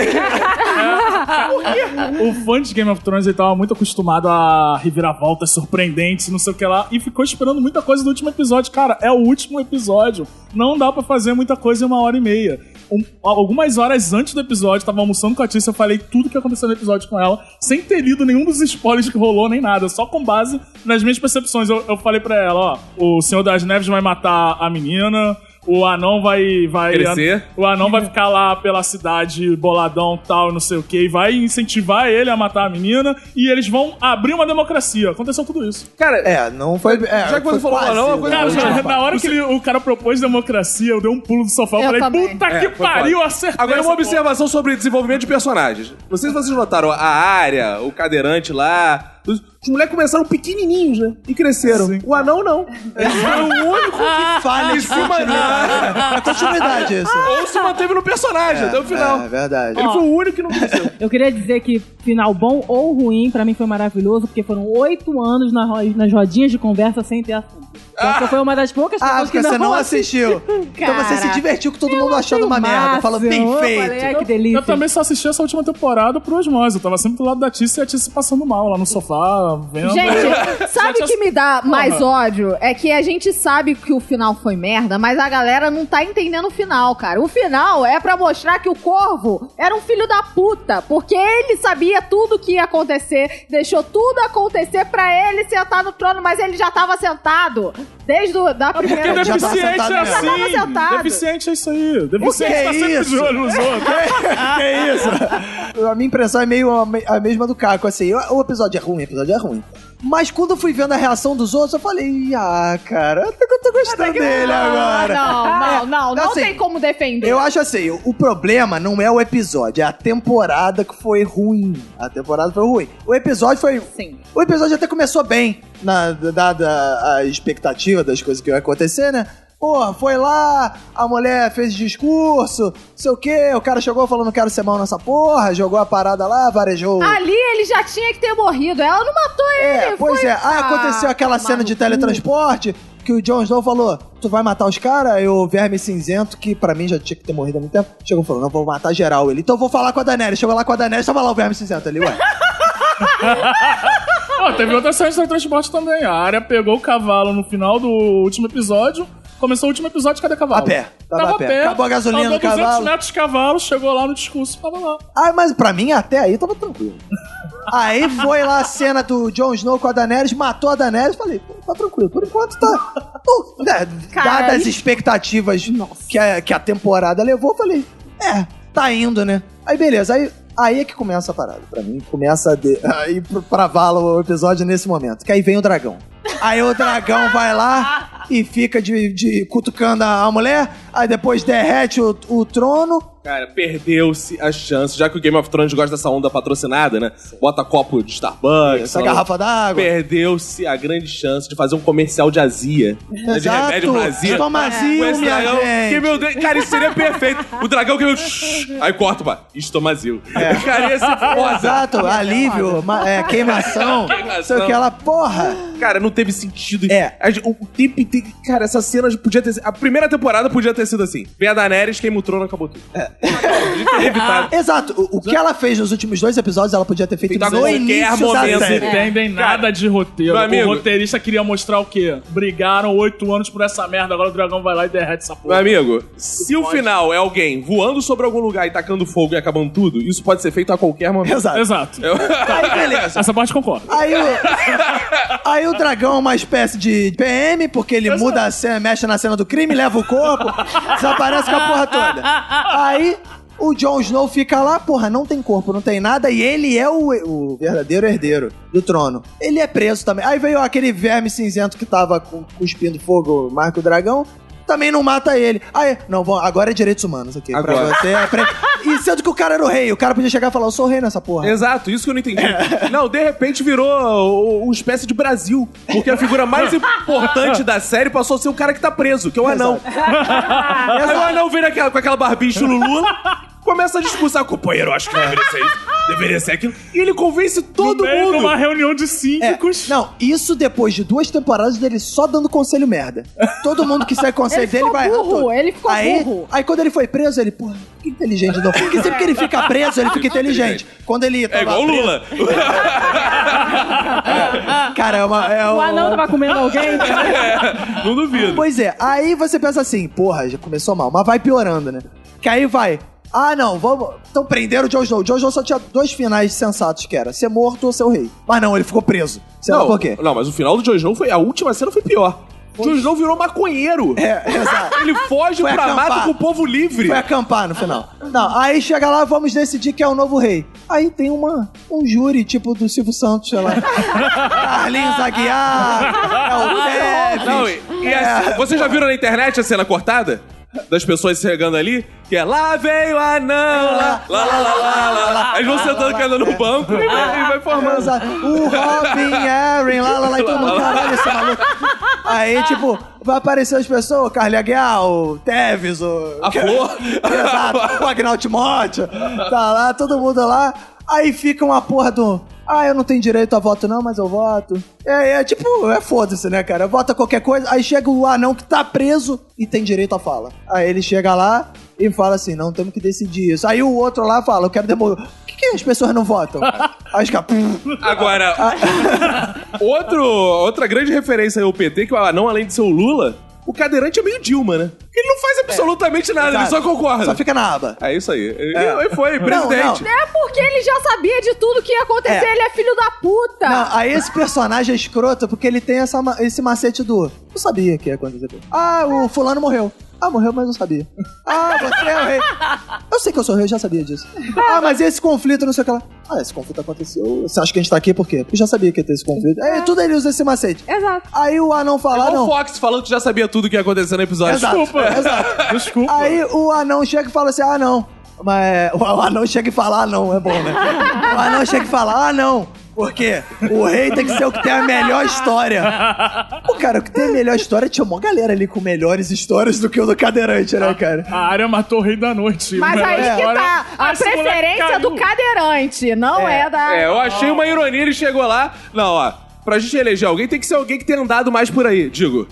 S5: O fã de Game of Thrones ele tava muito acostumado a reviravoltas surpreendentes, não sei o que lá, e ficou esperando muita coisa do último episódio. Cara, é o último episódio. Não dá pra fazer muita coisa em uma hora e meia. Um- algumas horas antes do episódio, tava almoçando com a Tícia, eu falei tudo que aconteceu no episódio com ela, sem ter lido nenhum dos spoilers que rolou, nem nada, só com base nas minhas percepções. Eu, eu falei pra ela, ó, o Senhor das Neves vai matar a menina, o anão vai... vai
S3: Crescer.
S5: o anão vai ficar lá pela cidade boladão, tal, não sei o que, e vai incentivar ele a matar a menina, e eles vão abrir uma democracia. Aconteceu tudo isso.
S3: Cara,
S2: É, não foi. é,
S3: Já que
S2: foi
S3: você falou
S2: quase,
S3: anão, uma
S2: né, a
S3: coisa-
S5: Cara,
S2: última
S5: na- na
S2: parte.
S5: hora que ele- o cara propôs democracia, eu dei um pulo do sofá, eu falei,
S4: também.
S5: puta
S3: É,
S5: que
S3: foi
S5: pariu,
S3: foda.
S5: acertei
S3: Agora é
S5: essa
S3: uma observação sobre desenvolvimento de personagens. Não sei se vocês notaram, a área, o cadeirante lá. Os, os moleques começaram pequenininhos, né? E cresceram.
S5: Sim.
S3: O anão não. Ele foi o único que
S2: Falha de continuidade. É continuidade isso.
S3: ou se manteve no personagem até o final.
S2: É verdade.
S3: Ele foi o único que não cresceu.
S6: Eu queria dizer que final bom ou ruim, pra mim foi maravilhoso, porque foram oito anos na ro- nas rodinhas de conversa sem ter assunto. Então, Você foi uma das poucas
S2: Ah,
S6: pessoas que
S2: porque você não
S6: não
S2: assistiu. Então você se
S4: Cara,
S2: divertiu com todo mundo achando uma merda, falando
S6: bem
S2: bem
S6: Falei,
S2: feito.
S6: ai, que delícia.
S5: Eu também só assisti essa última temporada pro Osmose. Eu tava sempre do lado da Tícia e a Tícia passando mal lá no sofá, vendo.
S4: Gente, sabe
S5: Já
S4: o
S5: tinha-
S4: que me dá mais
S5: Porra.
S4: ódio? É que a gente sabe que o final foi merda, mas a galera não tá entendendo o final, cara. O final é pra mostrar que o Corvo era um filho da puta, porque ele sabia tudo que ia acontecer, deixou tudo acontecer pra ele sentar no trono, mas ele já tava sentado desde o, da
S5: Porque
S4: primeira...
S2: já tava
S5: deficiente
S2: sentado
S5: é
S2: mesmo.
S4: Já tava
S5: assim.
S4: sentado.
S5: Deficiente é isso aí. Deficiente
S2: que é
S5: tá sempre
S2: isso?
S5: de olho nos outros. que isso?
S2: A minha impressão é meio a me- a mesma do Caco, assim. O episódio é ruim, o episódio é ruim. Mas quando eu fui vendo a reação dos outros, eu falei, ah, cara, até que eu tô gostando dele agora.
S4: Ah, não, não, não, não
S2: Assim,
S4: tem como defender.
S2: Eu acho assim, o o problema não é o episódio, é a temporada que foi ruim. A temporada foi ruim. O episódio foi.
S4: Sim.
S2: O episódio até começou bem, na, dada a expectativa das coisas que iam acontecer, né? Porra, foi lá, a mulher fez discurso, não sei o quê, o cara chegou falando quero ser mal nessa porra, jogou a parada lá, varejou.
S4: Ali ele já tinha que ter morrido. Ela não matou ele.
S2: É, pois
S4: foi-
S2: é. Ah, aconteceu aquela
S4: tomar
S2: cena de
S4: no cu.
S2: teletransporte que o Jon Snow falou: Tu vai matar os caras? E o Verme Cinzento, que pra mim já tinha que ter morrido há muito tempo, chegou e falou: Não, vou matar geral ele. Então eu vou falar com a Daenerys. Chegou lá com a Daenerys, tava lá o Verme Cinzento ali, ué.
S5: Ó, teve outra série de transporte também. A área pegou o cavalo no final do último episódio. Começou o último episódio, cadê cavalo?
S2: A pé. Tava a pé. Acabou a gasolina
S5: andou
S2: do cavalo.
S5: 200 metros de cavalo, chegou lá no discurso, tava lá.
S2: Ah, mas pra mim até aí tava tranquilo. Aí foi lá a cena do Jon Snow com a Daenerys, matou a Daenerys, falei, "Pô, tá tranquilo, por enquanto tá. Tô, né,
S4: Cara,
S2: dadas as
S4: isso-
S2: expectativas que a, que a temporada levou, eu falei, é, tá indo, né? Aí beleza, aí, aí é que começa a parada, pra mim, começa a de, aí pro- pra vala o episódio nesse momento, que aí vem o dragão. Aí o dragão vai lá e fica de, de cutucando a mulher, aí depois derrete o- o trono,
S3: Cara, perdeu-se a chance. Já que o Game of Thrones gosta dessa onda patrocinada, né? Bota copo de Starbucks.
S2: essa
S3: lá-
S2: garrafa d'água.
S3: Perdeu-se a grande chance de fazer um comercial de azia. né, De
S2: Exato.
S3: remédio pra azia.
S2: Toma azia,
S3: Com esse
S2: minha
S3: dragão,
S2: gente.
S3: que, meu Deus, cara, isso seria perfeito. O dragão que eu. Shhh, aí corta, pá. Estomazil. Cara, ia ser foda.
S2: É. Exato, alívio, ma- é, queimação,
S3: Tá Queimação.
S2: sei o que ela, porra.
S3: Cara, não teve sentido.
S2: É.
S3: A gente- O, o tempo inteiro. Cara, essa cena podia ter sido. A primeira temporada podia ter sido assim. Vem a Daenerys, queima o trono, acabou tudo. É. A gente teria evitado.
S2: Exato, o, o que ela fez nos últimos dois episódios, ela podia ter feito
S3: Feito a
S2: no
S3: qualquer
S2: início da
S3: momento. É.
S5: Vocês
S2: série.
S5: entendem nada de roteiro.
S3: meu amigo-
S5: o roteirista queria mostrar o quê? Brigaram oito anos por essa merda, agora o dragão vai lá e derrete essa
S3: Meu
S5: porra.
S3: amigo, se o final é alguém voando sobre algum lugar e tacando fogo e acabando tudo, isso pode ser feito a qualquer momento.
S2: Exato.
S5: Exato.
S2: Aí, beleza.
S5: Essa parte concordo.
S2: Aí o, aí o dragão é uma espécie de PM, porque ele muda a cena, mexe na cena do crime, leva o corpo, desaparece com a porra toda. Aí o Jon Snow fica lá, porra, não tem corpo, não tem nada, e ele é o, o verdadeiro herdeiro do trono. Ele é preso também. Aí veio aquele verme cinzento que tava cu- cuspindo fogo, marca o dragão. Também não mata ele. Aí, não, bom, agora é direitos humanos aqui.
S3: Agora.
S2: Pra você. É pre... E sendo que o cara era o rei, o cara podia chegar e falar: Eu sou o rei nessa porra.
S3: Exato, isso que eu não entendi. Não, de repente virou o- uma espécie de Brasil. Porque a figura mais importante da série passou a ser o cara que tá preso, que é o anão. Aí o anão vem naquela- com aquela barbinha estilo Lula, começa a discursar, companheiro, eu acho que não deveria ser isso. Deveria ser aquilo. E ele convence todo
S5: no meio de
S3: mundo.
S5: uma reunião de
S2: É,
S5: síndicos.
S2: não, isso depois de duas temporadas dele só dando conselho merda. Todo mundo que sai conselho
S4: Ele
S2: dele
S4: ficou
S2: vai errar
S4: burro,
S2: tudo.
S4: ele ficou
S2: aí,
S4: burro.
S2: Aí quando ele foi preso, ele, porra, que inteligente não. Porque sempre que ele fica preso, ele fica inteligente. Quando ele
S3: É
S2: tava
S3: igual o
S2: preso-
S3: Lula.
S2: Cara, é uma... É
S6: O
S2: um-
S6: anão tava comendo alguém?
S3: Não duvido.
S2: Pois é, aí você pensa assim, porra, já começou mal, mas vai piorando, né? Que aí vai. Ah, não, vamos. Então prenderam o Jojo. O Jojo só tinha dois finais sensatos que era ser morto ou ser o rei. Mas não, ele ficou preso. Sei lá
S3: Não,
S2: por quê.
S3: não, mas o final do Jojo foi. A última cena foi pior. O Jojo virou maconheiro.
S2: É, exato.
S3: Ele foge
S2: Foi
S3: pra
S2: acampar.
S3: mata com o povo livre.
S2: Foi acampar no final. Não, aí chega lá, vamos decidir quem é o novo rei. Aí tem uma, um júri, tipo do Silvio Santos, sei lá. Carlinhos Aguiar, é o Tevez.
S3: Não, e, e a- vocês já viram na internet a cena cortada? Das pessoas chegando ali, que é lá veio a não, lá, lá, lá, lá, lá, lá, lá. Eles vão sentando cada no banco e vai, e vai formando.
S2: Exato. O Robin, Aaron, lá, lá, lá, e todo mundo, caralho, esse maluco. Aí, tipo, vai aparecer as pessoas, o Carlinhos Aguiar, o Tevez, o...
S3: A flor.
S2: Exato, o Agnaldo Timóteo, tá lá, todo mundo lá. Aí fica uma porra do. Ah, eu não tenho direito a voto, não, mas eu voto. É, é tipo, é foda-se, né, cara? Vota qualquer coisa, aí chega o anão que tá preso e tem direito à fala. Aí ele chega lá e fala assim: não, temos que decidir isso. Aí o outro lá fala: eu quero demolir. Por que, que as pessoas não votam? aí fica. "Pum".
S3: Agora, outro, outra grande referência ao PT, que é o anão, além de ser o Lula, o cadeirante é meio Dilma, né? Porque ele não faz absolutamente nada, ele só
S2: É. Exato.
S3: concorda.
S2: Só fica na aba.
S3: É isso aí. E, e foi, presidente.
S4: É porque ele já sabia de tudo que ia acontecer,
S2: É.
S4: ele é filho da puta.
S2: Não, aí esse personagem é escroto porque ele tem essa, ma- esse macete do. Eu sabia que ia acontecer. com ele." Ah, o fulano morreu. Ah, morreu, mas eu sabia. Ah, você é o rei. Eu sei que eu sou rei, eu já sabia disso. Ah, mas esse conflito, não sei o que lá. Ah, esse conflito aconteceu. Você acha que a gente tá aqui por quê? Porque eu já sabia que ia ter esse conflito. É, tudo ele usa esse macete.
S4: Exato.
S2: Aí o anão fala,
S3: Olha
S2: não.
S3: o Fox falando que já sabia tudo que ia acontecer no episódio.
S2: Exato, exato.
S5: Desculpa.
S2: Aí o anão chega e fala assim: ah, não. Mas o o anão chega e fala: ah, não, é bom, né? O anão chega e fala: ah, não. Porque o rei tem que ser o que tem a melhor história. O cara, o que tem a melhor história tinha uma galera ali com melhores histórias do que o do cadeirante, né, cara?
S5: A área matou o rei da noite.
S4: Mas aí que
S5: Agora,
S3: é.
S4: tá. A
S5: ah, esse moleque
S4: preferência
S5: caiu.
S4: do cadeirante, não é, da.
S3: É, eu achei uma ironia, ele chegou lá. Não, ó. Pra gente eleger alguém, tem que ser alguém que tenha andado mais por aí, digo.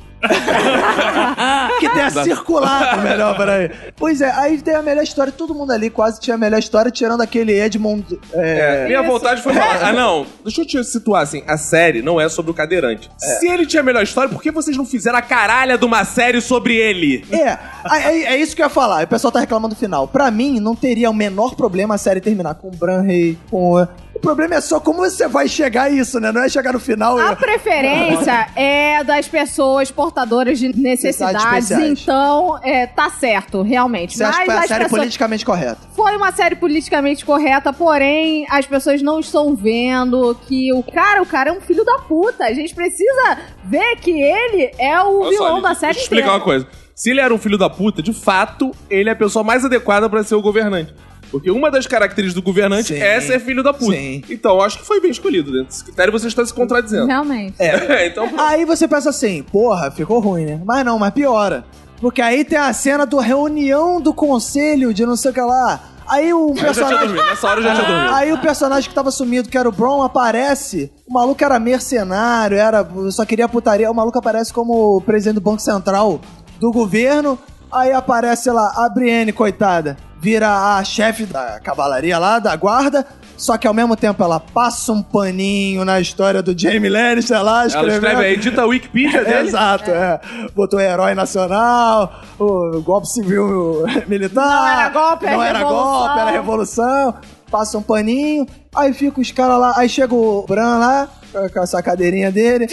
S2: Que tenha circulado melhor por aí. Pois é, aí tem a melhor história, todo mundo ali quase tinha a melhor história, tirando aquele Edmond. É,
S3: Minha vontade foi falar. Ah, não. Deixa eu te situar assim. A série não é sobre o cadeirante. Se ele tinha a melhor história, por que vocês não fizeram a caralha de uma série sobre ele?
S2: É, é, é- é isso que eu ia falar. O pessoal tá reclamando do final. Pra mim, não teria o menor problema a série terminar com o Bran Rei, com. o- O problema é só como você vai chegar a isso, né? Não é chegar no final.
S4: A
S2: e-
S4: preferência é das pessoas portadoras de necessidades,
S2: especiais.
S4: então é, tá certo, realmente.
S2: Você acha que
S4: Mas
S2: foi a
S4: as
S2: série
S4: pessoas...
S2: politicamente correta?
S4: Foi uma série politicamente correta, porém as pessoas não estão vendo que o cara, o cara é um filho da puta. A gente precisa ver que ele é o
S3: Olha só,
S4: vilão
S3: Lili,
S4: da série
S3: Deixa eu explicar uma
S4: inteira.
S3: coisa. Se ele era um filho da puta, de fato, ele é a pessoa mais adequada pra ser o governante. Porque uma das características do governante
S2: Sim.
S3: é ser filho da puta.
S2: Sim.
S3: Então, eu acho que foi bem escolhido. Dentro desse critério, você está se contradizendo.
S4: Realmente.
S3: É, então.
S2: Aí você pensa assim, porra, ficou ruim, né? Mas não, mas piora. Porque aí tem a cena do reunião do conselho de não sei o que lá. Aí o
S3: Eu já tinha
S2: personagem.
S3: dormido. Nessa hora eu já tinha dormido.
S2: Ah, Aí o personagem que tava sumido, que era o Bron, aparece. O maluco era mercenário, era só queria putaria. O maluco aparece como o presidente do Banco Central do governo. Aí aparece sei lá a Brienne, coitada. Vira a chefe da cavalaria lá, da guarda. Só que ao mesmo tempo ela passa um paninho na história do Jamie Lannister lá,
S3: Ela
S2: escrevendo.
S3: escreve aí, edita a Wikipedia dele.
S2: Exato, é. Botou herói nacional, o golpe civil militar.
S4: Não era golpe, era
S2: Não era
S4: revolução.
S2: golpe, era revolução. Passa um paninho, aí fica os caras lá, aí chega o Bran lá, com essa cadeirinha dele.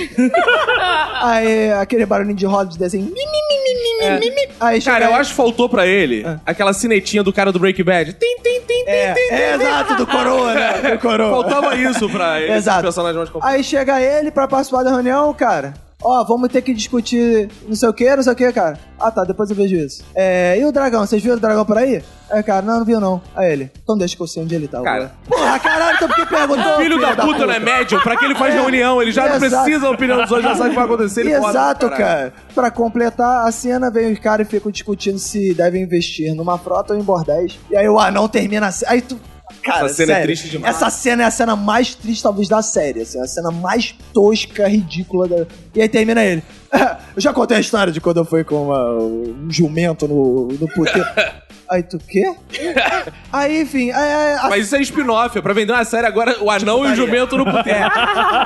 S2: aí aquele barulhinho de roda de desenho. mi, mi, mi, mi, mi, mi, mi. Aí chega
S3: Cara, eu
S2: aí-
S3: acho que faltou pra ele aquela cinetinha do cara do Breaking Bad. Tim, tim, tim,
S2: Ah. É,
S3: tim, tim,
S2: é
S3: tim, tim.
S2: exato, do coroa, né? Do coroa.
S3: Faltava isso pra ele, esse
S2: Exato.
S3: personagem mais complexo.
S2: Aí chega ele pra participar da reunião, cara. Ó, vamos ter que discutir não sei o que, não sei o que, cara. Ah, tá, depois eu vejo isso. É, e o dragão? Vocês viram o dragão por aí? Aí, cara, não, não viu não. Aí ele, então deixa que eu sei onde ele tá.
S3: Cara.
S2: agora. Porra, caralho, então por que perguntou?
S3: Filho da puta não é médium, pra que ele faz reunião? Ele já não
S2: Exato.
S3: precisa da opinião dos outros, já sabe o que vai acontecer. Ele foda pra
S2: Exato,
S3: caralho.
S2: cara. Pra completar a cena, vem os caras e ficam discutindo se devem investir numa frota ou em bordéis. E aí o anão termina assim. Aí tu. Cara,
S3: Essa cena é
S2: sério,
S3: triste demais.
S2: Essa cena é a cena mais triste, talvez, da série. Assim, a cena mais tosca, ridícula. Da... E aí termina ele. Eu já contei a história de quando eu fui com uma- um jumento no, no puteiro. Aí tu quê? Aí, enfim, aí, aí, a
S3: Mas isso é spin-off, é pra vender uma série agora, o anão e o jumento no puteiro.
S2: é.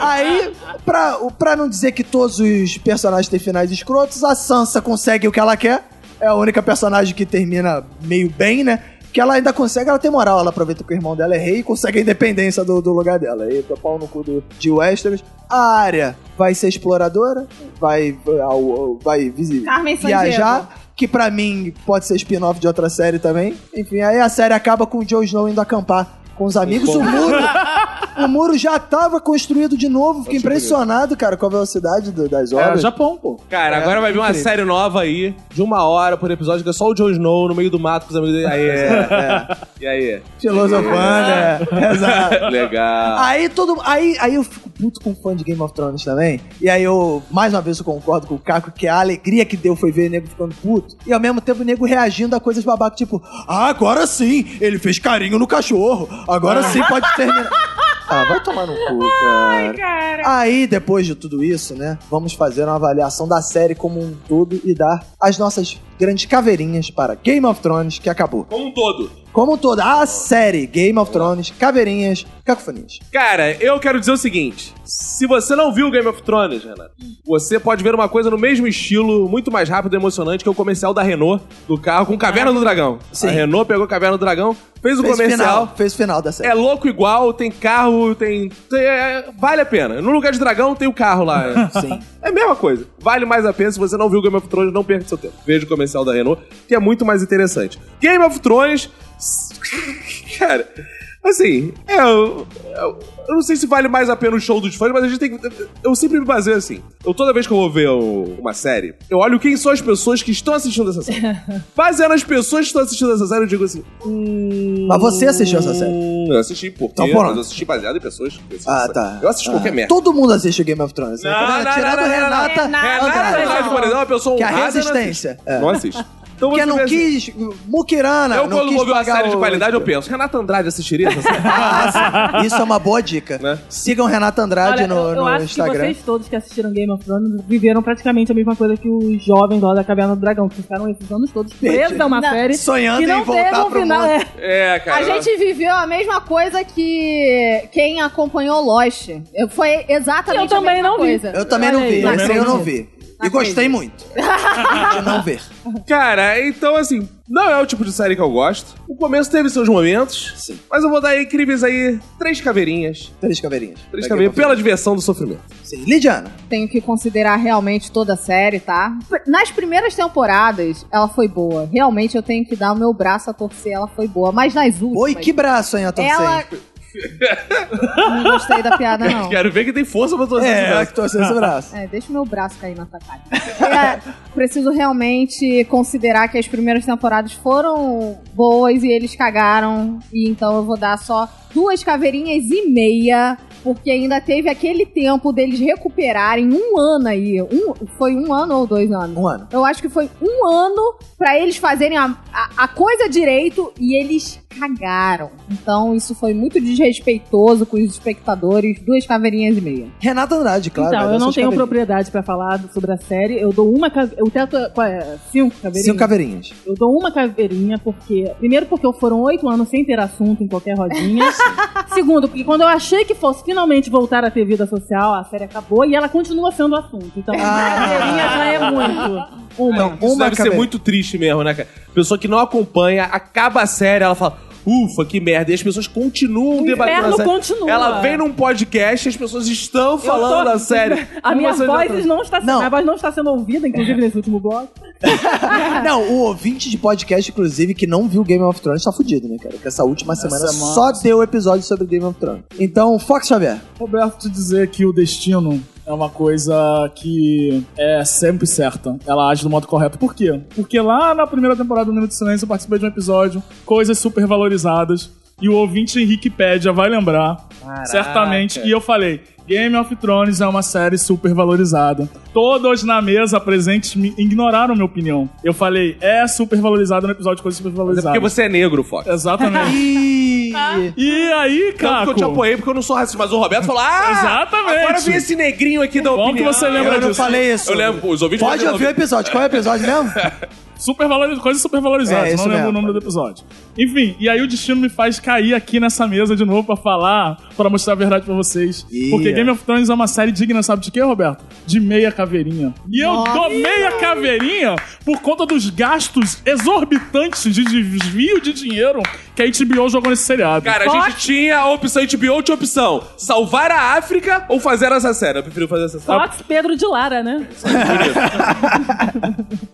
S2: Aí, pra, o- pra não dizer que todos os personagens têm finais escrotos, a Sansa consegue o que ela quer. É a única personagem que termina meio bem, né? Que ela ainda consegue, ela tem moral, ela aproveita que o irmão dela é rei e consegue a independência do, do lugar dela. Aí tá pau no cu do, de Westeros. A área vai ser exploradora, vai, ao- vai visi-
S4: Carmen Sandiego.
S2: viajar, que pra mim pode ser spin-off de outra série também. Enfim, aí a série acaba com o Jon Snow indo acampar com os amigos. O muro, o muro já tava construído de novo. Fiquei impressionado, cara, com a velocidade do- das
S5: É
S2: obras.
S5: Japão, pô.
S3: Cara,
S2: É,
S3: agora vai vir uma
S2: incrível.
S3: série nova aí, de uma hora por episódio, que é só o Jon Snow no meio do mato com os amigos dele. Aí, é, é. E aí?
S2: Filosofando, é. Exato.
S3: Legal.
S2: Aí todo aí, aí eu fico puto com fã de Game of Thrones também. E aí eu, mais uma vez, eu concordo com o Caco que a alegria que deu foi ver o nego ficando puto. E ao mesmo tempo o nego reagindo a coisas babacas, tipo, ah, agora sim, ele fez carinho no cachorro. Agora sim pode terminar. Ah, vai tomar no cu, cara. Aí, depois de tudo isso, né? Vamos fazer uma avaliação da série como um todo e dar as nossas grandes caveirinhas para Game of Thrones, que acabou.
S3: Como um todo.
S2: Como toda a série Game of Thrones, caveirinhas, cacofonias.
S3: Cara, eu quero dizer o seguinte: se você não viu Game of Thrones, Renato, você pode ver uma coisa no mesmo estilo, muito mais rápido e emocionante, que é o comercial da Renault do carro com Caverna do Dragão.
S2: Sim.
S3: A Renault pegou Caverna do Dragão, fez o
S2: Fez
S3: comercial.
S2: Final, fez final da
S3: É
S2: série.
S3: louco igual, tem carro, tem. tem- é, vale a pena. No lugar de dragão tem o carro lá.
S2: Sim.
S3: É a mesma coisa. Vale mais a pena. Se você não viu Game of Thrones, não perca seu tempo. Veja o comercial da Renault, que é muito mais interessante. Game of Thrones. Cara, assim, é. Eu, eu- eu não sei se vale mais a pena o show dos fãs, mas a gente tem que. Eu sempre me baseio assim. Eu, toda vez que eu vou ver um- uma série, eu olho quem são as pessoas que estão assistindo essa série. Baseando as pessoas que estão assistindo essa série, eu digo assim. Hum,
S2: Mas você assistiu essa série?
S3: Hum, Eu assisti por
S2: Então,
S3: quê?
S2: pronto.
S3: Mas eu assisti baseado em pessoas. que assistem
S2: Ah,
S3: essa-
S2: tá.
S3: Eu assisto
S2: Ah,
S3: qualquer merda.
S2: Todo mundo assiste Game of Thrones. né?
S3: Não, não, não,
S2: Tirando
S3: não, não,
S2: Renata.
S4: não, não.
S3: Renata
S2: Andrade.
S3: Andrade, por exemplo, é uma pessoa
S2: Que a
S3: honrada,
S2: resistência,
S3: Não assiste.
S2: é.
S3: Não assiste. Então
S2: Porque
S3: você
S2: não
S3: vê assim,
S2: quis. Mukirana.
S3: Eu,
S2: não
S3: quando
S2: quis
S3: vou ver uma
S2: pagar
S3: série de
S2: o-
S3: qualidade, eu penso, Renata Andrade assistiria essa série?
S2: Ah, sim. Isso é uma boa dica.
S3: Né?
S2: Sigam Renata Andrade
S6: Olha,
S2: no,
S6: eu, eu
S2: no
S6: acho que
S2: Instagram.
S6: vocês todos que assistiram Game of Thrones viveram praticamente a mesma coisa que os jovens lá da Caverna do Dragão, que ficaram esses anos todos presos a uma
S4: Não.
S6: série
S2: Sonhando
S6: que não
S2: em voltar
S6: teve um
S2: pro
S6: final.
S2: mundo.
S6: É.
S3: É, cara.
S4: A gente viveu a mesma coisa que quem acompanhou Lost. Eu- Foi exatamente
S6: Eu também
S4: a mesma
S6: não vi.
S4: coisa.
S2: Eu também não
S6: Olha aí.
S2: vi. Esse aí eu não
S6: Também
S2: vi. E gostei muito. De não ver.
S3: Cara, então assim, não é o tipo de série que eu gosto. O começo teve seus momentos.
S2: Sim.
S3: Mas eu vou dar incríveis aí três caveirinhas.
S2: Três caveirinhas.
S3: Três
S2: Daqui
S3: caveirinhas
S2: a pouco.
S3: pela diversão do sofrimento.
S2: Sim. Lidiana.
S4: Tenho que considerar realmente toda a série, tá? Nas primeiras temporadas, ela foi boa. Realmente eu tenho que dar o meu braço a torcer, ela foi boa. Mas nas últimas.
S2: Oi, que braço, hein, a torcida.
S4: ela. não gostei da piada, não.
S3: Quero ver que tem força pra torcer
S2: É,
S3: esse
S2: ela
S3: braço.
S2: que torceu esse braço.
S4: É, deixa o meu braço cair na tua cara. É, preciso realmente considerar que as primeiras temporadas foram boas e eles cagaram. E então eu vou dar só duas caveirinhas e meia. Porque ainda teve aquele tempo deles recuperarem um ano aí. Um, foi um ano ou dois anos?
S2: Um ano.
S4: Eu acho que foi um ano pra eles fazerem a, a, a coisa direito e eles cagaram. Então isso foi muito desrespeitoso com os espectadores. Duas caveirinhas e meia.
S2: Renata Andrade, claro. vai
S6: então,
S2: dar
S6: eu não
S2: suas
S6: tenho
S2: caveirinhas.
S6: propriedade pra falar sobre a série. Eu dou uma. ca- O teto é. qual é? Cinco caveirinhas?
S2: Cinco caveirinhas.
S6: Eu dou uma caveirinha, porque. Primeiro, porque foram oito anos sem ter assunto em qualquer rodinha. Segundo, porque quando eu achei que fosse finalmente voltar a ter vida social, a série acabou e ela continua sendo assunto. Então, a
S2: Ah.
S6: caveirinha já é muito. Uma.
S2: Não,
S3: Isso
S2: uma
S3: deve ser
S2: caveira.
S3: muito triste mesmo, né, cara? Pessoa que não acompanha, acaba a série, ela fala, ufa, que merda. E as pessoas continuam debatendo a
S6: inferno
S3: série.
S6: continua.
S3: Ela vem num podcast e as pessoas estão falando da série.
S6: A minha
S3: Uma
S6: voz não, está,
S2: Não.
S6: Minha voz não está sendo ouvida, inclusive, nesse último bloco.
S2: Não, o ouvinte de podcast, inclusive, que não viu Game of Thrones, tá fudido, né, cara? Porque essa última semana só deu episódio sobre Game of Thrones. Então, Fox Xavier.
S5: Roberto, te dizer que o destino é uma coisa que é sempre certa. Ela age do modo correto. Por quê? Porque lá na primeira temporada do Minuto de Silêncio eu participei de um episódio, coisas super valorizadas, e o ouvinte Henrique Pédia vai lembrar, certamente, que eu falei. Game of Thrones é uma série super valorizada. Todos na mesa presentes me ignoraram minha opinião. Eu falei, é super valorizada no episódio de Coisas Super
S3: Mas é
S5: Valorizadas.
S3: porque você é negro, Fox.
S5: Exatamente.
S2: E... Ih,
S5: E aí,
S3: Tanto que eu te
S5: Caco?
S3: apoiei porque eu não sou racista, mas o Roberto falou: Ah!
S5: Exatamente.
S3: Agora vem esse negrinho aqui da
S5: Bom
S3: opinião.
S5: que você lembra
S2: eu não
S5: disso.
S2: falei isso.
S3: Eu lembro, os ouvintes
S2: Pode
S3: podem
S2: ouvir o episódio. Qual é o episódio mesmo?
S5: Super valoriz... Coisas super valorizadas,
S2: É, isso
S5: não lembro
S2: mesmo.
S5: o nome do episódio. Enfim, e aí o destino me faz cair aqui nessa mesa de novo pra falar, pra mostrar a verdade pra vocês.
S2: Ih.
S5: Porque Game of Thrones é uma série digna, sabe de quê, Roberto? De meia caveirinha. E eu dou meia caveirinha por conta dos gastos exorbitantes de desvio de dinheiro que a HBO jogou nesse seriado.
S3: Cara, a gente tinha a opção, a gente viu outra opção: salvar a África ou fazer essa série. Eu prefiro fazer essa série.
S6: Fox Pedro de Lara, né?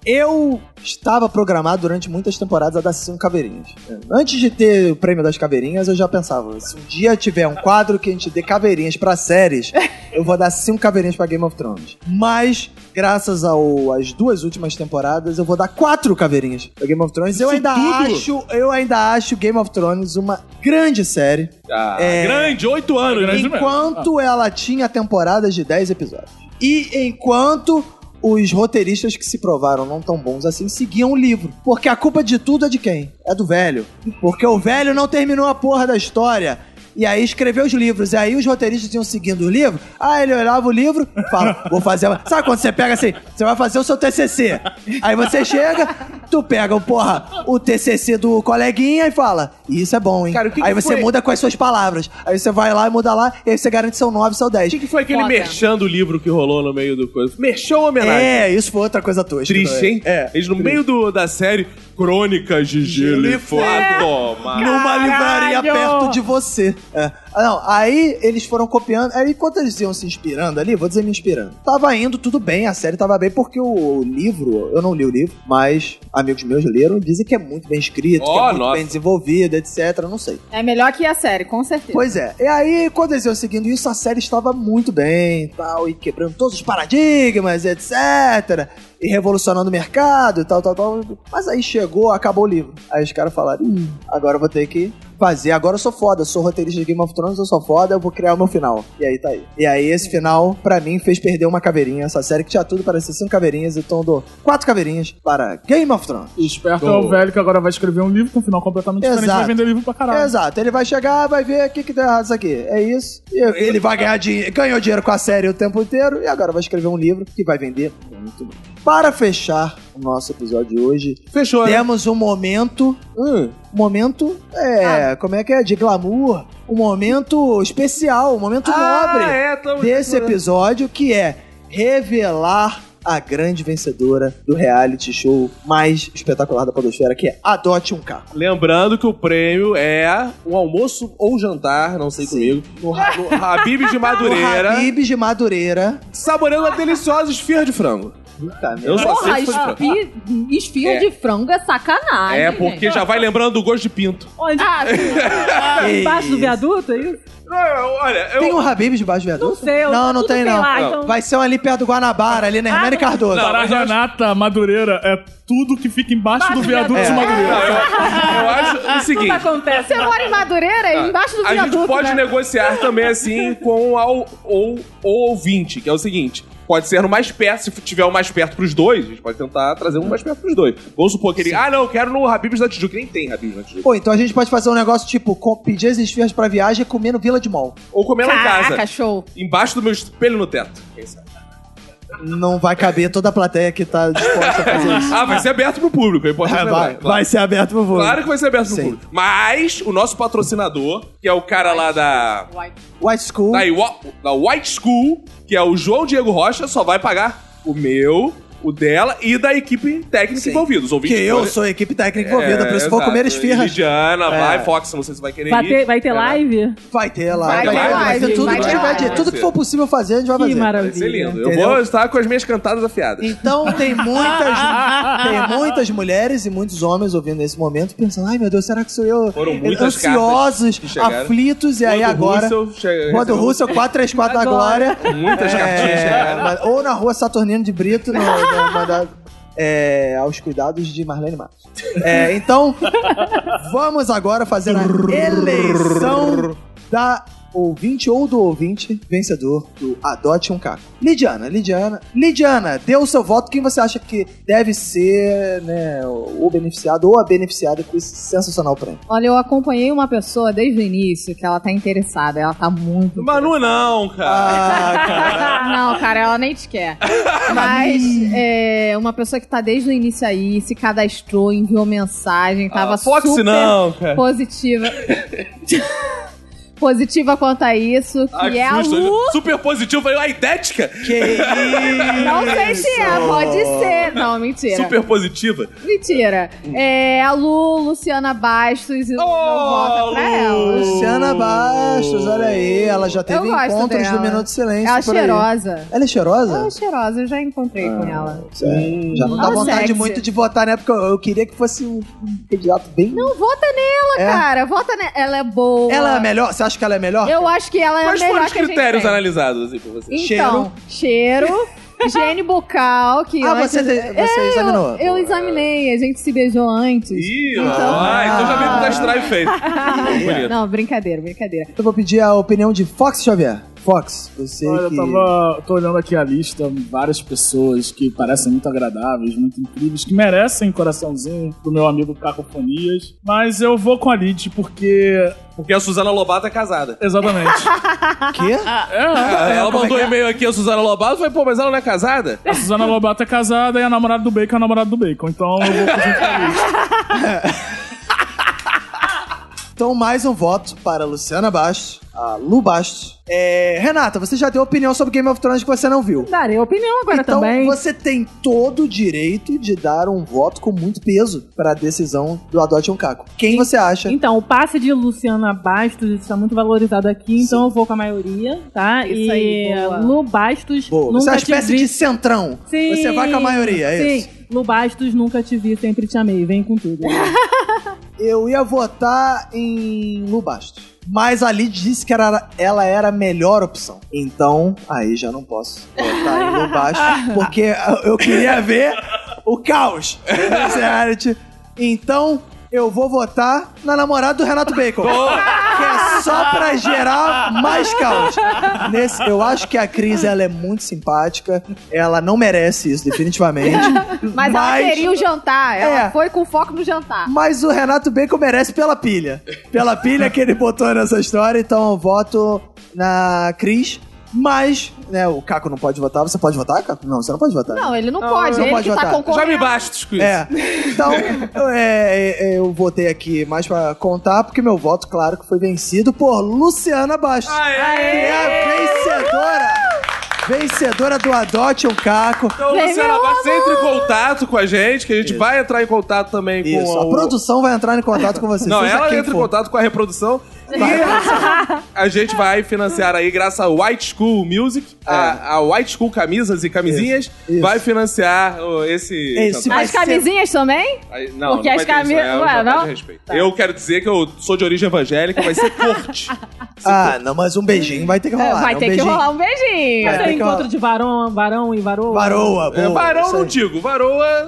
S2: Eu estava programado durante muitas temporadas a dar cinco caveirinhas. Antes de ter o prêmio das caveirinhas, eu já pensava: se um dia tiver um quadro que a gente dê caveirinhas pra séries, eu vou dar cinco caveirinhas pra Game of Thrones. Mas, graças ao- às duas últimas temporadas, eu vou dar quatro caveirinhas pra Game of Thrones. Eu ainda, acho, eu ainda acho Game of Thrones uma grande série.
S3: Ah,
S2: É.
S3: Grande, oito anos, né?
S5: Grande mesmo. Ah.
S2: Enquanto ela tinha temporadas de 10 episódios. E enquanto os roteiristas que se provaram não tão bons assim seguiam o livro. Porque a culpa de tudo é de quem? É do velho. Porque o velho não terminou a porra da história. E aí escreveu os livros. E aí os roteiristas iam seguindo o livro. Ah, ele olhava o livro, fala, vou fazer uma... Sabe quando você pega assim, você vai fazer o seu TCC. Aí você chega, tu pega, porra, o TCC do coleguinha e fala, isso é bom, hein?
S3: Cara, o que que
S2: aí você
S3: foi-
S2: muda com as suas palavras. Aí você vai lá e muda lá, e aí você garante seu 9, seu
S3: O que,
S2: 10.
S3: que foi aquele merchan do livro que rolou no meio do coisa? Merchan ou homenagem?
S2: É, isso foi outra coisa tosca.
S3: Triste,
S2: também.
S3: hein?
S2: É.
S3: Eles no meio do, da série Crônicas de Gelo e Fogo. Toma.
S2: Numa livraria perto de você. É. Ah, Não, aí eles foram copiando. Aí enquanto eles iam se inspirando ali, vou dizer me inspirando. Tava indo tudo bem, a série tava bem, porque o livro, eu não li o livro, mas amigos meus leram e dizem que é muito bem escrito, que
S3: Ó,
S2: é muito
S3: nossa.
S2: bem desenvolvido, etc. Não sei.
S4: É melhor que a série, com certeza.
S2: Pois é. E aí, quando eles iam seguindo isso, a série estava muito bem e tal, e quebrando todos os paradigmas, etc. E revolucionando o mercado e tal, tal, tal. Mas aí chegou, acabou o livro. Aí os caras falaram: Ih, agora eu vou ter que fazer. Agora eu sou foda, eu sou roteirista de Game of Thrones, eu sou foda, eu vou criar o meu final. E aí tá aí. E aí, esse final, pra mim, fez perder uma caveirinha. Essa série que tinha tudo para ser cinco caveirinhas, então eu dou quatro caveirinhas para Game of Thrones.
S5: Esperto é o velho que agora vai escrever um livro com um final completamente diferente
S2: Exato.
S5: vai vender livro pra caralho.
S2: Exato, ele vai chegar, vai ver o que, que deu errado isso aqui. É isso. E ele vai ganhar dinheiro, ganhou dinheiro com a série o tempo inteiro e agora vai escrever um livro que vai vender muito bem. Para fechar o nosso episódio de hoje,
S3: Fechou, né?
S2: temos um momento. Hum, momento. É. Como é que é? De glamour. Um momento especial, um momento nobre
S3: é, tamo
S2: desse episódio que é revelar a grande vencedora do reality show mais espetacular da Podosfera, que é Adote um Carro.
S3: Lembrando que o prêmio é um almoço ou jantar, não sei comigo, no, Ra- no Habib de Madureira,
S2: O Habib's de Madureira.
S3: saboreando a deliciosa esfirra de frango.
S2: Puta merda.
S3: Eu só
S7: Porra,
S3: sei que foi de frango.
S7: espi... esfirra
S3: É.
S7: de frango é sacanagem.
S3: É, porque
S7: gente.
S3: já vai lembrando do gosto de pinto.
S6: Onde?
S7: Ah,
S6: Ah, embaixo do
S2: isso.
S6: viaduto? é isso?
S3: Olha, eu...
S2: Tem um Habib's debaixo do viaduto?
S6: Não sei. eu-
S2: Não, não
S6: tudo
S2: tem
S6: sei
S2: não.
S6: Lá,
S3: Não.
S6: então-
S2: Vai ser um ali perto do Guanabara, ali na Hermene Cardoso.
S3: Não,
S5: Para a
S3: mas eu acho-
S5: Renata Madureira é tudo que fica embaixo
S6: Embaixo
S5: do
S6: do
S5: viaduto
S3: é
S6: viaduto.
S5: de Madureira.
S3: Não, eu, eu acho o
S6: Tudo
S3: seguinte...
S6: acontece.
S4: Você mora em Madureira, é embaixo do
S3: Ah. A
S4: viaduto,
S3: gente pode
S4: né?
S3: negociar também assim com ao, ou, o ouvinte, que é o seguinte. Pode ser no mais perto, se tiver o mais perto pros dois, a gente pode tentar trazer um mais perto pros dois. Vamos supor que ele. Ah, não, eu quero no Habibs da Tijuca. Nem tem Habibs da Tijuca.
S2: Pô, então a gente pode fazer um negócio tipo com- pedir as esfirras pra viagem e comer no Vila de Mall.
S3: Ou comer lá em
S7: caraca,
S3: casa.
S7: show.
S3: Embaixo do meu espelho no teto. Quem sabe?
S2: Não vai caber toda a plateia que tá disposta a fazer isso.
S3: Ah, vai ser aberto pro público, é importante
S2: É,
S3: lembrar,
S2: vai,
S3: claro.
S2: vai ser aberto pro voo.
S3: Claro que vai ser aberto pro
S2: Sim.
S3: público. Mas o nosso patrocinador, que é o cara lá da.
S2: White School.
S3: da, Iwa- da White School, que é o João Diego Rocha, só vai pagar o meu, o dela e da equipe técnica
S2: Sim.
S3: envolvida. Os
S2: que
S3: ouvintes
S2: eu sou a equipe técnica envolvida, por isso eu vou
S3: É, exato.
S2: comer esfirras.
S3: Lidiana, vai,
S2: É.
S3: Fox, não sei se vai querer
S6: Vai ter,
S3: ir.
S6: vai ter
S3: É,
S6: live?
S2: Vai ter lá.
S3: Vai ter
S2: vai
S3: live,
S2: ter tudo
S3: vai
S2: que
S3: ter
S2: tiver
S3: live.
S2: de- Tudo que for possível fazer, a gente vai
S6: Que
S2: fazer.
S6: maravilha.
S3: Vai ser lindo. Eu
S2: Entendeu?
S3: vou estar com as minhas cantadas afiadas.
S2: Então tem muitas, tem muitas mulheres e muitos homens ouvindo nesse momento pensando, ai meu Deus, será que sou eu?
S3: Foram muitas
S2: ansiosos,
S3: cartas que chegaram.
S2: aflitos e aí
S3: Quando o
S2: agora
S3: Russell chega-
S2: quando o Russell 434 da Glória.
S3: Muitas né? cartinhas
S2: É,
S3: chegaram.
S2: mas- ou na rua Saturnino de Brito, no, no- na- da- é, aos cuidados de Marlene Matos. É, então, vamos agora fazer a eleição da ouvinte ou do ouvinte vencedor do Adote um Caco. Lidiana, Lidiana, Lidiana, dê o seu voto. Quem você acha que deve ser né, o beneficiado ou a beneficiada com esse sensacional prêmio?
S4: Olha, eu acompanhei uma pessoa desde o início que ela tá interessada, ela tá muito.
S3: Manu não, cara.
S2: Ah, cara.
S4: Não, cara, ela nem te quer. Mas é, uma pessoa que tá desde o início aí, se cadastrou, enviou mensagem, tava
S3: Ah, Fox
S4: super
S3: não, cara.
S4: positiva. positiva quanto a isso, que
S3: Ah, que
S4: é a
S3: susto.
S4: Lu.
S3: Super positivo. Falei, a idética.
S2: que isso!
S4: Não sei se é, pode ser. Não, mentira.
S3: Super positiva.
S4: Mentira. É a Lu, Luciana Bastos e
S3: Oh,
S4: não volta é pra
S3: Lu.
S4: ela.
S2: Luciana Bastos, olha aí, ela já teve
S4: gosto
S2: encontros
S4: dela.
S2: do Minuto de Silêncio.
S4: Ela é
S2: por aí.
S4: cheirosa.
S2: Ela é Ah. cheirosa?
S4: Ela é cheirosa, eu já encontrei com ela.
S2: É, já não dá
S4: Ela é
S2: vontade
S4: sexy.
S2: muito de votar, né? Porque eu, eu queria que fosse um um candidato bem.
S4: Não, vota nela,
S2: É?
S4: cara. Vota nela. Ela é boa.
S2: Ela é melhor? Você acha que ela é melhor?
S4: Eu acho que ela é
S3: Quais
S4: melhor
S3: foram os
S4: que a gente
S3: critérios
S4: tem.
S3: analisados assim, pra você?
S4: Então, cheiro, higiene bucal, que
S2: Ah,
S4: antes-
S2: você, você
S4: Eu-
S2: examinou?
S4: Eu, examinei, a gente se beijou antes.
S3: Ih, ah, então já veio com o test drive feito. Bonito.
S4: Não, brincadeira, brincadeira.
S2: Eu vou pedir a opinião de Fox Xavier. Fox, você
S5: Olha, tá
S2: que...
S5: eu tava. tô olhando aqui a lista, várias pessoas que parecem muito agradáveis, muito incríveis, que merecem coraçãozinho do meu amigo Cacofonias. Mas eu vou com a Lid, porque.
S3: Porque a Suzana Lobato é casada.
S5: Exatamente.
S2: Quê?
S5: Então,
S3: Ah, ela
S2: como é
S3: mandou um
S2: que é?
S3: e-mail aqui, a Suzana Lobato, falei, pô, mas ela não é casada?
S5: A Suzana Lobato é casada e a namorada do Bacon é a namorada do Bacon. Então eu vou junto com a Lid.
S2: Então, mais um voto para Luciana Bastos, a Lu Bastos. É, Renata, você já deu opinião sobre Game of Thrones que você não viu.
S6: Darei opinião agora
S2: Então,
S6: também.
S2: você tem todo o direito de dar um voto com muito peso para a decisão do Adote um Caco. Quem você acha?
S6: Então, o passe de Luciana Bastos está muito valorizado aqui, então eu vou com a maioria, tá?
S4: Isso
S6: e
S4: aí, boa.
S6: Lu Bastos
S2: Boa,
S6: nunca
S2: você é uma
S6: te
S2: espécie
S6: vi.
S2: de centrão.
S6: Sim,
S2: Você vai com a maioria, é
S6: sim.
S2: isso?
S6: Lu Bastos, nunca te vi, sempre te amei. Vem com tudo.
S2: Eu ia votar em Lu Bastos. Mas a Lid disse que era- ela era a melhor opção. Então, aí já não posso votar em Lu Bastos, porque eu- eu queria ver o caos nesse reality. Então, eu vou votar na namorada do Renato Bacon. Que é só pra gerar mais caos. Nesse, eu acho que a Cris, ela é muito simpática. Ela não merece isso, definitivamente.
S4: Mas, ela queria o jantar. Ela
S2: É.
S4: foi com foco no jantar.
S2: Mas o Renato Bacon merece pela pilha. Pela pilha que ele botou nessa história, então eu voto na Cris. Mas, né, o Caco não pode votar. Você pode votar, Caco? Não, você não pode votar.
S4: Não, ele não pode.
S2: não
S4: ele
S2: pode
S4: que tá
S2: votar.
S3: Já me
S4: concorrendo.
S3: bastos com isso.
S2: É. Então, eu, é, é, eu votei aqui mais pra contar, porque meu voto, claro, que foi vencido por Luciana Bastos.
S3: Aê!
S2: Que é a vencedora! Vencedora do Adote o Caco.
S3: Então, Luciana Bastos, entre em contato com a gente, que a gente vai entrar em contato também com
S2: Isso, a
S3: o-
S2: produção vai entrar em contato com você.
S3: Não,
S2: seja
S3: ela
S2: quem
S3: entra em
S2: for.
S3: contato com a reprodução. tá?
S2: Vai.
S3: A gente vai financiar aí, graças a White School Music, a, a White School Camisas e Camisinhas,
S2: É. Isso.
S3: vai financiar oh, esse.
S2: Esse vai
S4: As
S2: ser
S4: camisinhas também?
S3: Aí- Não,
S4: Porque
S3: não vai ter
S4: as
S3: isso,
S4: camisas-
S3: é uma
S4: Ué,
S3: falta de
S4: não? Tá.
S3: respeito. Eu quero dizer que eu sou de origem evangélica, vai ser corte.
S2: Ah, não, mas um beijinho vai ter que rolar.
S4: É, Vai
S2: né? um
S4: ter que
S2: beijinho.
S4: rolar um beijinho.
S2: Vai
S6: Esse é
S2: ter
S6: o
S2: que
S6: encontro
S2: rolar.
S6: de varão, varão e varoa.
S2: Varoa, boa.
S3: É, varão
S2: isso
S3: não
S2: aí.
S3: digo, varoa.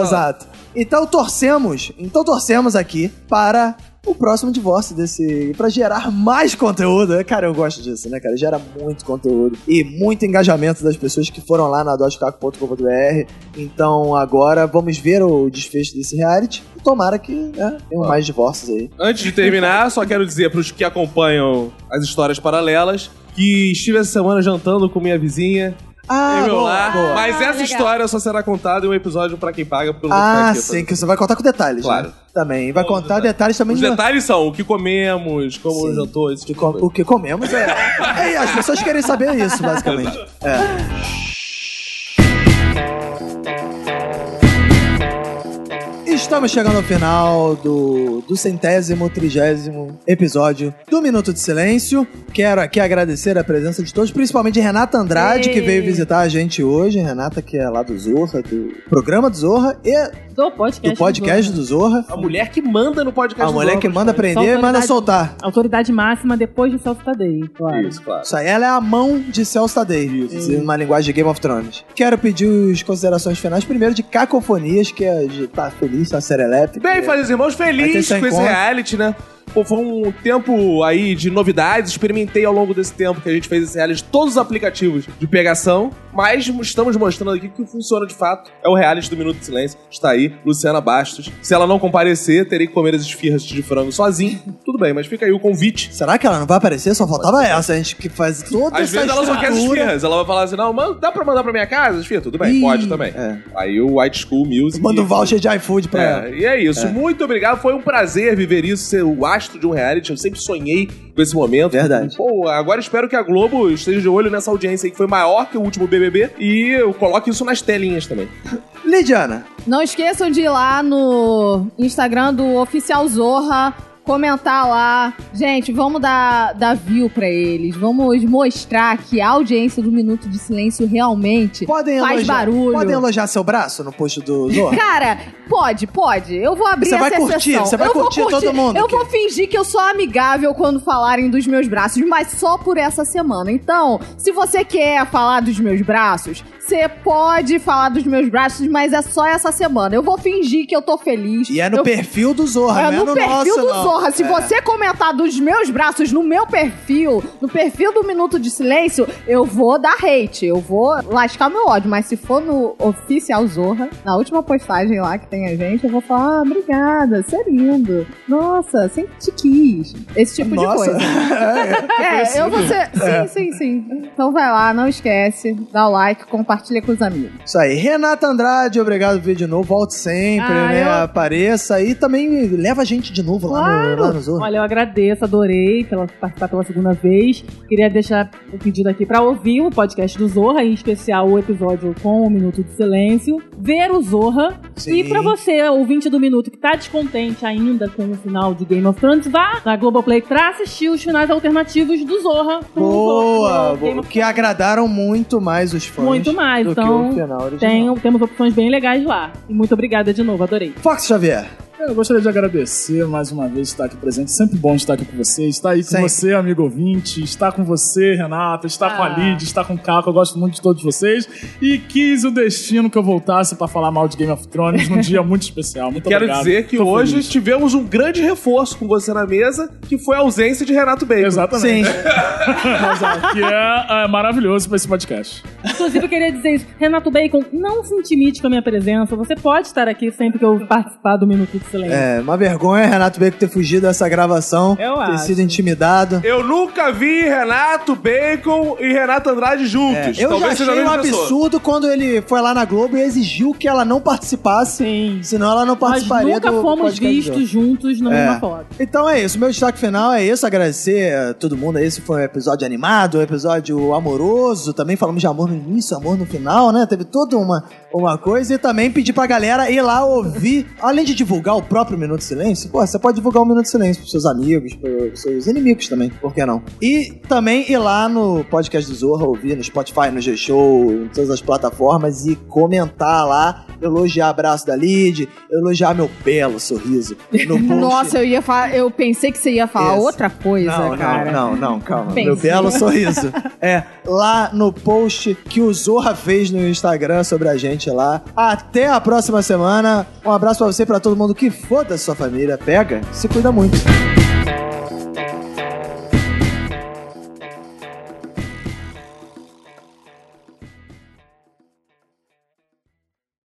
S2: Exato. Então torcemos, então torcemos aqui para o próximo divórcio desse, Pra gerar mais conteúdo. né? Cara, eu gosto disso, né, cara? Gera muito conteúdo e muito engajamento das pessoas que foram lá na adotecaco.com.br. Então agora vamos ver o desfecho desse reality. Tomara que né, tenham mais divórcios aí.
S3: Antes de terminar, só quero dizer para os que acompanham as histórias paralelas que estive essa semana jantando com minha vizinha
S2: Ah,
S3: em meu um
S2: boa,
S3: lar,
S2: boa.
S3: mas essa
S7: legal.
S3: história só será contada em um episódio para quem paga pelo
S2: Ah, sim, que você vai contar com detalhes,
S3: Claro.
S2: né? Também. Vai
S3: Com
S2: contar
S3: detalhes.
S2: detalhes também
S3: Os
S2: de-
S3: detalhes são o que comemos, como
S2: Sim.
S3: jantou, esse
S2: Que
S3: tipo
S2: com-
S3: de
S2: o que comemos é. é, As pessoas querem saber isso, basicamente. É. Estamos chegando ao final do, do centésimo, trigésimo episódio do Minuto de Silêncio. Quero aqui agradecer a presença de todos, principalmente Renata Andrade, que veio visitar a gente hoje. Renata, que é lá do Zorra, do programa do Zorra e
S6: Do podcast.
S2: do podcast do Zorra.
S3: coisa. A mulher que manda no podcast.
S2: A
S3: dos
S2: mulher que
S3: outros.
S2: manda prender e manda
S6: Autoridade.
S2: soltar.
S6: Autoridade máxima depois do Celso Tadei, claro.
S3: Isso, claro.
S2: Isso aí, ela é a mão de Celso Tadei, em uma linguagem de Game of Thrones. Quero pedir as considerações finais, primeiro de Cacofonias, que é de tá feliz, tá serelepe.
S3: Bem, fazer os irmãos
S2: Vai ter
S3: felizes
S2: esse
S3: com esse
S2: encontro.
S3: reality, né? pô, foi um tempo aí de novidades. Experimentei ao longo desse tempo que a gente fez esse reality todos os aplicativos de pegação. Mas estamos mostrando aqui que o que funciona de fato é o reality do Minuto de Silêncio. Está aí, Luciana Bastos. Se ela não comparecer, terei que comer as esfirras de frango sozinho. Tudo bem, mas fica aí o convite.
S2: Será que ela não vai aparecer? Só faltava essa. A gente que faz toda
S3: Às
S2: essa
S3: vezes ela só quer as
S2: estrutura.
S3: esfirras. Ela vai falar assim: não, mano, dá pra mandar pra minha casa? Esfirra, tudo bem,
S2: Ih,
S3: pode também.
S2: é.
S3: Aí o White School Music.
S2: Manda um voucher de iFood pra ela.
S3: É, e é isso. Muito obrigado. Foi um prazer viver isso, ser o astro de um reality. Eu sempre sonhei com esse momento.
S2: Verdade.
S3: Pô, agora espero que a Globo esteja de olho nessa audiência aí que foi maior que o último BBB e eu coloque isso nas telinhas também.
S2: Lidiana,
S4: Não esqueçam de ir lá no Instagram do Oficial Zorra, comentar lá. Gente, vamos dar, dar view pra eles. Vamos mostrar que a audiência do Minuto de Silêncio realmente
S2: podem
S4: faz
S2: elogiar.
S4: barulho.
S2: Podem elogiar seu braço no post do Zorra?
S4: Cara, pode, pode. Eu vou abrir
S2: Você vai
S4: essa
S2: curtir,
S4: exceção.
S2: você vai
S4: eu vou
S2: curtir todo mundo
S4: Eu
S2: aqui.
S4: vou fingir que eu sou amigável quando falarem dos meus braços, mas só por essa semana. Então, se você quer falar dos meus braços, você pode falar dos meus braços, mas é só essa semana. Eu vou fingir que eu tô feliz.
S2: E é no
S4: eu...
S2: perfil do Zorra,
S4: É
S2: não
S4: no perfil
S2: nosso,
S4: do
S2: não.
S4: Zorra. Se
S2: É.
S4: você comentar dos meus braços no meu perfil, no perfil do Minuto de Silêncio, eu vou dar hate. Eu vou lascar meu ódio. Mas se for no oficial Zorra, na última postagem lá que tem a gente, eu vou falar: ah, obrigada, você é lindo. Nossa, sempre te quis. Esse tipo
S2: Nossa.
S4: de coisa. É, eu vou ser. Sim, sim, sim. Então vai lá, não esquece, dá o like, compartilha com os amigos.
S2: Isso aí. Renata Andrade, obrigado por vir de novo. Volte sempre,
S6: Ah,
S2: né?
S6: eu-
S2: Apareça e também leva a gente de novo lá, no, lá no Zorra.
S6: Olha, eu agradeço, adorei pela participar pela segunda vez. Queria deixar o pedido aqui pra ouvir o podcast do Zorra, em especial o episódio com o Minuto de Silêncio, ver o Zorra.
S2: Sim.
S6: E pra você, ouvinte do Minuto, que tá descontente ainda com o final de Game of Thrones, vá na Globoplay pra assistir os finais alternativos do Zorra. com o Zorra,
S2: Boa!
S6: do Game
S2: boa.
S6: of
S2: Que agradaram muito mais os fãs.
S6: Muito mais,
S2: do
S6: então,
S2: que o final original.
S6: Tem, temos opções bem legais lá. E muito obrigada de novo, adorei.
S2: Fox Xavier.
S5: Eu gostaria de agradecer mais uma vez estar aqui presente. Sempre bom estar aqui com você. Estar aí com
S2: Sempre.
S5: você, amigo ouvinte. Estar com você, Renata. Estar com a
S2: Ah.
S5: Lid. Estar com o Caco. Eu gosto muito de todos vocês. E quis o destino que eu voltasse pra falar mal de Game of Thrones num dia muito especial. Muito
S3: Quero
S5: obrigado.
S3: dizer que
S5: Tô
S3: hoje
S5: feliz.
S3: tivemos um grande reforço com você na mesa, que foi a ausência de Renato Bacon.
S5: Exatamente.
S2: Sim.
S5: Exato. Que é, é maravilhoso pra esse podcast.
S6: Inclusive, eu queria dizer isso. Renato Bacon, não se intimide com a minha presença. Você pode estar aqui sempre que eu participar do Minuto de Silêncio.
S2: É, uma vergonha Renato Bacon ter fugido dessa gravação.
S6: Eu
S2: ter
S6: acho.
S2: sido intimidado.
S3: Eu nunca vi Renato Bacon e Renato Andrade juntos.
S2: eu já
S3: Talvez seja a
S2: achei um
S3: mesma pessoa.
S2: absurdo quando ele foi lá na Globo e exigiu que ela não participasse.
S6: Sim.
S2: Senão ela não
S6: Nós
S2: participaria
S6: nunca
S2: do- do
S6: fomos
S2: podcast do Zorra.
S6: vistos juntos na
S2: É.
S6: mesma foto.
S2: Então é isso, meu destaque final é isso, agradecer a todo mundo, esse foi um episódio animado, um episódio amoroso, também falamos de amor no início, amor no final, né, teve toda uma, uma coisa, e também pedir pra galera ir lá ouvir, além de divulgar o próprio Minuto de Silêncio, pô, você pode divulgar o Minuto de Silêncio pros seus amigos, pros seus inimigos também, por que não? E também ir lá no podcast do Zorra, ouvir no Spotify, no G-Show, em todas as plataformas e comentar lá, elogiar o abraço da Lid, elogiar meu belo sorriso no post.
S4: Nossa, eu ia falar. Eu pensei que você ia falar
S2: Esse.
S4: outra coisa,
S2: Não,
S4: cara.
S2: não, não, não, calma.
S4: Pense.
S2: Meu belo sorriso. É, lá no post que o Zorra fez no Instagram sobre a gente lá. Até a próxima semana. Um abraço pra você e pra todo mundo que foda sua família. Pega, se cuida muito.